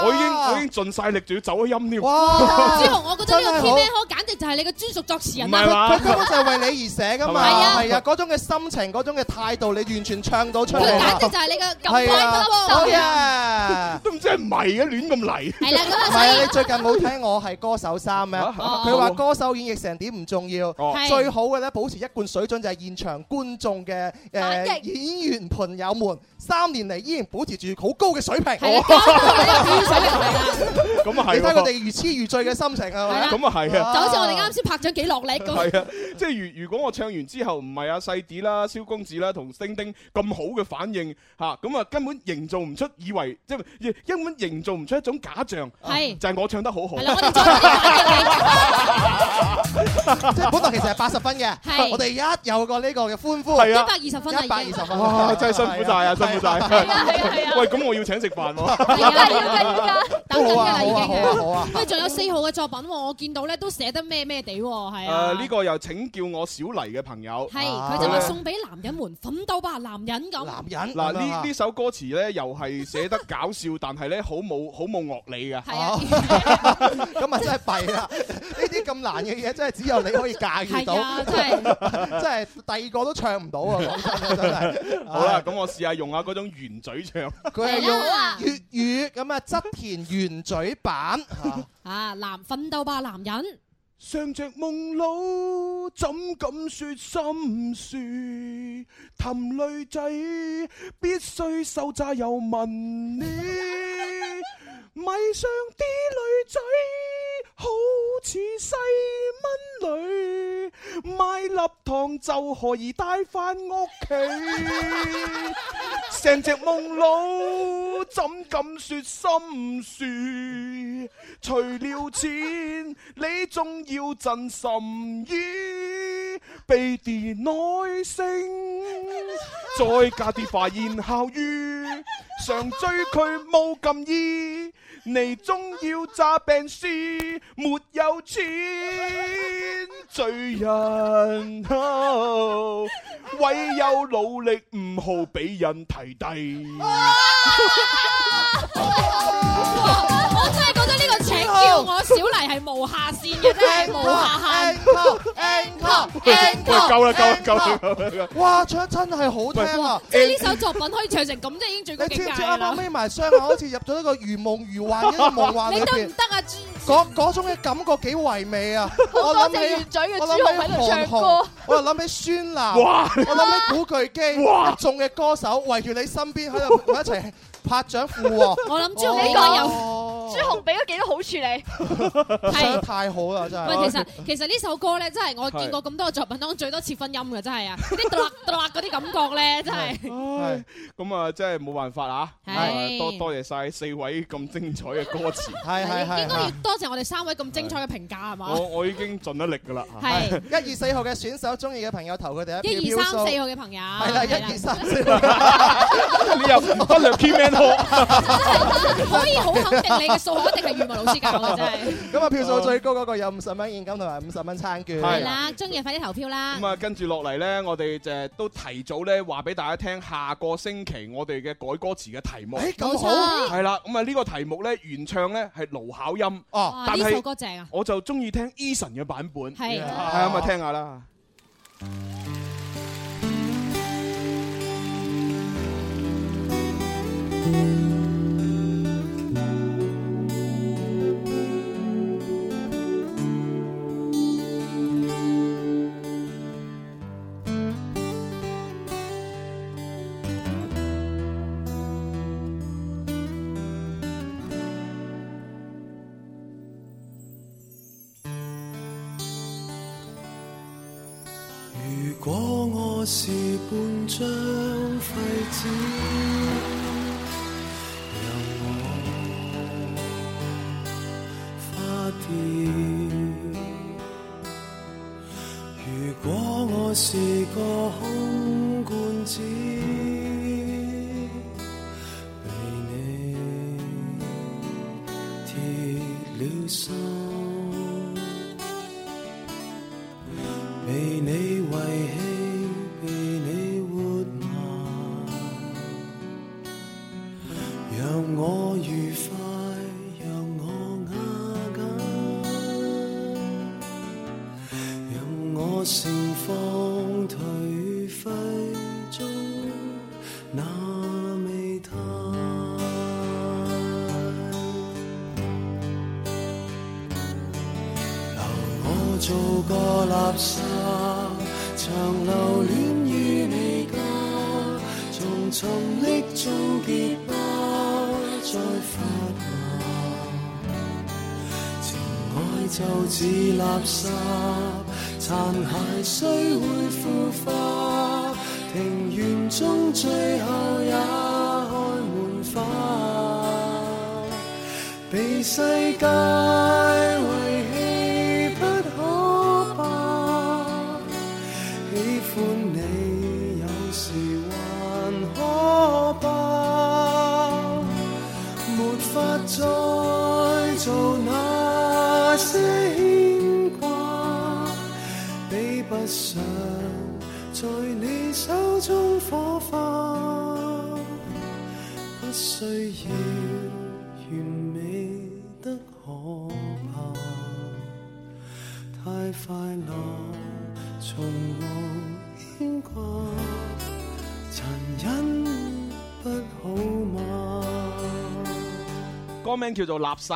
Speaker 8: 我已經我已經盡晒力，仲要走咗音添。
Speaker 18: 朱紅，我覺得呢個 Key Man 開簡直就係你嘅專屬作詞人
Speaker 8: 唔係嘛
Speaker 18: 啊！
Speaker 4: 佢根本就係為你而寫噶嘛，
Speaker 18: 係啊
Speaker 4: 係啊，嗰種嘅心情，嗰種嘅態度，你完全唱到出
Speaker 18: 佢
Speaker 4: 嚟啦
Speaker 18: 簡。直就係你嘅感
Speaker 4: 係
Speaker 18: 慨
Speaker 4: 啊
Speaker 18: 不
Speaker 4: 好
Speaker 18: 嬲
Speaker 4: 啊！
Speaker 8: 都唔知係迷啊，亂咁嚟。
Speaker 18: 係啦咁啊
Speaker 4: 唔
Speaker 18: 所以
Speaker 4: 係啊啊，你最近冇睇我係歌手三咩？
Speaker 18: 哦
Speaker 4: 佢話歌手演繹成點唔重要
Speaker 8: 哦，
Speaker 18: 係
Speaker 4: 最好嘅咧保持一貫水準就係現場觀眾嘅
Speaker 18: 反
Speaker 4: 誒
Speaker 18: 應
Speaker 4: 演員朋友們，三年嚟依然保持住好高嘅水平。
Speaker 18: 係啊搞到你嘅表演水平嚟啦
Speaker 8: 咁啊係喎
Speaker 4: 你睇佢哋如痴如醉嘅心情係
Speaker 18: 係
Speaker 4: 咪
Speaker 18: 啦？
Speaker 8: 咁啊係啊
Speaker 18: 就好似我哋啱先拍咗幾落力
Speaker 6: 哦
Speaker 18: 咁。
Speaker 8: 係啊，即係如如果我唱完之後唔係阿細啲啦、蕭公子啦同丁丁咁好嘅反應嚇，咁啊根本營造唔出以為即係根本營造唔出一種假象，
Speaker 18: 係
Speaker 8: 就係我唱得好好。
Speaker 4: 即係本來其實係八十分嘅
Speaker 18: 係，
Speaker 4: 我哋一有個呢個嘅歡呼，
Speaker 8: 係啊
Speaker 18: 120分啦
Speaker 4: 一百二十分，
Speaker 8: 哇！真係辛苦晒啊，辛苦晒。
Speaker 4: 係啊係啊係啊
Speaker 8: 喂，咁我要請食飯喎。
Speaker 18: 係啊要㗎要㗎
Speaker 6: 搞緊㗎啦，已經
Speaker 8: 好啊好啊好啊好啊
Speaker 6: 喂，仲有四號嘅作品喎，我見到咧都寫得咩咩地喎，係啊。
Speaker 8: 誒呃呢個又請叫我小黎嘅朋友，
Speaker 6: 係，佢就話
Speaker 8: 呢
Speaker 6: 送俾男人們奮鬥吧，男人咁。男
Speaker 4: 人
Speaker 8: 啊嗱呢呢首歌詞咧，又係寫得搞笑，但係咧好冇好冇樂 理嘅。
Speaker 6: 係啊，
Speaker 4: 咁啊真係弊啦！ 呢啲咁難嘅嘢真係只有你可以駕馭
Speaker 6: 係啊
Speaker 4: 到，
Speaker 6: 真
Speaker 4: 真
Speaker 6: 係
Speaker 4: 係第二個都唱唔到啊！ 講真真係。啊
Speaker 8: 好啦，咁我試下用下嗰種圓嘴唱。
Speaker 4: 佢係用
Speaker 6: 嚟啦
Speaker 4: 粵語咁啊，側田圓嘴版嚇，
Speaker 6: 啊，男奮鬥吧，男人。
Speaker 8: 上着夢佬，怎敢説心事？氹女仔必須受炸又問你，迷上啲女仔，好似細蚊女，買粒糖就可以帶翻屋企。成隻夢佬，怎敢説心事？除了錢，你仲要真心意，俾啲耐性，再加啲花言巧語，常追佢冇咁易，你仲要詐病屍，沒有錢，罪人後，唯有努力唔好俾人提低。
Speaker 6: 我真係覺得呢個請叫我小黎係無下限嘅，真係無下限。
Speaker 8: 喂，夠啦，夠啦，夠啦夠啦！
Speaker 4: 哇，唱得真係好聽啊！
Speaker 6: 即係呢首作品可以唱成啊咁，即係已經最高
Speaker 4: 你知
Speaker 6: 境
Speaker 4: 唔
Speaker 6: 界
Speaker 4: 知
Speaker 6: 啦
Speaker 4: 啱。啱眯埋雙眼，好似入咗一個如夢如幻嘅 一個夢幻裏
Speaker 6: 你得唔
Speaker 4: 邊？
Speaker 6: 得啊？朱
Speaker 4: 嗰嗰種嘅感覺幾唯美啊！我
Speaker 6: 多謝
Speaker 4: 諗
Speaker 6: 圓
Speaker 4: 起
Speaker 6: 嘴嘅
Speaker 4: 我
Speaker 6: 朱紅
Speaker 4: 諗
Speaker 6: 喺
Speaker 4: 起
Speaker 6: 度
Speaker 4: 韓
Speaker 6: 唱歌
Speaker 4: 紅，我又諗起孫楠，
Speaker 22: 哇
Speaker 4: 我諗起古巨基，
Speaker 22: 哇
Speaker 4: 一眾嘅歌手圍住你身邊喺度一齊拍掌附和。
Speaker 6: 我諗朱
Speaker 4: 哦
Speaker 6: 紅應該有。
Speaker 9: 朱紅俾咗幾多好處你？
Speaker 4: 唱得太好啦，真係。
Speaker 6: 喂，其實其實呢首歌咧，真係我見過咁多嘅作品當中最多次分音嘅，真係啊！嗰啲 drop drop 嗰啲感覺咧，真係。
Speaker 8: 咁啊，真係冇辦法啊！
Speaker 6: 係
Speaker 8: 咁啊多多謝晒四位咁精彩嘅歌 詞。
Speaker 4: 係係
Speaker 6: 應該要多謝我哋三位咁精彩嘅評價係嘛？
Speaker 8: 我我已經盡咗力㗎啦。
Speaker 6: 係
Speaker 4: 一二四號嘅選手中意嘅朋友投佢哋一
Speaker 6: 一
Speaker 4: 票票
Speaker 6: 二
Speaker 4: 數
Speaker 6: 三四號嘅朋友，
Speaker 4: 係啦，一二三四，
Speaker 8: 你又忽略 Keyman
Speaker 6: 可以好肯定你嘅數學一定係語文老師教嘅，真係。
Speaker 4: 咁啊，票數最高嗰個有五十蚊現金同埋五十蚊餐券。
Speaker 6: 係啦，中意嘅快啲投票啦
Speaker 8: 啊咁！啊，跟住落嚟呢，我哋就都提早呢話俾大家聽，下個星期我哋嘅改歌詞嘅題目。
Speaker 4: 咁好冇錯
Speaker 8: 係啦，咁啊呢個題目呢，原唱呢係盧巧音。
Speaker 4: 哦
Speaker 6: 哇
Speaker 8: 但
Speaker 6: 呢首歌
Speaker 8: 係
Speaker 6: 正啊！
Speaker 8: 我就中意聽 Eason 嘅版本。
Speaker 6: 係
Speaker 8: 係啊，咁啊聽下啦。
Speaker 7: 如果我是半張廢紙，讓我花掉。如果我是個空罐子，被你鐵了心。被你遺棄，被你活埋，讓我愉快，讓我瓦解，讓我盛放頹廢中那味態。我做個垃圾，長留戀於你家，重重溺中結疤，再發芽。情愛就似垃圾，殘骸雖會腐化，庭園中最後也開滿花。被世界遺棄不可怕，喜歡你有時還可怕，沒法再。想，在你手中火花，不需要完美得可怕，太快樂從無牽掛，殘忍不好嗎？
Speaker 8: 歌名叫做《垃圾》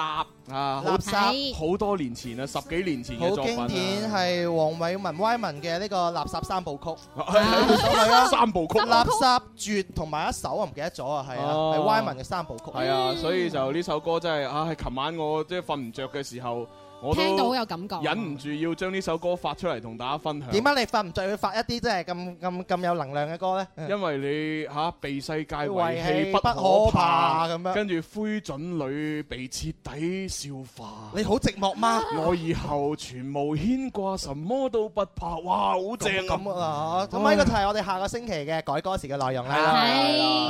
Speaker 8: 啊，好
Speaker 4: 垃
Speaker 6: 哎
Speaker 4: 圾
Speaker 8: 好多年前啊，十幾年前嘅
Speaker 4: 好
Speaker 8: 作品
Speaker 4: 經典
Speaker 8: 啊。
Speaker 4: 係黃偉文 Y 文嘅呢個垃圾三部 曲，啊
Speaker 8: 三部曲啊
Speaker 4: 垃圾絕同埋一首我唔記得咗啊，係啊，
Speaker 8: 哦
Speaker 4: 係 Y 文嘅三部曲，
Speaker 8: 係啊，所以就呢首歌真係，唉，琴晚我即係瞓唔着嘅時候，我都
Speaker 4: 聽到有感覺
Speaker 8: 忍唔住要將呢首歌發出嚟同大家分享。
Speaker 4: 點啊解你發唔着要發一啲真係咁咁咁有能量嘅歌咧？
Speaker 8: 因為你嚇、被世界遺
Speaker 4: 遺棄
Speaker 8: 嗯棄
Speaker 4: 不
Speaker 8: 不
Speaker 4: 可
Speaker 8: 可
Speaker 4: 怕
Speaker 8: 怕
Speaker 4: 咁樣
Speaker 8: 跟住灰燼裏被徹底消化。
Speaker 4: 你好寂寞嗎？
Speaker 8: 我以後全無牽掛，什麼都不怕。哇，好 正啊！
Speaker 4: 咁啊，咁呢個就係我哋下個星期嘅改歌詞嘅內容
Speaker 8: 係啦
Speaker 4: 啦
Speaker 8: 係啊啦。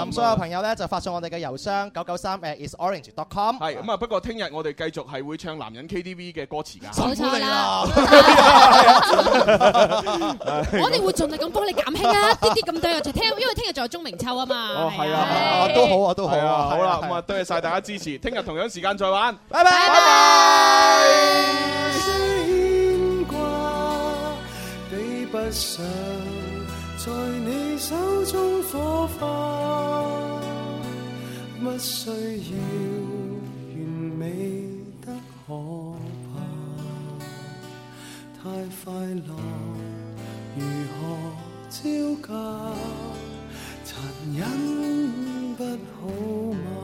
Speaker 4: 咁所有朋友咧就發送我哋嘅郵箱九九三 isorange.com。
Speaker 8: 係咁啊！不過聽日我哋繼續係會唱男人 KTV 嘅歌詞㗎。
Speaker 4: 辛苦你啦
Speaker 6: 我哋會盡力咁幫你減輕啊，啲啲咁多嘅，就聽，因為聽日仲有鐘明秋啊嘛。
Speaker 8: 哦，係啊，
Speaker 4: 啊都好啊都好啊
Speaker 8: 係好
Speaker 4: 係啊
Speaker 8: 啦，
Speaker 4: 係啊
Speaker 8: 咁啊，多謝晒大家支持，聽日同樣時間再玩，
Speaker 4: 拜拜。
Speaker 7: 牽掛，比不上在你手中火花，乜需要完美得可怕？太快樂如何招架？殘忍不好嗎？